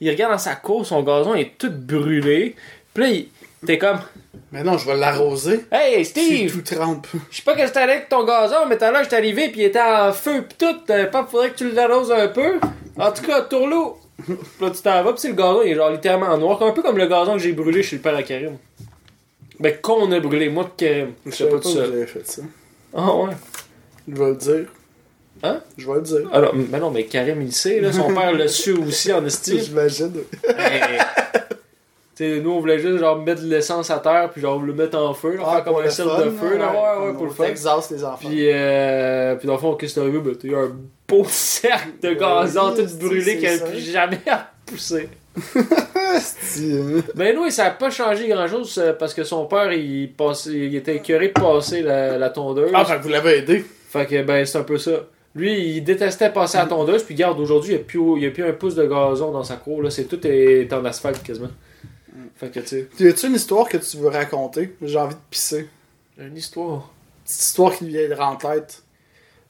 Speaker 4: Il regarde dans sa cour, son gazon est tout brûlé. Puis là, il- t'es comme
Speaker 5: Mais non, je vais l'arroser.
Speaker 4: Hey
Speaker 5: C'est
Speaker 4: Steve,
Speaker 5: tout trempe.
Speaker 4: je sais pas que j'étais allé avec ton gazon, mais tout à l'heure, j'étais arrivé, puis il était en feu, pis tout. euh, Pas faudrait que tu l'arroses un peu. En tout cas, tourlou. Puis là, tu t'en vas, pis c'est le gazon, il est genre littéralement en noir. Un peu comme le gazon que j'ai brûlé chez le père à Karim. Ben, qu'on a brûlé, moi, pis Karim. Je sais pas tout
Speaker 5: que
Speaker 4: seul.
Speaker 5: j'avais fait ça.
Speaker 4: Ah ouais.
Speaker 5: Je vais le dire.
Speaker 4: Hein?
Speaker 5: Je vais le dire.
Speaker 4: Alors, ben non, mais Karim, il le sait, là. Son père le suit aussi, en estime.
Speaker 5: (laughs) J'imagine.
Speaker 4: Hey. T'sais, nous, on voulait juste genre mettre de l'essence à terre, puis genre le mettre en feu, là,
Speaker 5: Ah,
Speaker 4: faire comme un cercle de feu, là, ouais, ouais, pour le fun.
Speaker 5: Texas, les enfants. (laughs)
Speaker 4: Puis, euh, puis dans le fond, qu'est-ce que t'as vu? Ben, t'as eu un beau (laughs) cercle de gazon
Speaker 5: oui,
Speaker 4: tout brûlé
Speaker 5: c'est
Speaker 4: qui n'a
Speaker 5: ça.
Speaker 4: plus jamais (laughs) à pousser.
Speaker 5: Asti, hein.
Speaker 4: Ben, nous, ça n'a pas changé grand-chose euh, parce que son père, il, passait, il était écœuré de passer la, la tondeuse.
Speaker 5: Ah, fait que vous l'avez aidé.
Speaker 4: Fait que, ben, c'est un peu ça. Lui, il détestait passer à
Speaker 5: Mm.
Speaker 4: la tondeuse, puis garde, aujourd'hui, il n'y a, plus- il y a plus un pouce de gazon dans sa cour, là. C'est tout est en asphalte quasiment.
Speaker 5: Mm.
Speaker 4: Fait que, tu sais.
Speaker 5: Y a-tu une histoire que tu veux raconter J'ai envie de pisser.
Speaker 4: Une histoire.
Speaker 5: Petite histoire qui viendra en tête.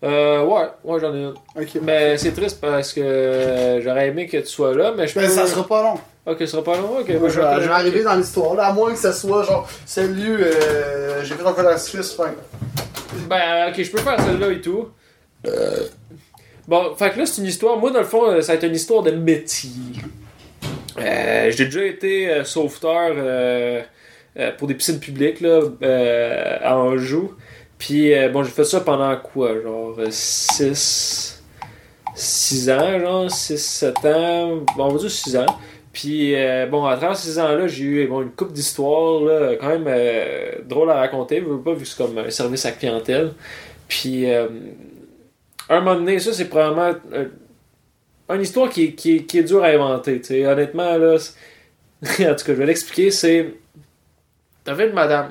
Speaker 4: Euh, ouais, ouais, j'en ai une.
Speaker 5: Ok.
Speaker 4: Mais c'est triste parce que euh, j'aurais aimé que tu sois là, mais je
Speaker 5: Ben, ça sera pas long.
Speaker 4: Ok, ça sera pas long. Ok,
Speaker 5: Moi,
Speaker 4: ben,
Speaker 5: je vais, je vais arriver dans l'histoire, là, à moins que ça soit genre, salut, euh, j'ai fait un colère suisse, fin.
Speaker 4: Ben, ok, je peux faire celle-là et tout. Euh, Bon, fait que là, c'est une histoire. Moi, dans le fond, euh, ça va être une histoire de métier. Euh, J'ai déjà été euh, sauveteur euh, euh, pour des piscines publiques là, euh, à Anjou. Puis, euh, bon, j'ai fait ça pendant quoi Genre 6 6 ans, genre 6-7 ans. Bon, on va dire 6 ans. Puis, euh, bon, à travers ces ans-là, j'ai eu bon, une coupe d'histoires, là, quand même euh, drôle à raconter, je veux pas, vu que c'est comme un service à clientèle. Puis, euh, un moment donné, ça, c'est probablement euh, une histoire qui, est- qui, est- qui est dure à inventer, tu sais. Honnêtement, là, c'est- (laughs) en tout cas, je vais l'expliquer, c'est. T'avais une madame.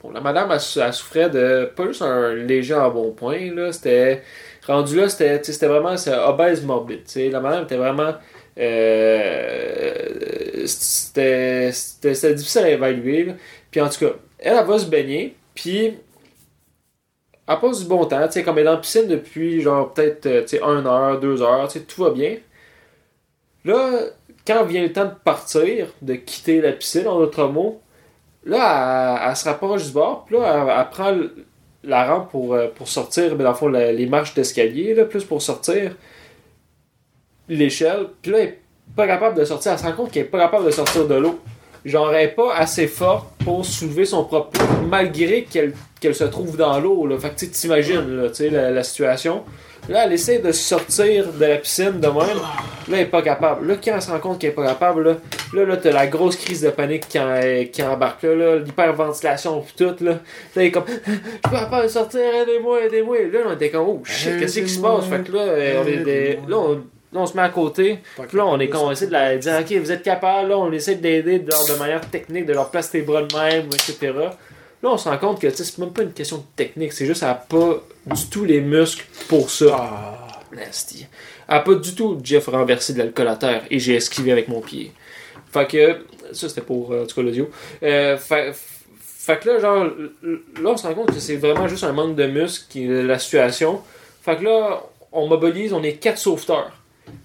Speaker 4: Bon, la madame, elle, sou- elle souffrait de pas juste un léger embonpoint, là, c'était. Rendu là, c'était tu sais, c'était vraiment c'est obèse morbide, tu sais. La madame était vraiment. Euh, c'était c'était- c'était difficile à évaluer. là. Puis en tout cas, elle, elle va se baigner, puis elle passe du bon temps, tu sais, comme elle est dans la piscine depuis genre peut-être euh, tu sais, une heure, deux heures, tu sais, tout va bien. Là, quand vient le temps de partir, de quitter la piscine, en d'autres mots, là, elle, elle se rapproche du bord, puis là, elle, elle prend l- la rampe pour, euh, pour sortir, mais dans le fond, la- les marches d'escalier, là, plus pour sortir l'échelle, puis là, elle est pas capable de sortir. Elle se rend compte qu'elle est pas capable de sortir de l'eau. Genre, elle est pas assez forte pour soulever son propre poids, malgré qu'elle qu'elle se trouve dans l'eau. Là. Fait que tu sais, t'imagines là, tu sais, la, la situation. Là, elle essaie de sortir de la piscine de même. Là, elle est pas capable. Là, quand elle se rend compte qu'elle est pas capable, là, là, là t'as la grosse crise de panique qui, en- qui embarque là, là, l'hyperventilation pis tout. Là, là elle est comme Je peux pas euh, sortir, aidez-moi, aidez-moi. Là, on était comme Oh shit, qu'est-ce qui se passe? Fait que là, on est des- là, on- Là, on se met à côté.
Speaker 5: Tant
Speaker 4: Puis là, on est
Speaker 5: que-
Speaker 4: on essaie de la dire, ok, vous êtes capable, là, on essaie d'aider de, leur- de manière technique, de leur placer les bras de même, etc. Là, on se rend compte que tu sais, c'est même pas une question de technique, c'est juste qu'elle n'a pas du tout les muscles pour ça.
Speaker 5: Ah.
Speaker 4: Nasty. Elle n'a pas du tout Jeff renversé de l'alcool à terre et j'ai esquivé avec mon pied. Fait que, ça c'était pour, euh, en tout cas, l'audio. Euh, fait, fait que là, genre, là, on se rend compte que c'est vraiment juste un manque de muscles qui est la situation. Fait que là, on mobilise, on est quatre sauveteurs.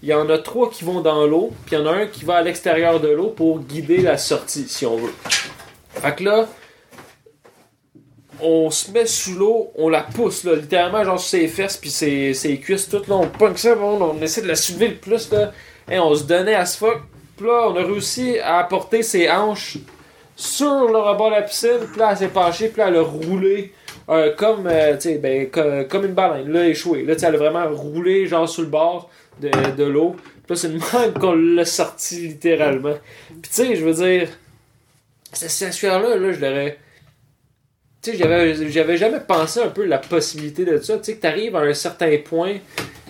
Speaker 4: Il y en a trois qui vont dans l'eau, puis il y en a un qui va à l'extérieur de l'eau pour guider la sortie, si on veut. Fait que là, on se met sous l'eau, on la pousse, là, littéralement, genre sur ses fesses, puis ses, ses cuisses, tout, là, on punk ça, on, on essaie de la soulever le plus, là, et on se donnait à ce fuck. Puis là, on a réussi à apporter ses hanches sur le rebord de la piscine, puis là, elle s'est penchée, puis là, elle a roulé. euh, comme, euh, tu sais, ben, co- comme une baleine, là, échouée. Là, tu sais, elle a vraiment roulé, genre, sur le bord de, de l'eau. Puis là, c'est le même qu'on l'a sorti, littéralement. Puis, tu sais, je veux dire, cette situation-là, là, je l'aurais. Tu sais, j'avais, j'avais jamais pensé un peu la possibilité de ça. Tu sais, que t'arrives à un certain point,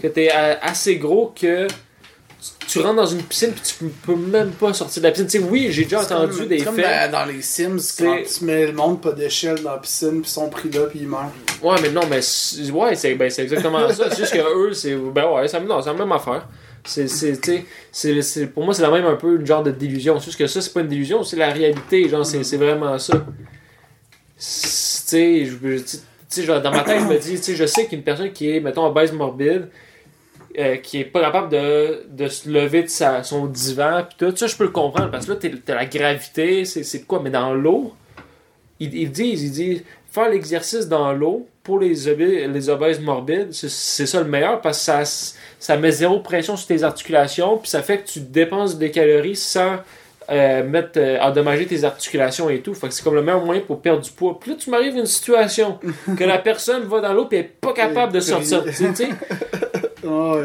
Speaker 4: que t'es euh, assez gros que. tu- Tu rentres dans une piscine puis tu peux même pas sortir de la piscine. Tu sais, oui, j'ai déjà
Speaker 5: Ah, C'est
Speaker 4: entendu
Speaker 5: comme-
Speaker 4: des
Speaker 5: c'est comme
Speaker 4: faits.
Speaker 5: dans- dans les Sims, quand tu mets le monde pas d'échelle dans la piscine, puis ils sont pris là, puis ils meurent.
Speaker 4: Ouais, mais non, mais c'est- ouais, c'est ben, c'est exactement ça. C'est juste que eux, c'est. Ben ouais, c'est non, c'est la même affaire. C'est, c'est, tu sais, c'est, c'est- pour moi, c'est la même un peu une genre de délusion. C'est juste que ça, c'est pas une délusion, c'est la réalité. Genre, c'est, c'est vraiment ça. C'est- Tu sais, je- je- tu sais, genre, dans ma tête, je me dis, tu sais, je sais qu'une personne qui est, mettons, obèse morbide, euh, qui est pas capable de, de se lever de sa, son divan, pis tout ça, je peux le comprendre, parce que là, t'es- t'as la gravité, c'est, c'est de quoi, mais dans l'eau, ils, ils disent, ils disent, faire l'exercice dans l'eau pour les, obé- les obèses morbides, c'est- c'est ça le meilleur parce que ça, s- ça met zéro pression sur tes articulations, puis ça fait que tu dépenses des calories sans euh, mettre, euh, endommager tes articulations et tout. Fait que c'est comme le meilleur moyen pour perdre du poids. Puis là, tu m'arrives à une situation que la personne va dans l'eau puis elle est pas capable de sortir. Tu sais, tu sais,
Speaker 5: Ah, Ouais.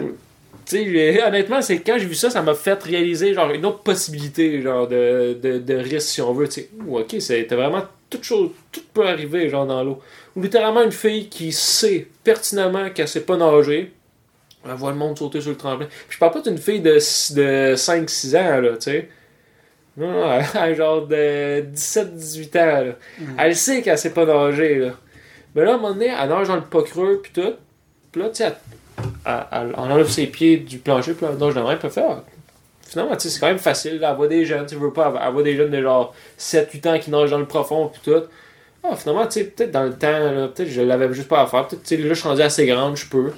Speaker 4: tu sais, j'ai- (laughs) honnêtement, c'est quand j'ai vu ça, ça m'a fait réaliser genre une autre possibilité genre de, de, de risque si on veut. Tu sais, Ouh, ok, c'était vraiment toute chose, tout peut arriver genre dans l'eau. Ou littéralement une fille qui sait pertinemment qu'elle sait pas nager, elle voit le monde sauter sur le tremplin. Puis je parle pas d'une fille de, s- de 5-6 ans là, tu sais. Non, non, elle a genre de 17-18 ans. là. Elle sait qu'elle sait pas nager là. Mais là, à un moment donné, elle nage dans le pas creux puis tout. Puis là, tu sais, elle elle, elle- elle enlève ses pieds du plancher, puis là, je l'aimerais, puis elle fait, Ah, finalement, tu sais, c'est quand même facile, là, elle voit des jeunes, tu veux pas, elle- elle voit des jeunes de genre 7-8 ans qui nagent dans le profond, puis tout. Ah, finalement, tu sais, peut-être dans le temps, là, peut-être je l'avais juste pas à faire, peut-être, tu sais, là, je suis rendu assez grande, je peux.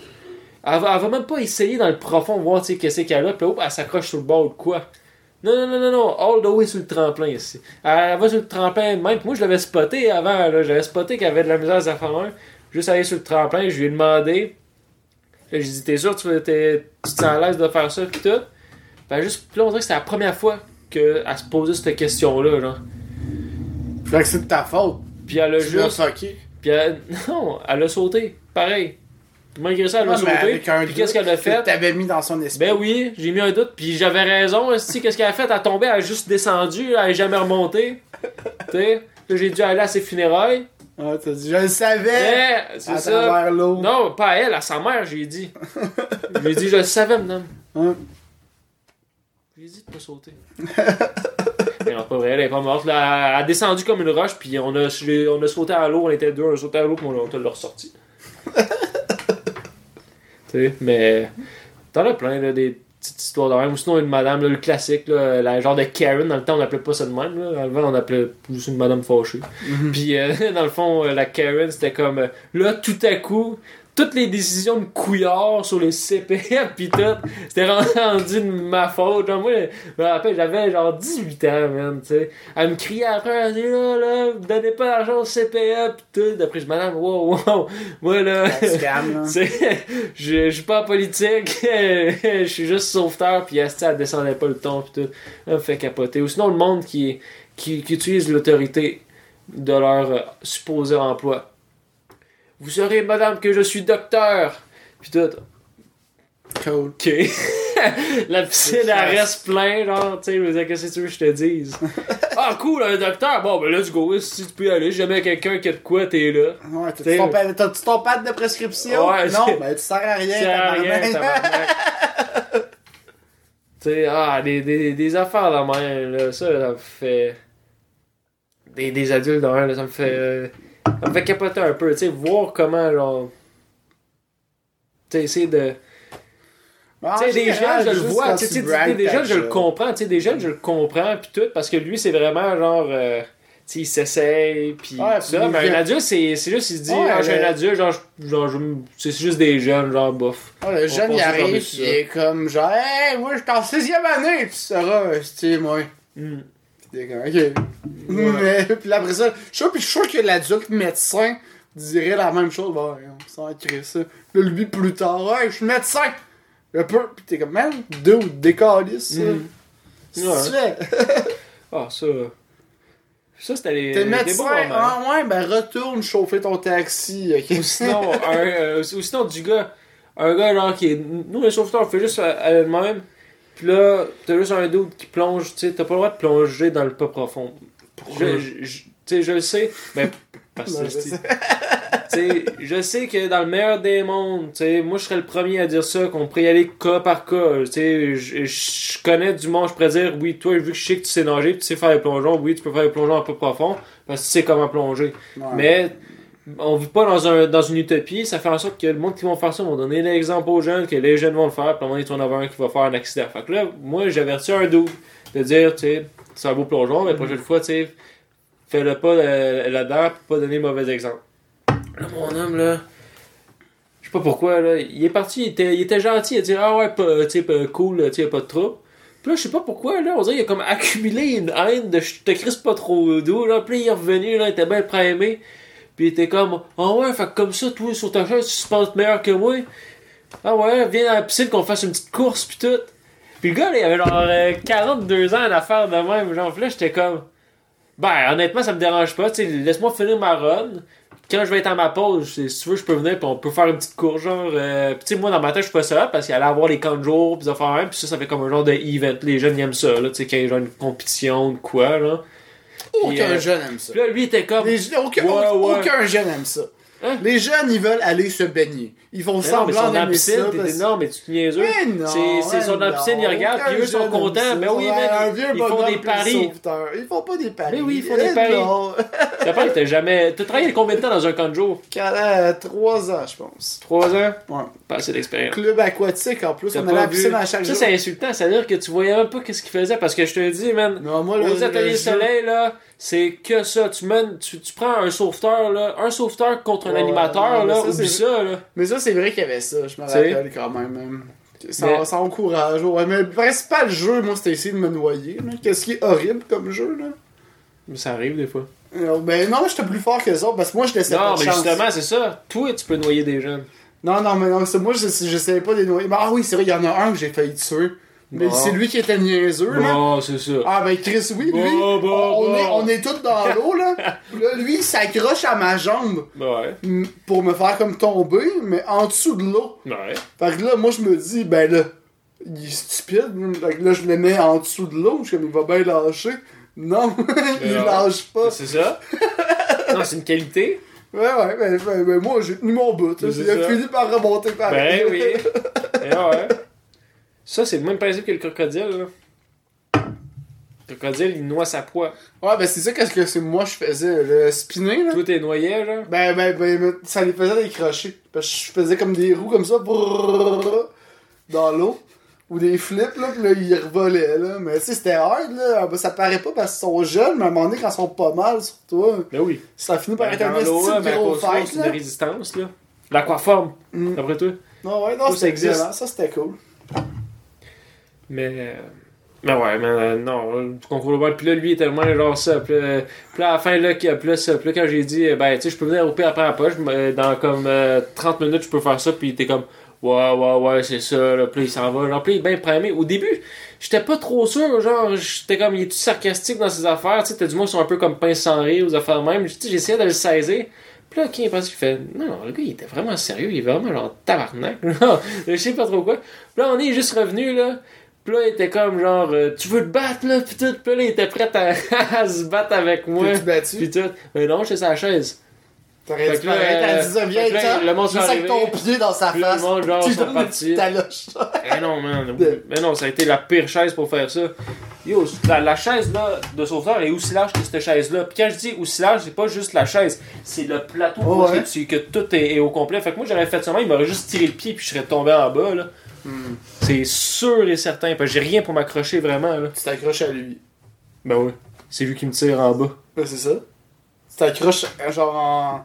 Speaker 4: Elle va, elle va même pas essayer dans le profond, voir, tu sais, qu'est-ce qu'elle a, puis là, hop, elle s'accroche sur le bord ou de quoi. Non, non, non, non, non, all the way sur le tremplin ici. Elle va sur le tremplin même. Moi, je l'avais spoté avant, là. J'avais spoté qu'elle avait de la misère à s'en faire un. Juste aller sur le tremplin, je lui ai demandé, Là, j'ai dit, t'es sûr, tu, veux- t'es- tu te sens à l'aise de faire ça, pis tout. Ben, juste, pis là, on dirait que c'était la première fois qu'elle se posait cette question-là, genre.
Speaker 5: Fait que c'est de ta faute.
Speaker 4: Pis elle a
Speaker 5: Tu l'as
Speaker 4: juste.
Speaker 5: fucké.
Speaker 4: Pis elle. (laughs) Non, elle a sauté, pareil. Malgré ça, elle a
Speaker 5: Ouais, mais
Speaker 4: sauté.
Speaker 5: avec un
Speaker 4: Pis qu'est-ce
Speaker 5: doute
Speaker 4: qu'elle a
Speaker 5: que
Speaker 4: fait?
Speaker 5: T'avais mis dans son esprit.
Speaker 4: Ben oui, j'ai mis un doute, pis j'avais raison, esti, qu'est-ce qu'elle a fait? Elle a tombé, elle a juste descendu, elle a jamais remonté. T'sais? Là, j'ai dû aller à ses funérailles.
Speaker 5: Ah, t'as dit, je le savais.
Speaker 4: Mais, c'est
Speaker 5: à
Speaker 4: ça.
Speaker 5: travers l'eau. (laughs)
Speaker 4: Non, pas à elle, à sa mère, j'ai dit. J'ai dit, je le savais, madame.
Speaker 5: Hein?
Speaker 4: J'ai dit de pas sauter. Mais non, pas vrai, elle est pas morte. Là, elle a descendu comme une roche, puis on a, je- on a sauté à l'eau, on était deux, on a sauté à l'eau, puis on, on l'a ressorti. tu sais, mais t'en as plein, là, des petites histoires de même. Ou sinon, une madame, là, le classique, là, la genre de Karen, dans le temps, on l'appelait pas ça de même. Là. Avant, on appelait juste une madame fâchée. Puis, euh, (laughs) dans le fond, euh, la Karen, c'était comme, euh, là, tout à coup, toutes les décisions de couillard sur les (laughs) CPF pis tout, c'était rendu de ma faute. Genre, moi, je me rappelle, j'avais genre 18 ans, man, tu sais. Elle me criait après, elle dit là, là, vous donnez pas d'argent au CPA pis tout. D'après, je madame, wow, wow, moi là. (laughs)
Speaker 5: Tu te calmes, là.
Speaker 4: C'est- je je suis pas en politique, (laughs) je suis juste sauveteur, puis Asti, elle descendait pas le ton, puis tout. Elle me fait capoter. Ou sinon, le monde qui, qui, qui utilise l'autorité de leur euh, supposé emploi. Vous saurez, madame, que je suis docteur, puis tout.
Speaker 5: Cool.
Speaker 4: Ok. (laughs) La piscine,
Speaker 5: C'est
Speaker 4: elle
Speaker 5: classe.
Speaker 4: reste plein, genre, tu sais, je veux dire, qu'est-ce que tu veux que je te dise? ah, cool, un docteur! Bon, ben let's go, si tu peux y aller, si jamais quelqu'un qui a de quoi, t'es là.
Speaker 5: Ouais, t'as-tu
Speaker 4: T'sais-
Speaker 5: ton pa- t'as-tu ton pad de prescription?
Speaker 4: Ouais,
Speaker 5: non,
Speaker 4: c'est-
Speaker 5: ben tu sers à rien. (laughs)
Speaker 4: Ça sert à rien,
Speaker 5: tabarnak.
Speaker 4: tabarnak. Tu sais, ah, des, des, des affaires là même, là, ça, là, ça me fait. Des, des adultes dans un, là, ça me fait. euh, Ça me fait capoter un peu, tu sais, voir comment, genre. Tu sais, essayer de.
Speaker 5: Ah,
Speaker 4: Tu sais,
Speaker 5: en
Speaker 4: des
Speaker 5: général,
Speaker 4: jeunes, je le
Speaker 5: juste
Speaker 4: vois.
Speaker 5: quand
Speaker 4: Tu sais,
Speaker 5: tu
Speaker 4: tu sais,
Speaker 5: braques
Speaker 4: des
Speaker 5: ta
Speaker 4: jeunes, je le
Speaker 5: job.
Speaker 4: comprends. Tu sais, des jeunes, je le comprends, puis tout, parce que lui, c'est vraiment genre. euh, tu sais, il s'essaye, puis
Speaker 5: Ouais,
Speaker 4: tout ça.
Speaker 5: puis
Speaker 4: Mais
Speaker 5: il-
Speaker 4: un adulte, c'est c'est juste, il se dit,
Speaker 5: Ouais,
Speaker 4: ah, je suis
Speaker 5: le-
Speaker 4: un adulte, genre, je- genre, je- c'est juste des jeunes, genre, bof.
Speaker 5: Ah, le jeune,
Speaker 4: pense
Speaker 5: il
Speaker 4: pas
Speaker 5: arrive,
Speaker 4: par-dessus
Speaker 5: il
Speaker 4: ça.
Speaker 5: est comme genre, hey, moi, je suis en sixième année, tu sauras, tu moi.
Speaker 4: Hmm.
Speaker 5: Puis t'es comme, ok. Mais, puis après ça, je suis puis je suis sûr que l'adulte médecin dirait la même chose. Bon, ouais, on s'en crée ça. Là, lui, plus tard, ouais, je suis médecin. Un peu. Puis t'es comme, man, deux ou décalisse, ça.
Speaker 4: Mhm.
Speaker 5: Qu'est-ce que tu fais?
Speaker 4: Ah, ça. Ça, c'était les.
Speaker 5: T'es
Speaker 4: les
Speaker 5: médecin?
Speaker 4: beaux moments.
Speaker 5: Ah, ouais, ben retourne chauffer ton taxi, ok?
Speaker 4: hein. Ou sinon, un, euh, ou sinon, du gars, un gars genre qui est. Nous, les sauveteurs, on fait juste euh, à- à elle-même. Puis là, t'as juste un doute qui plonge, tu sais, t'as pas le droit de plonger dans le pas profond. Je, je- je- tu sais, je le sais, mais. Parce
Speaker 5: Non,
Speaker 4: que,
Speaker 5: je
Speaker 4: tu (laughs)
Speaker 5: sais.
Speaker 4: sais, je sais que dans le meilleur des mondes, tu sais, moi je serais le premier à dire ça, qu'on pourrait y aller cas par cas. Tu sais, je- je connais du monde, je pourrais dire, oui, toi, vu que je sais que tu sais nager, puis tu sais faire les plongeons, oui, tu peux faire les plongeons un peu profond, parce que tu sais comment plonger.
Speaker 5: Ouais.
Speaker 4: Mais on vit pas dans, un, dans une utopie, ça fait en sorte que le monde qui vont faire ça vont donner l'exemple aux jeunes, que les jeunes vont le faire, puis à un moment donné, il va avoir un qui va faire un accident. Fait que là, moi, j'avertis un doux de dire, tu sais, c'est un beau plongeon, mais la
Speaker 5: Mm-hmm.
Speaker 4: prochaine fois, tu sais, fais-le pas euh, là-dedans, puis pas donner mauvais exemple. Là, mon homme, là, je sais pas pourquoi, là, il est parti, il était, il était gentil, il a dit, ah ouais, pas- tu sais, pas cool, tu sais, y a pas de trouble. Puis là, je sais pas pourquoi, là, on dirait qu'il a comme accumulé une haine de je te crisse pas trop doux, là. Puis là, il est revenu, là, il était bien prêt à aimer. Puis il était comme, ah ouais, fait que comme ça, toi, sur ta chaise, tu te penses meilleur que moi. Ah ouais, viens dans la piscine qu'on fasse une petite course, puis tout. Puis le gars, là, il avait genre euh, 42 ans à faire de même. Genre, puis là, j'étais comme, ben, honnêtement, ça me dérange pas, tu sais, laisse-moi finir ma run. Quand je vais être à ma pause, je- si tu veux, je peux venir, puis on peut faire une petite course, genre. euh, Puis tu sais, moi, dans ma tête, je fais ça parce qu'il allait avoir les camps de jour, puis ça faire même, puis ça, ça fait comme un genre de event. Les jeunes, ils aiment ça, là, tu sais, quand il y a genre une compétition, de quoi, là. Puis,
Speaker 5: (laughs) Aucun
Speaker 4: euh,
Speaker 5: jeune aime ça.
Speaker 4: Puis là, lui, il était comme.
Speaker 5: Les je- aucun,
Speaker 4: Ouais, ouais.
Speaker 5: aucun jeune aime ça.
Speaker 4: Hein?
Speaker 5: Les jeunes, ils veulent aller se baigner. Ils font
Speaker 4: Mais non, mais
Speaker 5: semblant
Speaker 4: son
Speaker 5: d'aimer ça.
Speaker 4: absinthe,
Speaker 5: parce-
Speaker 4: t'es énorme, mais tu te niaiseux.
Speaker 5: Mais non,
Speaker 4: C'est- C'est
Speaker 5: mais
Speaker 4: son
Speaker 5: Ah non,
Speaker 4: absinthe, ils regardent,
Speaker 5: aucun
Speaker 4: puis eux sont
Speaker 5: jeune aime
Speaker 4: contents.
Speaker 5: ça.
Speaker 4: Mais oui,
Speaker 5: Ouais, un
Speaker 4: man,
Speaker 5: vieux
Speaker 4: ils font
Speaker 5: bonhomme
Speaker 4: des
Speaker 5: puis
Speaker 4: paris.
Speaker 5: sauveteur. Ils font pas des paris.
Speaker 4: Mais oui, ils font des
Speaker 5: Eh
Speaker 4: paris.
Speaker 5: non. (laughs)
Speaker 4: Ta part, t'as jamais. T'as travaillé combien de temps dans un camp de jour
Speaker 5: Quand elle a 3 ans, je pense.
Speaker 4: Trois ans
Speaker 5: Ouais.
Speaker 4: Pas assez d'expérience.
Speaker 5: Club aquatique en plus,
Speaker 4: T'as
Speaker 5: on allait à la
Speaker 4: pas vu.
Speaker 5: piscine à
Speaker 4: Ça,
Speaker 5: chaque jour.
Speaker 4: c'est insultant. C'est-à-dire que tu voyais même pas qu'est-ce qu'il faisait. Parce que je te le dis, man,
Speaker 5: Non, moi, le-
Speaker 4: aux
Speaker 5: le
Speaker 4: ateliers
Speaker 5: jeu-
Speaker 4: soleil, là, c'est que ça. Tu, mènes, tu, tu prends un sauveteur, là, un sauveteur contre un
Speaker 5: Ouais,
Speaker 4: animateur,
Speaker 5: ouais,
Speaker 4: là,
Speaker 5: mais ça,
Speaker 4: oublie
Speaker 5: c'est-
Speaker 4: ça, là.
Speaker 5: Mais ça, c'est vrai qu'il y avait ça, je me
Speaker 4: Tu sais.
Speaker 5: rappelle quand même. hein. Ça,
Speaker 4: Mais-
Speaker 5: ça encourage. Ouais, mais le principal jeu, moi, c'était essayer de me noyer. là. Qu'est-ce qui est horrible comme jeu, là?
Speaker 4: Mais ça arrive des fois.
Speaker 5: Euh, Ben non, j'étais plus fort que les autres parce que moi, je laissais pas
Speaker 4: Non,
Speaker 5: de
Speaker 4: mais
Speaker 5: chance.
Speaker 4: justement, c'est ça. Toi, tu peux noyer des jeunes.
Speaker 5: Non, non, mais non, c'est moi, je, je savais pas des noyés. Ah oui, c'est vrai, il y en a un que j'ai failli tuer. Mais
Speaker 4: Bon.
Speaker 5: c'est lui qui était niaiseux, là.
Speaker 4: Non, c'est ça.
Speaker 5: Ah ben Chris, oui, lui,
Speaker 4: Bon, bon,
Speaker 5: on,
Speaker 4: bon.
Speaker 5: Est, on est tous dans l'eau,
Speaker 4: (laughs)
Speaker 5: là. là, lui, il s'accroche à ma jambe
Speaker 4: Bah Ouais.
Speaker 5: mm, pour me faire comme tomber, mais en dessous de l'eau.
Speaker 4: Bah Ouais.
Speaker 5: Fait que là, moi, je me dis, ben là, il est stupide. Fait que là, je le mets en dessous de l'eau, je suis comme, il va bien lâcher. Non, (laughs) il
Speaker 4: non.
Speaker 5: lâche pas. (laughs)
Speaker 4: C'est ça. non, c'est une qualité.
Speaker 5: Ouais, ouais, mais, mais- mais moi, j'ai tenu mon bout. là.
Speaker 4: C'est
Speaker 5: Il a
Speaker 4: ça.
Speaker 5: fini par remonter par
Speaker 4: Ben
Speaker 5: (laughs)
Speaker 4: oui. Eh ouais. Ça, c'est le même principe que le crocodile, là. Le crocodile, il noie sa proie.
Speaker 5: Ouais, ben c'est ça qu'est-ce que c'est moi je faisais, le spinner là.
Speaker 4: Toi, t'es noyé, là.
Speaker 5: Ben, ben, ben, ben, ça les faisait des crochets. Parce que je faisais comme des roues comme ça, brrrr, dans l'eau. Ou des flips, là, pis là, ils revolaient, là. Mais tu sais, c'était hard, là. Ben, ça paraît pas parce qu'ils sont jeunes, mais à un moment donné, quand ils sont pas mal sur toi,
Speaker 4: Ben oui.
Speaker 5: ça finit par être
Speaker 4: dans
Speaker 5: Bah, un petit
Speaker 4: l'eau, hein, ben, là, mais à
Speaker 5: gros
Speaker 4: cause de ça,
Speaker 5: fight,
Speaker 4: c'est de
Speaker 5: là.
Speaker 4: résistance, là. L'aquaforme,
Speaker 5: Mm.
Speaker 4: d'après toi.
Speaker 5: Non, ouais,
Speaker 4: Ça
Speaker 5: non, c'était
Speaker 4: existe.
Speaker 5: excellent. Ça, c'était cool.
Speaker 4: Mais. euh, Mais ouais, mais euh, non, euh, du concours global. Puis là, lui, il est tellement genre ça. Puis, euh, puis là, à la fin, là, qu'il y a- puis là, ça, puis là, quand j'ai dit, euh, ben, tu sais, je peux venir au pire après la poche, je me- euh, dans comme euh, 30 minutes, je peux faire ça. Puis il était comme, ouais, ouais, ouais, c'est ça. Là, puis là, il s'en va. Genre, puis là, il est bien primé. Au début, j'étais pas trop sûr. Genre, j'étais comme, il est tout sarcastique dans ses affaires. Tu sais, t'as du moins, ils sont un peu comme pince sans rire aux affaires même. Tu sais, j'essayais de le saisir. Puis là, Kim pense qu'il fait Non, non, le gars, il était vraiment sérieux, il est vraiment genre tabarnak. (laughs) là. je sais pas trop quoi. Puis là, on est juste revenu, là. Puis là, il était comme genre euh, Tu veux te battre, là, pis tout. Puis là, il était prêt (laughs) à, à se battre avec moi. Euh,
Speaker 5: T'es-tu battu?
Speaker 4: Puis tout. Mais non, j'étais sur la chaise.
Speaker 5: T'aurais
Speaker 4: Fait
Speaker 5: dû
Speaker 4: que là,
Speaker 5: arrêter à
Speaker 4: euh,
Speaker 5: 19
Speaker 4: fait que là,
Speaker 5: ans.
Speaker 4: le monde
Speaker 5: juste
Speaker 4: sont
Speaker 5: avec ton
Speaker 4: arrivés.
Speaker 5: pied dans sa
Speaker 4: Puis là,
Speaker 5: face.
Speaker 4: le
Speaker 5: (laughs)
Speaker 4: monde, genre,
Speaker 5: tu
Speaker 4: sont
Speaker 5: donnes une
Speaker 4: partis.
Speaker 5: petite taloche. (laughs)
Speaker 4: Mais Eh non, man. Mais non, ça a été la pire chaise pour faire ça. Yo, la, la chaise là, de sauveteur est aussi large que cette chaise-là. Puis quand je dis aussi large, c'est pas juste la chaise, c'est le plateau
Speaker 5: Oh,
Speaker 4: où est-ce
Speaker 5: ouais.
Speaker 4: que, tu- que tout est, est au complet. Fait que moi, j'aurais fait ça, il m'aurait juste tiré le pied puis je serais tombé en bas. là.
Speaker 5: Hmm.
Speaker 4: C'est sûr et certain. Parce que j'ai rien pour m'accrocher vraiment. Là.
Speaker 5: Tu t'accroches à lui.
Speaker 4: Ben oui, c'est lui qui me tire en bas.
Speaker 5: Ouais, Ben, c'est ça. Tu t'accroches euh, genre en.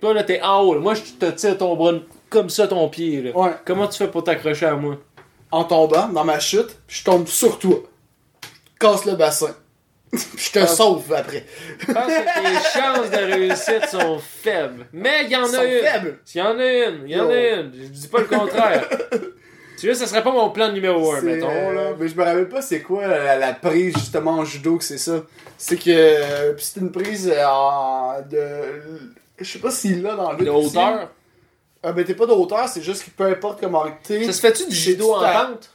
Speaker 4: Toi, là, t'es en haut. là. Moi, je te tire ton bras comme ça, ton pied. Là.
Speaker 5: Ouais.
Speaker 4: Comment tu fais pour t'accrocher à moi?
Speaker 5: En tombant dans ma chute, puis je tombe sur toi. Je te casse le bassin. (laughs) je te
Speaker 4: Ah.
Speaker 5: sauve après.
Speaker 4: Je pense que tes chances de réussite sont faibles. Mais il y en
Speaker 5: Ils sont
Speaker 4: a une.
Speaker 5: faibles.
Speaker 4: Il y en a une, il y en a
Speaker 5: Yo.
Speaker 4: une. Je dis pas le
Speaker 5: (laughs)
Speaker 4: contraire. tu vois, ça serait pas mon plan numéro un,
Speaker 5: C'est,
Speaker 4: mettons, là.
Speaker 5: euh, Mais je me rappelle pas c'est quoi la, la prise justement en judo que c'est ça. C'est que. euh, Puis c'est une prise euh, en- de. Je sais pas s'il l'a dans le.
Speaker 4: De hauteur.
Speaker 5: Ah ben t'es pas de hauteur, c'est juste que peu importe comment t'es.
Speaker 4: Ça se fait-tu du
Speaker 5: C'est
Speaker 4: judo en
Speaker 5: super.
Speaker 4: pente?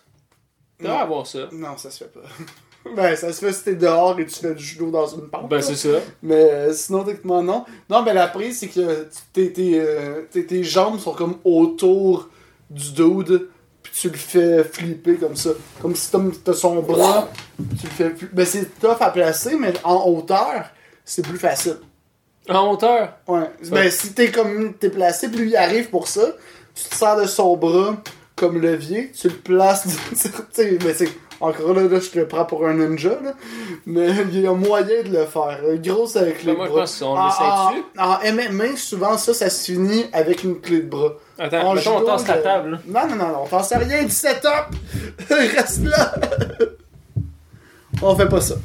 Speaker 4: Tu dois
Speaker 5: Non.
Speaker 4: avoir ça.
Speaker 5: Non, ça se fait pas. (laughs) ben ça se fait si t'es dehors et tu fais du judo dans une pente.
Speaker 4: Ben,
Speaker 5: là.
Speaker 4: c'est ça.
Speaker 5: Mais euh, sinon, techniquement, non. Non, mais la prise, c'est que tu- tes, tes, euh, tes- tes jambes sont comme autour du dude, puis tu le fais flipper comme ça. Comme si t'as- t'as son bras, tu le fais fli- Ben, c'est tough à placer, mais en hauteur, c'est plus facile.
Speaker 4: En hauteur.
Speaker 5: Ouais. Ben, si t'es comme t'es placé, puis lui il arrive pour ça, tu te sers de son bras comme levier, tu le places. tu sais, mais c'est encore là, là, je te le prends pour un ninja, là. Mais (laughs) il y a moyen de le faire. Euh, Grosse avec les
Speaker 4: Ben, moi, je
Speaker 5: bras.
Speaker 4: pense qu'on
Speaker 5: En-
Speaker 4: l'essaie dessus.
Speaker 5: En, en MMA, souvent, ça, ça se finit avec une clé de bras.
Speaker 4: Attends,
Speaker 5: En
Speaker 4: mettons, on
Speaker 5: judo,
Speaker 4: tasse la
Speaker 5: le-
Speaker 4: table, hein. là.
Speaker 5: Non, non, non, non, on t'en sait rien du setup. (laughs) Reste là. on fait pas ça.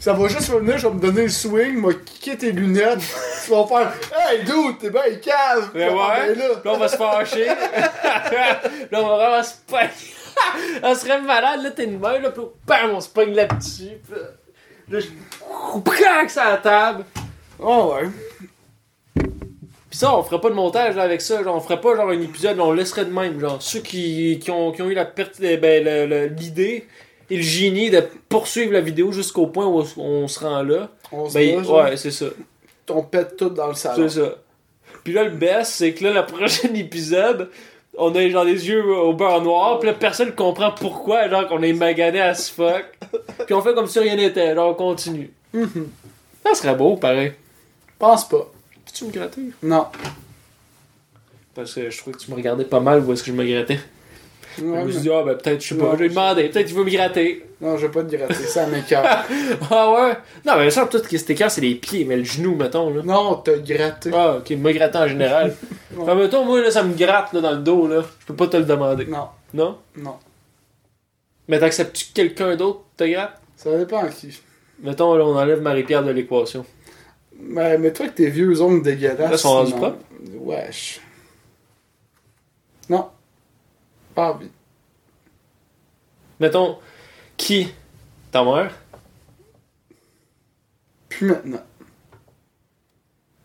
Speaker 5: Ça va juste revenir, je vais me donner le swing, m'a kické tes lunettes. Tu vas faire Hey dude, t'es bien cave!
Speaker 4: Mais
Speaker 5: Ah,
Speaker 4: ouais,
Speaker 5: ben
Speaker 4: là.
Speaker 5: là.
Speaker 4: on va
Speaker 5: (laughs)
Speaker 4: se fâcher. là, on va vraiment se pogner. (laughs) on serait malade, là, t'es une main, là, puis bam, on se pogne là-dessus. puis Là, là, je craque sur la table.
Speaker 5: Oh ouais.
Speaker 4: Pis ça, on ferait pas de montage là, avec ça, genre, on ferait pas genre un épisode, là, on laisserait de même, genre ceux qui, qui, ont, qui ont eu la perte, eh ben, le- le- l'idée et le génie de poursuivre la vidéo jusqu'au point où on- on se rend là,
Speaker 5: On se
Speaker 4: ben
Speaker 5: bat, genre,
Speaker 4: ouais, c'est ça,
Speaker 5: on pète tout dans le salon.
Speaker 4: c'est ça. Puis là, le best, c'est que là, le (laughs) prochain épisode, on a genre les yeux au beurre noir, pis là, personne comprend pourquoi, genre qu'on est magané à ce fuck, puis on fait comme si rien n'était, genre on continue.
Speaker 5: Mhm.
Speaker 4: Ça serait beau, pareil.
Speaker 5: Pense pas.
Speaker 4: Peux-tu me gratter?
Speaker 5: Non.
Speaker 4: Parce que je trouvais que tu me regardais pas mal où est-ce que je me grattais.
Speaker 5: Ouais,
Speaker 4: je me suis
Speaker 5: mais-
Speaker 4: dit, ah ben peut-être, je sais
Speaker 5: Ouais.
Speaker 4: pas, je vais demander, peut-être il veut
Speaker 5: (laughs)
Speaker 4: me gratter.
Speaker 5: Non, je vais pas te gratter, ça m'écœure.
Speaker 4: Ah ouais? Non, mais ça, tout ce qui est écart, c'est les pieds, mais le genou, mettons, là.
Speaker 5: non, t'as gratté.
Speaker 4: Ah, ok, me gratter en
Speaker 5: (laughs)
Speaker 4: général. Enfin, mettons, moi, là, ça me gratte, là, dans le dos, là. Je peux pas te le demander.
Speaker 5: Non,
Speaker 4: Non?
Speaker 5: non.
Speaker 4: Mais t'acceptes-tu que quelqu'un d'autre te gratte?
Speaker 5: Ça dépend à qui.
Speaker 4: Mettons, là, on enlève Marie-Pierre de l'équation.
Speaker 5: Mais, mais toi, avec tes vieux ongles dégueulasses.
Speaker 4: Là, sont rendus
Speaker 5: non.
Speaker 4: propres?
Speaker 5: Wesh. Non. Pas envie.
Speaker 4: Mettons, qui? Ta mère?
Speaker 5: Plus maintenant.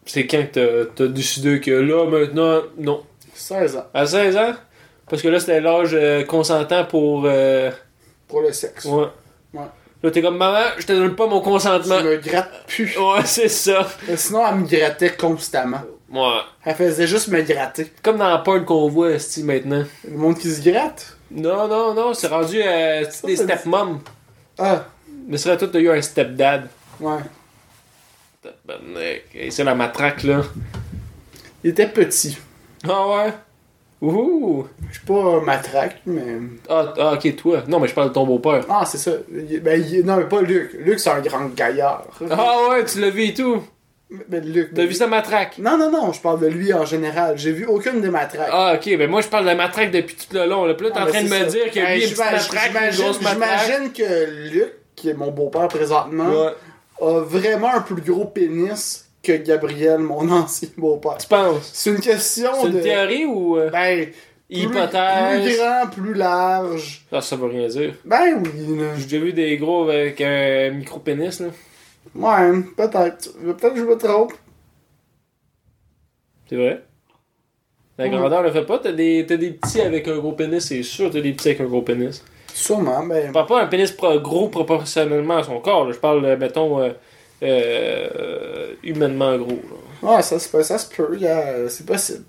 Speaker 4: C'est quand que t'as- t'as décidé que là, maintenant, non.
Speaker 5: 16 ans.
Speaker 4: À 16 ans? Parce que là, c'était l'âge euh, consentant pour... euh,
Speaker 5: Pour le sexe.
Speaker 4: Ouais.
Speaker 5: Ouais.
Speaker 4: Là, t'es comme, maman, je te donne pas mon
Speaker 5: Tu
Speaker 4: consentement.
Speaker 5: me grattes plus.
Speaker 4: (laughs)
Speaker 5: Euh,
Speaker 4: Ouais, c'est ça.
Speaker 5: Sinon, elle me grattait constamment.
Speaker 4: Ouais.
Speaker 5: Elle faisait juste me gratter.
Speaker 4: Comme dans la porn qu'on voit, esti, maintenant.
Speaker 5: Le monde qui se gratte.
Speaker 4: Non, non, non, c'est rendu euh, esti, des
Speaker 5: c'est-
Speaker 4: stepmoms.
Speaker 5: Ah,
Speaker 4: Mais serait tout, t'as eu un stepdad.
Speaker 5: ouais.
Speaker 4: Tabarnak. Et c'est la matraque, là.
Speaker 5: Il était petit.
Speaker 4: Ah ouais? Ouh!
Speaker 5: Je suis pas un matraque, mais.
Speaker 4: Ah, ah, ok, toi. Non, mais je parle de ton beau-père.
Speaker 5: Ah, c'est ça. Il- Ben, il- non, mais pas Luc. Luc, c'est un grand gaillard.
Speaker 4: Ah ouais, tu l'as vu et tout.
Speaker 5: Mais Luc.
Speaker 4: T'as vu sa matraque?
Speaker 5: Non, non, non, je parle de lui en général. J'ai vu aucune des matraques.
Speaker 4: Ah, ok, ben moi je parle de la matraque depuis tout le long. Là, Puis là, t'es en
Speaker 5: Ah,
Speaker 4: train de
Speaker 5: ben,
Speaker 4: me
Speaker 5: c'est ça.
Speaker 4: dire que
Speaker 5: Ben,
Speaker 4: lui, il est une petite
Speaker 5: j'ima-
Speaker 4: matraque, une
Speaker 5: j'imagine-
Speaker 4: grosse matraque.
Speaker 5: J'imagine hein. que Luc, qui est mon beau-père présentement,
Speaker 4: Ouais.
Speaker 5: a vraiment un plus gros pénis que Gabriel, mon (laughs) ancien beau-père.
Speaker 4: Tu penses?
Speaker 5: C'est une question
Speaker 4: C'est
Speaker 5: de.
Speaker 4: une théorie ou. euh,
Speaker 5: Ben, plus, plus
Speaker 4: Hypothèse.
Speaker 5: grand, plus large.
Speaker 4: Ah, ça veut rien dire.
Speaker 5: Ben oui, là.
Speaker 4: J'ai déjà vu des gros avec un micro-pénis, là.
Speaker 5: Ouais, peut-être. Peut-être que je me trompe.
Speaker 4: C'est vrai? La
Speaker 5: Ouais.
Speaker 4: grandeur le fait pas. T'as des, t'as des petits avec un gros pénis, c'est sûr. T'as des petits avec un gros pénis.
Speaker 5: Sûrement, ben.
Speaker 4: Je parle pas d'un pénis pro- gros proportionnellement à son corps. là. Je parle, euh, mettons, euh, euh, humainement gros. là.
Speaker 5: Ouais, ça se peut, ça se peut, gars, c'est possible.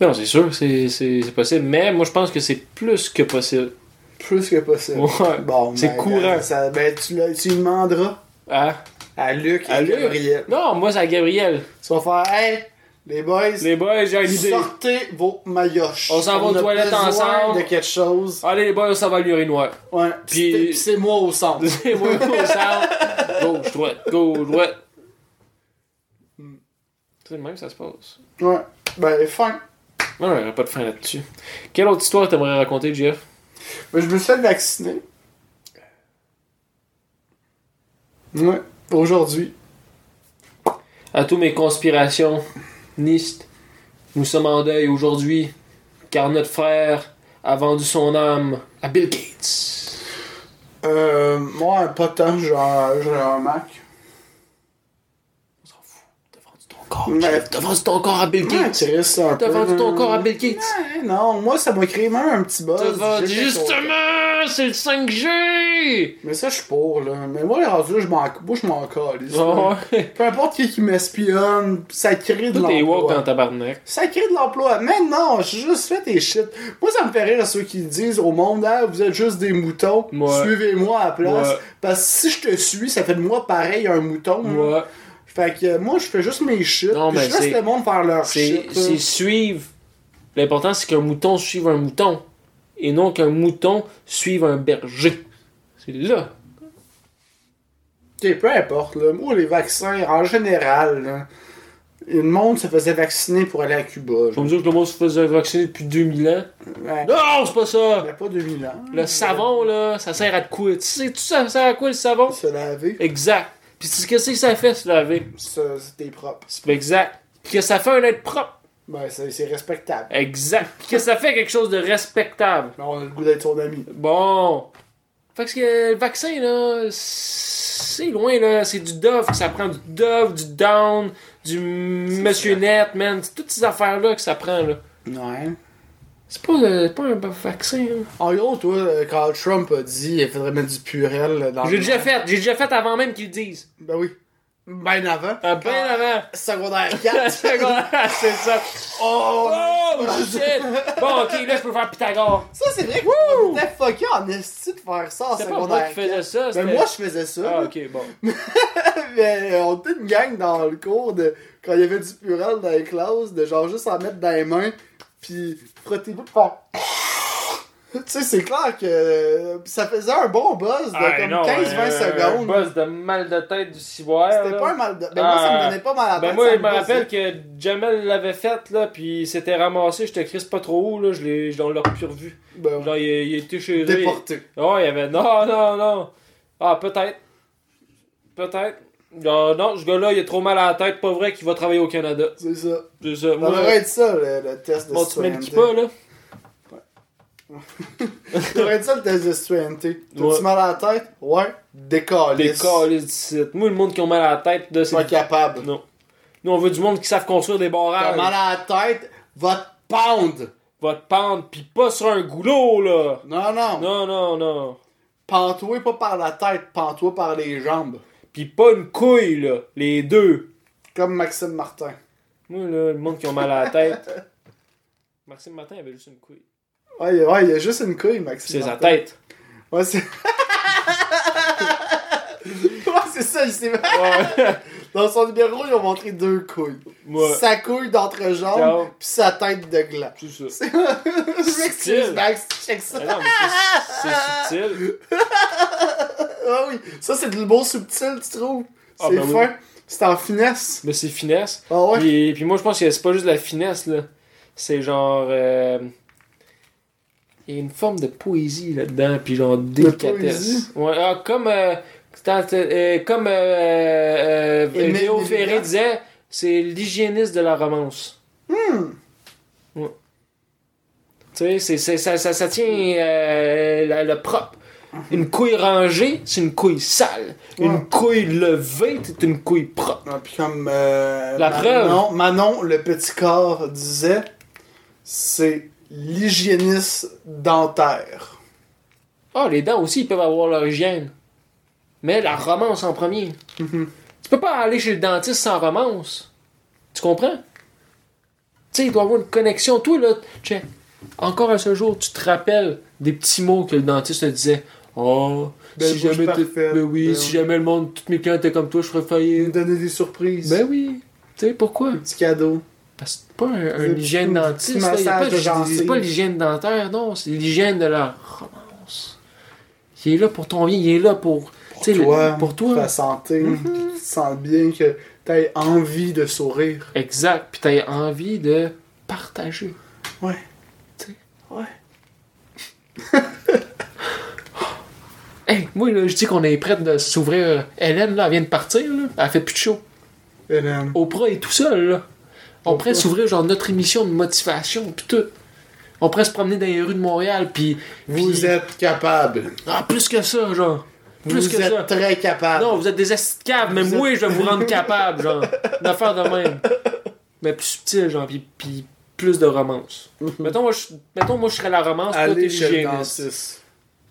Speaker 4: Non, c'est sûr, c'est- c'est c'est possible, mais moi je pense que c'est plus que possible.
Speaker 5: Plus que possible.
Speaker 4: Ouais.
Speaker 5: Bon,
Speaker 4: C'est
Speaker 5: ben,
Speaker 4: courant.
Speaker 5: ça- ben, tu, le- tu lui demanderas
Speaker 4: Hein?
Speaker 5: à Luc et
Speaker 4: À Luc?
Speaker 5: Gabriel.
Speaker 4: Non, moi c'est à Gabriel.
Speaker 5: Tu vas faire, hey, les boys,
Speaker 4: Les boys, j'ai une idée.
Speaker 5: sortez vos maillotches.
Speaker 4: On s'en va aux
Speaker 5: a
Speaker 4: toilettes
Speaker 5: besoin
Speaker 4: ensemble.
Speaker 5: de quelque chose.
Speaker 4: Allez Ah, les boys, on s'en va à (laughs) l'urinoir.
Speaker 5: Ouais, pis
Speaker 4: Puis-
Speaker 5: c'est- pis c'est moi au
Speaker 4: (laughs)
Speaker 5: centre.
Speaker 4: C'est moi au centre. Gauche, droite, gauche, droite. Hmm. C'est le même que ça se passe.
Speaker 5: ouais, ben, fin.
Speaker 4: Non, il n'y aurait pas de fin là-dessus. Quelle autre histoire t'aimerais raconter, Jeff?
Speaker 5: Ben, je me suis fait vacciner. Ouais, aujourd'hui.
Speaker 4: À tous mes conspirations, Nist, nous sommes en deuil aujourd'hui, car notre frère a vendu son âme à Bill Gates.
Speaker 5: Euh, moi, pas tant, j'ai un, j'ai un Mac.
Speaker 4: On s'en fout. T'as vendu ton corps,
Speaker 5: Ouais.
Speaker 4: Jeff. Oh, T'as vendu ton corps à Bill
Speaker 5: Ouais,
Speaker 4: Gates.
Speaker 5: tu restes un
Speaker 4: T'as
Speaker 5: peu,
Speaker 4: vendu ton
Speaker 5: hein.
Speaker 4: corps à Bill Gates.
Speaker 5: Ouais, non, moi, ça m'a créé même un petit buzz.
Speaker 4: T'as vendu...
Speaker 5: J'ai fait
Speaker 4: Justement, c'est le 5G!
Speaker 5: ça. Mais ça, je suis pour, là. Mais moi, les rendus, je m'en moi, je m'en calisse,
Speaker 4: Oh,
Speaker 5: là. Peu importe qui qui m'espionne, ça crée de
Speaker 4: Tout est woke
Speaker 5: l'emploi.
Speaker 4: dans tabarnak.
Speaker 5: Ça crée de l'emploi. Mais non, j'ai juste fait des shit. Moi, ça me fait rire à ceux qui disent au monde, ah, vous êtes juste des moutons,
Speaker 4: Ouais.
Speaker 5: suivez-moi à la place.
Speaker 4: Ouais.
Speaker 5: Parce que si je te suis, ça fait de moi pareil à un mouton. là.
Speaker 4: Moi,
Speaker 5: Fait que euh, moi, je fais juste mes shit.
Speaker 4: Non,
Speaker 5: puis
Speaker 4: mais
Speaker 5: je laisse
Speaker 4: c'est-
Speaker 5: le monde faire leur
Speaker 4: c'est
Speaker 5: shit. là.
Speaker 4: c'est suivre. L'important, c'est qu'un mouton suive un mouton. Et non qu'un mouton suive un berger. C'est là.
Speaker 5: Ok, peu importe. Là. Moi, les vaccins, en général, là, le monde se faisait vacciner pour aller à Cuba. là.
Speaker 4: Faut me dire que le monde se faisait vacciner depuis 2000 ans.
Speaker 5: Ouais.
Speaker 4: Non, c'est pas ça!
Speaker 5: Il y a pas 2000 ans.
Speaker 4: Le savon, là, ça sert à de quoi? Tu sais, tu sais, ça sert à quoi le savon?
Speaker 5: Se laver,
Speaker 4: Exact. Puis tu sais, qu'est-ce que ça fait se laver?
Speaker 5: ça, c'était propre.
Speaker 4: C'est pas exact. Puis que ça fait un être propre?
Speaker 5: Ben, c'est c'est respectable.
Speaker 4: Exact. Puis que ça fait quelque chose de respectable?
Speaker 5: Mais on a le goût d'être son ami.
Speaker 4: Bon. Parce que euh, le vaccin, là, c'est loin, là. C'est du Dove que ça prend. Du Dove, du Down, du Monsieur
Speaker 5: ça.
Speaker 4: Net, man. C'est toutes ces affaires-là que ça prend, là.
Speaker 5: Ouais.
Speaker 4: C'est pas, le- pas un vaccin, là.
Speaker 5: En gros, toi, euh, quand Trump a dit il faudrait mettre du purel dans
Speaker 4: J'ai
Speaker 5: le-
Speaker 4: déjà fait. J'ai déjà fait avant même qu'ils le disent.
Speaker 5: Ben oui. Ben avant.
Speaker 4: Euh, ben avant.
Speaker 5: Secondaire
Speaker 4: (laughs) c'est
Speaker 5: 4.
Speaker 4: ça.
Speaker 5: oh!
Speaker 4: Oh, shit! Bon, ok, là, je peux faire Pythagore.
Speaker 5: Ça, c'est vrai qu'on était fucké en esti de faire ça en
Speaker 4: C'est pas moi
Speaker 5: secondaire
Speaker 4: qui faisais
Speaker 5: 4.
Speaker 4: ça.
Speaker 5: Ben
Speaker 4: c'était-
Speaker 5: moi, je faisais ça.
Speaker 4: Ah,
Speaker 5: là.
Speaker 4: ok, bon.
Speaker 5: Mais euh, on était une gang dans le cours de... Quand il y avait du purel dans les classes, de genre juste en mettre dans les mains, puis frotter vous faire... Tu sais, c'est clair que euh, ça faisait un bon buzz de
Speaker 4: Ah,
Speaker 5: comme 15-20
Speaker 4: non, euh,
Speaker 5: secondes.
Speaker 4: Buzz de mal de tête du ciboire.
Speaker 5: C'était
Speaker 4: là.
Speaker 5: pas un mal de... Ben moi, ça
Speaker 4: Ah.
Speaker 5: me donnait pas mal à la
Speaker 4: Ben
Speaker 5: tête,
Speaker 4: moi,
Speaker 5: ça
Speaker 4: je me
Speaker 5: buzzait.
Speaker 4: rappelle que Jamel l'avait faite, là, puis il s'était ramassé, j'étais crisse pas trop haut, là, je l'ai, je- on l'a plus revu.
Speaker 5: Ben,
Speaker 4: Genre, il, il était chez eux.
Speaker 5: déporté.
Speaker 4: Non, il y avait, non, non, non. Ah, peut-être. Peut-être. Non, non, ce gars-là, il a trop mal à la tête, pas vrai qu'il va travailler au Canada.
Speaker 5: C'est ça.
Speaker 4: C'est ça.
Speaker 5: Ça
Speaker 4: Moi,
Speaker 5: devrait être ça, le, le test de
Speaker 4: bon, tu
Speaker 5: citoyenneté.
Speaker 4: m'écoutes pas, là.
Speaker 5: Ça devrait être ça, le test de citoyenneté. T'as-tu
Speaker 4: Ouais.
Speaker 5: mal à la tête? Ouais.
Speaker 4: Les
Speaker 5: Décalisse.
Speaker 4: câlisses d'ici. Moi, le monde qui a mal à la tête, là, c'est...
Speaker 5: Pas capable.
Speaker 4: Non. Nous, on veut du monde qui savent construire des
Speaker 5: T'as
Speaker 4: barrages.
Speaker 5: mal à la tête, va te pendre.
Speaker 4: Va te pendre, pis pas sur un goulot, là.
Speaker 5: Non, non.
Speaker 4: Non, non, non.
Speaker 5: Pends-toi pas par la tête, pends-toi par les jambes.
Speaker 4: Pis pas une couille, là. Les deux.
Speaker 5: Comme Maxime Martin.
Speaker 4: Moi, là, le monde qui a mal à la tête. Maxime Martin avait juste une couille.
Speaker 5: Ouais, il- ouais, il y a juste une couille, Maxime
Speaker 4: C'est sa
Speaker 5: Martin.
Speaker 4: tête.
Speaker 5: Ouais, c'est... (laughs) ouais, c'est ça, il s'est...
Speaker 4: Ouais. (laughs)
Speaker 5: Dans son numéro, ils ont montré deux couilles.
Speaker 4: Ouais.
Speaker 5: Sa couille d'entrejambe,
Speaker 4: Ciao.
Speaker 5: puis sa tête de gland. (laughs)
Speaker 4: Tout ça.
Speaker 5: C'est- Je m'excuse, Max, check ça.
Speaker 4: Ah non, mais c'est- c'est subtil.
Speaker 5: Ah oui, ça c'est de l'humour subtil, tu trouves?
Speaker 4: Ah,
Speaker 5: c'est
Speaker 4: ben oui.
Speaker 5: fin, c'est en finesse.
Speaker 4: Mais c'est finesse.
Speaker 5: Ah ouais?
Speaker 4: Puis, puis moi, je pense que c'est pas juste de la finesse, là. C'est genre. euh, Il y a une forme de poésie là-dedans, puis genre délicatesse.
Speaker 5: poésie?
Speaker 4: Ouais, ah, comme. euh, quand, euh, comme. euh, euh,
Speaker 5: Émile
Speaker 4: Léo
Speaker 5: Delia.
Speaker 4: Ferré disait, c'est l'hygiéniste de la romance.
Speaker 5: Hmm.
Speaker 4: Ouais. Tu sais, c'est- c'est- ça, ça, ça tient euh, la- le propre. Une couille rangée, c'est une couille sale.
Speaker 5: Mhm. Ouais.
Speaker 4: Une couille levée, c'est une couille propre.
Speaker 5: Ah, puis comme euh,
Speaker 4: La
Speaker 5: Manon, Manon, le petit corps, disait, c'est l'hygiéniste dentaire.
Speaker 4: Ah, les dents aussi, ils peuvent avoir leur hygiène. Mais la romance en premier.
Speaker 5: Mhm.
Speaker 4: Tu peux pas aller chez le dentiste sans romance. Tu comprends? Tu sais, il doit y avoir une connexion. Toi, là, tiens, encore à ce jour, tu te rappelles des petits mots que le dentiste te disait. Oh,
Speaker 5: Belle
Speaker 4: si
Speaker 5: bouche
Speaker 4: jamais t'es-
Speaker 5: parfaite.
Speaker 4: ben oui,
Speaker 5: Ben
Speaker 4: si
Speaker 5: oui.
Speaker 4: jamais le monde, toutes mes clients étaient comme toi, je ferais
Speaker 5: Il
Speaker 4: faillir.
Speaker 5: nous donnait des surprises.
Speaker 4: Ben oui. Tu sais, pourquoi?
Speaker 5: Petit cadeau.
Speaker 4: Parce que c'est pas un, un
Speaker 5: C'est
Speaker 4: hygiène
Speaker 5: tout,
Speaker 4: dentiste.
Speaker 5: petit
Speaker 4: là, y a
Speaker 5: massage
Speaker 4: pas-
Speaker 5: de gencives.
Speaker 4: C'est pas l'hygiène dentaire, non. C'est l'hygiène de la romance. Il est là pour ton bien. Il est là pour... Pour
Speaker 5: toi,
Speaker 4: pour toi. Mhm.
Speaker 5: Ta santé. Tu te sens bien que t'aies envie de sourire.
Speaker 4: Exact. Puis t'as envie de partager.
Speaker 5: Ouais.
Speaker 4: Tu sais.
Speaker 5: Ouais.
Speaker 4: Hey, moi, là, je dis qu'on est prête de s'ouvrir. Hélène, là, elle vient de partir, là. Elle fait plus de chaud.
Speaker 5: Hélène.
Speaker 4: Oprah est tout seul, là. On pourrait
Speaker 5: Oprah.
Speaker 4: s'ouvrir, genre, notre émission de motivation, pis tout. On pourrait se promener dans les rues de Montréal, puis...
Speaker 5: Vous
Speaker 4: puis-
Speaker 5: êtes capable.
Speaker 4: Ah, plus que ça, genre. Plus
Speaker 5: vous
Speaker 4: que
Speaker 5: êtes
Speaker 4: ça.
Speaker 5: très capable.
Speaker 4: Non, vous êtes des acides caves, mais
Speaker 5: Vous
Speaker 4: moi, je vais vous rendre capable, genre. D'affaires de
Speaker 5: (laughs)
Speaker 4: même. Mais plus subtil, genre, puis, puis plus de romance. mettons, moi, je, mettons, moi, je serais la romance, toi, t'es
Speaker 5: Mhm. Allez chez le
Speaker 4: l'hygiéniste.
Speaker 5: dentiste.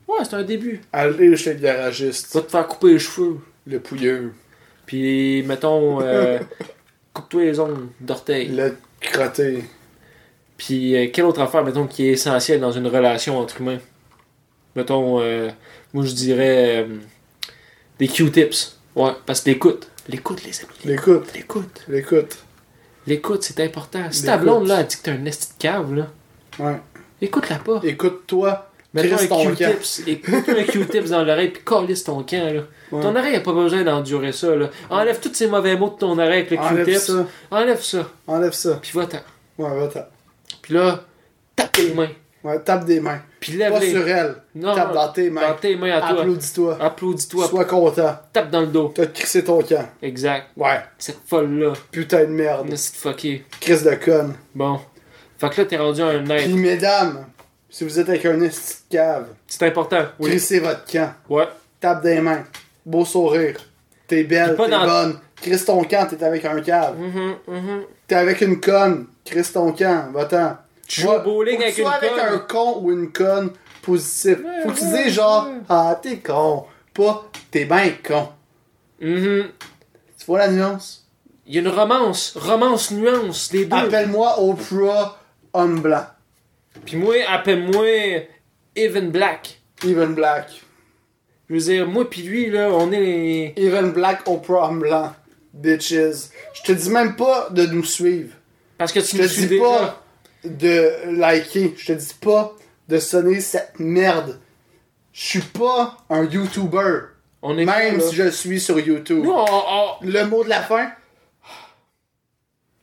Speaker 4: Ouais, c'est un début.
Speaker 5: Allez chez le garagiste.
Speaker 4: Va te faire couper les cheveux.
Speaker 5: Le pouilleux.
Speaker 4: Puis,
Speaker 5: (laughs)
Speaker 4: mettons, euh, coupe-toi les ongles d'orteil.
Speaker 5: Le crotté.
Speaker 4: Puis, euh, quelle autre affaire, mettons, qui est essentielle dans une relation entre humains? Mettons, euh, moi, je dirais euh, des Q-tips. Ouais, parce que l'écoute. L'écoute, les amis.
Speaker 5: L'écoute.
Speaker 4: L'écoute.
Speaker 5: L'écoute.
Speaker 4: L'écoute, c'est important. Si ta
Speaker 5: L'écoute.
Speaker 4: blonde, là, elle dit que t'es un esti de cave, là,
Speaker 5: Ouais.
Speaker 4: écoute-la pas.
Speaker 5: Écoute-toi.
Speaker 4: Mettons
Speaker 5: Crisse ton
Speaker 4: un Q-tips. Écoute un Q-tips dans l'oreille, puis calisse ton camp, là.
Speaker 5: Ouais.
Speaker 4: Ton oreille a pas besoin d'endurer ça, là. Enlève tous ces mauvais mots de ton oreille avec le
Speaker 5: Enlève
Speaker 4: Q-tips.
Speaker 5: ça.
Speaker 4: Enlève ça.
Speaker 5: Enlève ça.
Speaker 4: Puis va-t'en.
Speaker 5: Ouais, va-t'en.
Speaker 4: Puis là, tape tes mains.
Speaker 5: Ouais, tape des mains.
Speaker 4: Puis lève
Speaker 5: Pas
Speaker 4: les...
Speaker 5: sur elle.
Speaker 4: Non,
Speaker 5: tape dans tes mains.
Speaker 4: Dans tes mains à toi.
Speaker 5: Applaudis-toi.
Speaker 4: Applaudis-toi.
Speaker 5: Sois content.
Speaker 4: Tape dans le dos.
Speaker 5: T'as crissé ton camp.
Speaker 4: Exact.
Speaker 5: Ouais.
Speaker 4: Cette folle-là.
Speaker 5: Putain de merde.
Speaker 4: Merci de fucker.
Speaker 5: Crisse de conne.
Speaker 4: Bon. Fait que là, t'es rendu un
Speaker 5: Puis
Speaker 4: être.
Speaker 5: mesdames, si vous êtes avec un esti de cave,
Speaker 4: C'est important. Oui.
Speaker 5: crissez votre camp.
Speaker 4: Ouais.
Speaker 5: Tape des mains. Beau sourire. T'es belle,
Speaker 4: Puis pas
Speaker 5: t'es
Speaker 4: dans-
Speaker 5: bonne. Crisse ton camp, t'es avec un cave.
Speaker 4: Mhm, mhm.
Speaker 5: T'es avec une conne, crisse ton camp, va-t'en.
Speaker 4: Tu joues au bowling
Speaker 5: Faut que
Speaker 4: avec
Speaker 5: tu sois avec
Speaker 4: une conne.
Speaker 5: un con ou une conne positif.
Speaker 4: Ouais,
Speaker 5: Faut que tu
Speaker 4: ouais,
Speaker 5: dises genre,
Speaker 4: ouais.
Speaker 5: ah, t'es con, pas t'es ben con.
Speaker 4: Mhm.
Speaker 5: Tu vois la nuance?
Speaker 4: Il y a une romance. Romance, nuance, les deux.
Speaker 5: Appelle-moi Oprah homme blanc.
Speaker 4: Puis moi, appelle-moi Evan Black.
Speaker 5: Even Black.
Speaker 4: Je veux dire, moi puis lui, là, on est les...
Speaker 5: Even Black, Oprah homme blanc. Bitches. Je te dis même pas de nous suivre.
Speaker 4: Parce que tu
Speaker 5: Je
Speaker 4: nous
Speaker 5: te
Speaker 4: suis
Speaker 5: dis
Speaker 4: déjà.
Speaker 5: pas de liker. Je te dis pas de sonner cette merde. Je suis pas un YouTuber.
Speaker 4: On est
Speaker 5: Même
Speaker 4: là.
Speaker 5: si je suis sur YouTube.
Speaker 4: Nous, on- on-
Speaker 5: Le mot de la fin?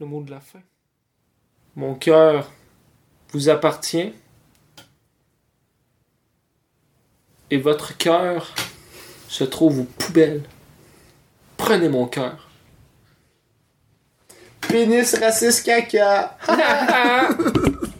Speaker 4: Le mot de la fin. Mon cœur vous appartient. Et votre cœur se trouve aux poubelles. Prenez mon cœur.
Speaker 5: Pénis raciste caca.
Speaker 4: Bye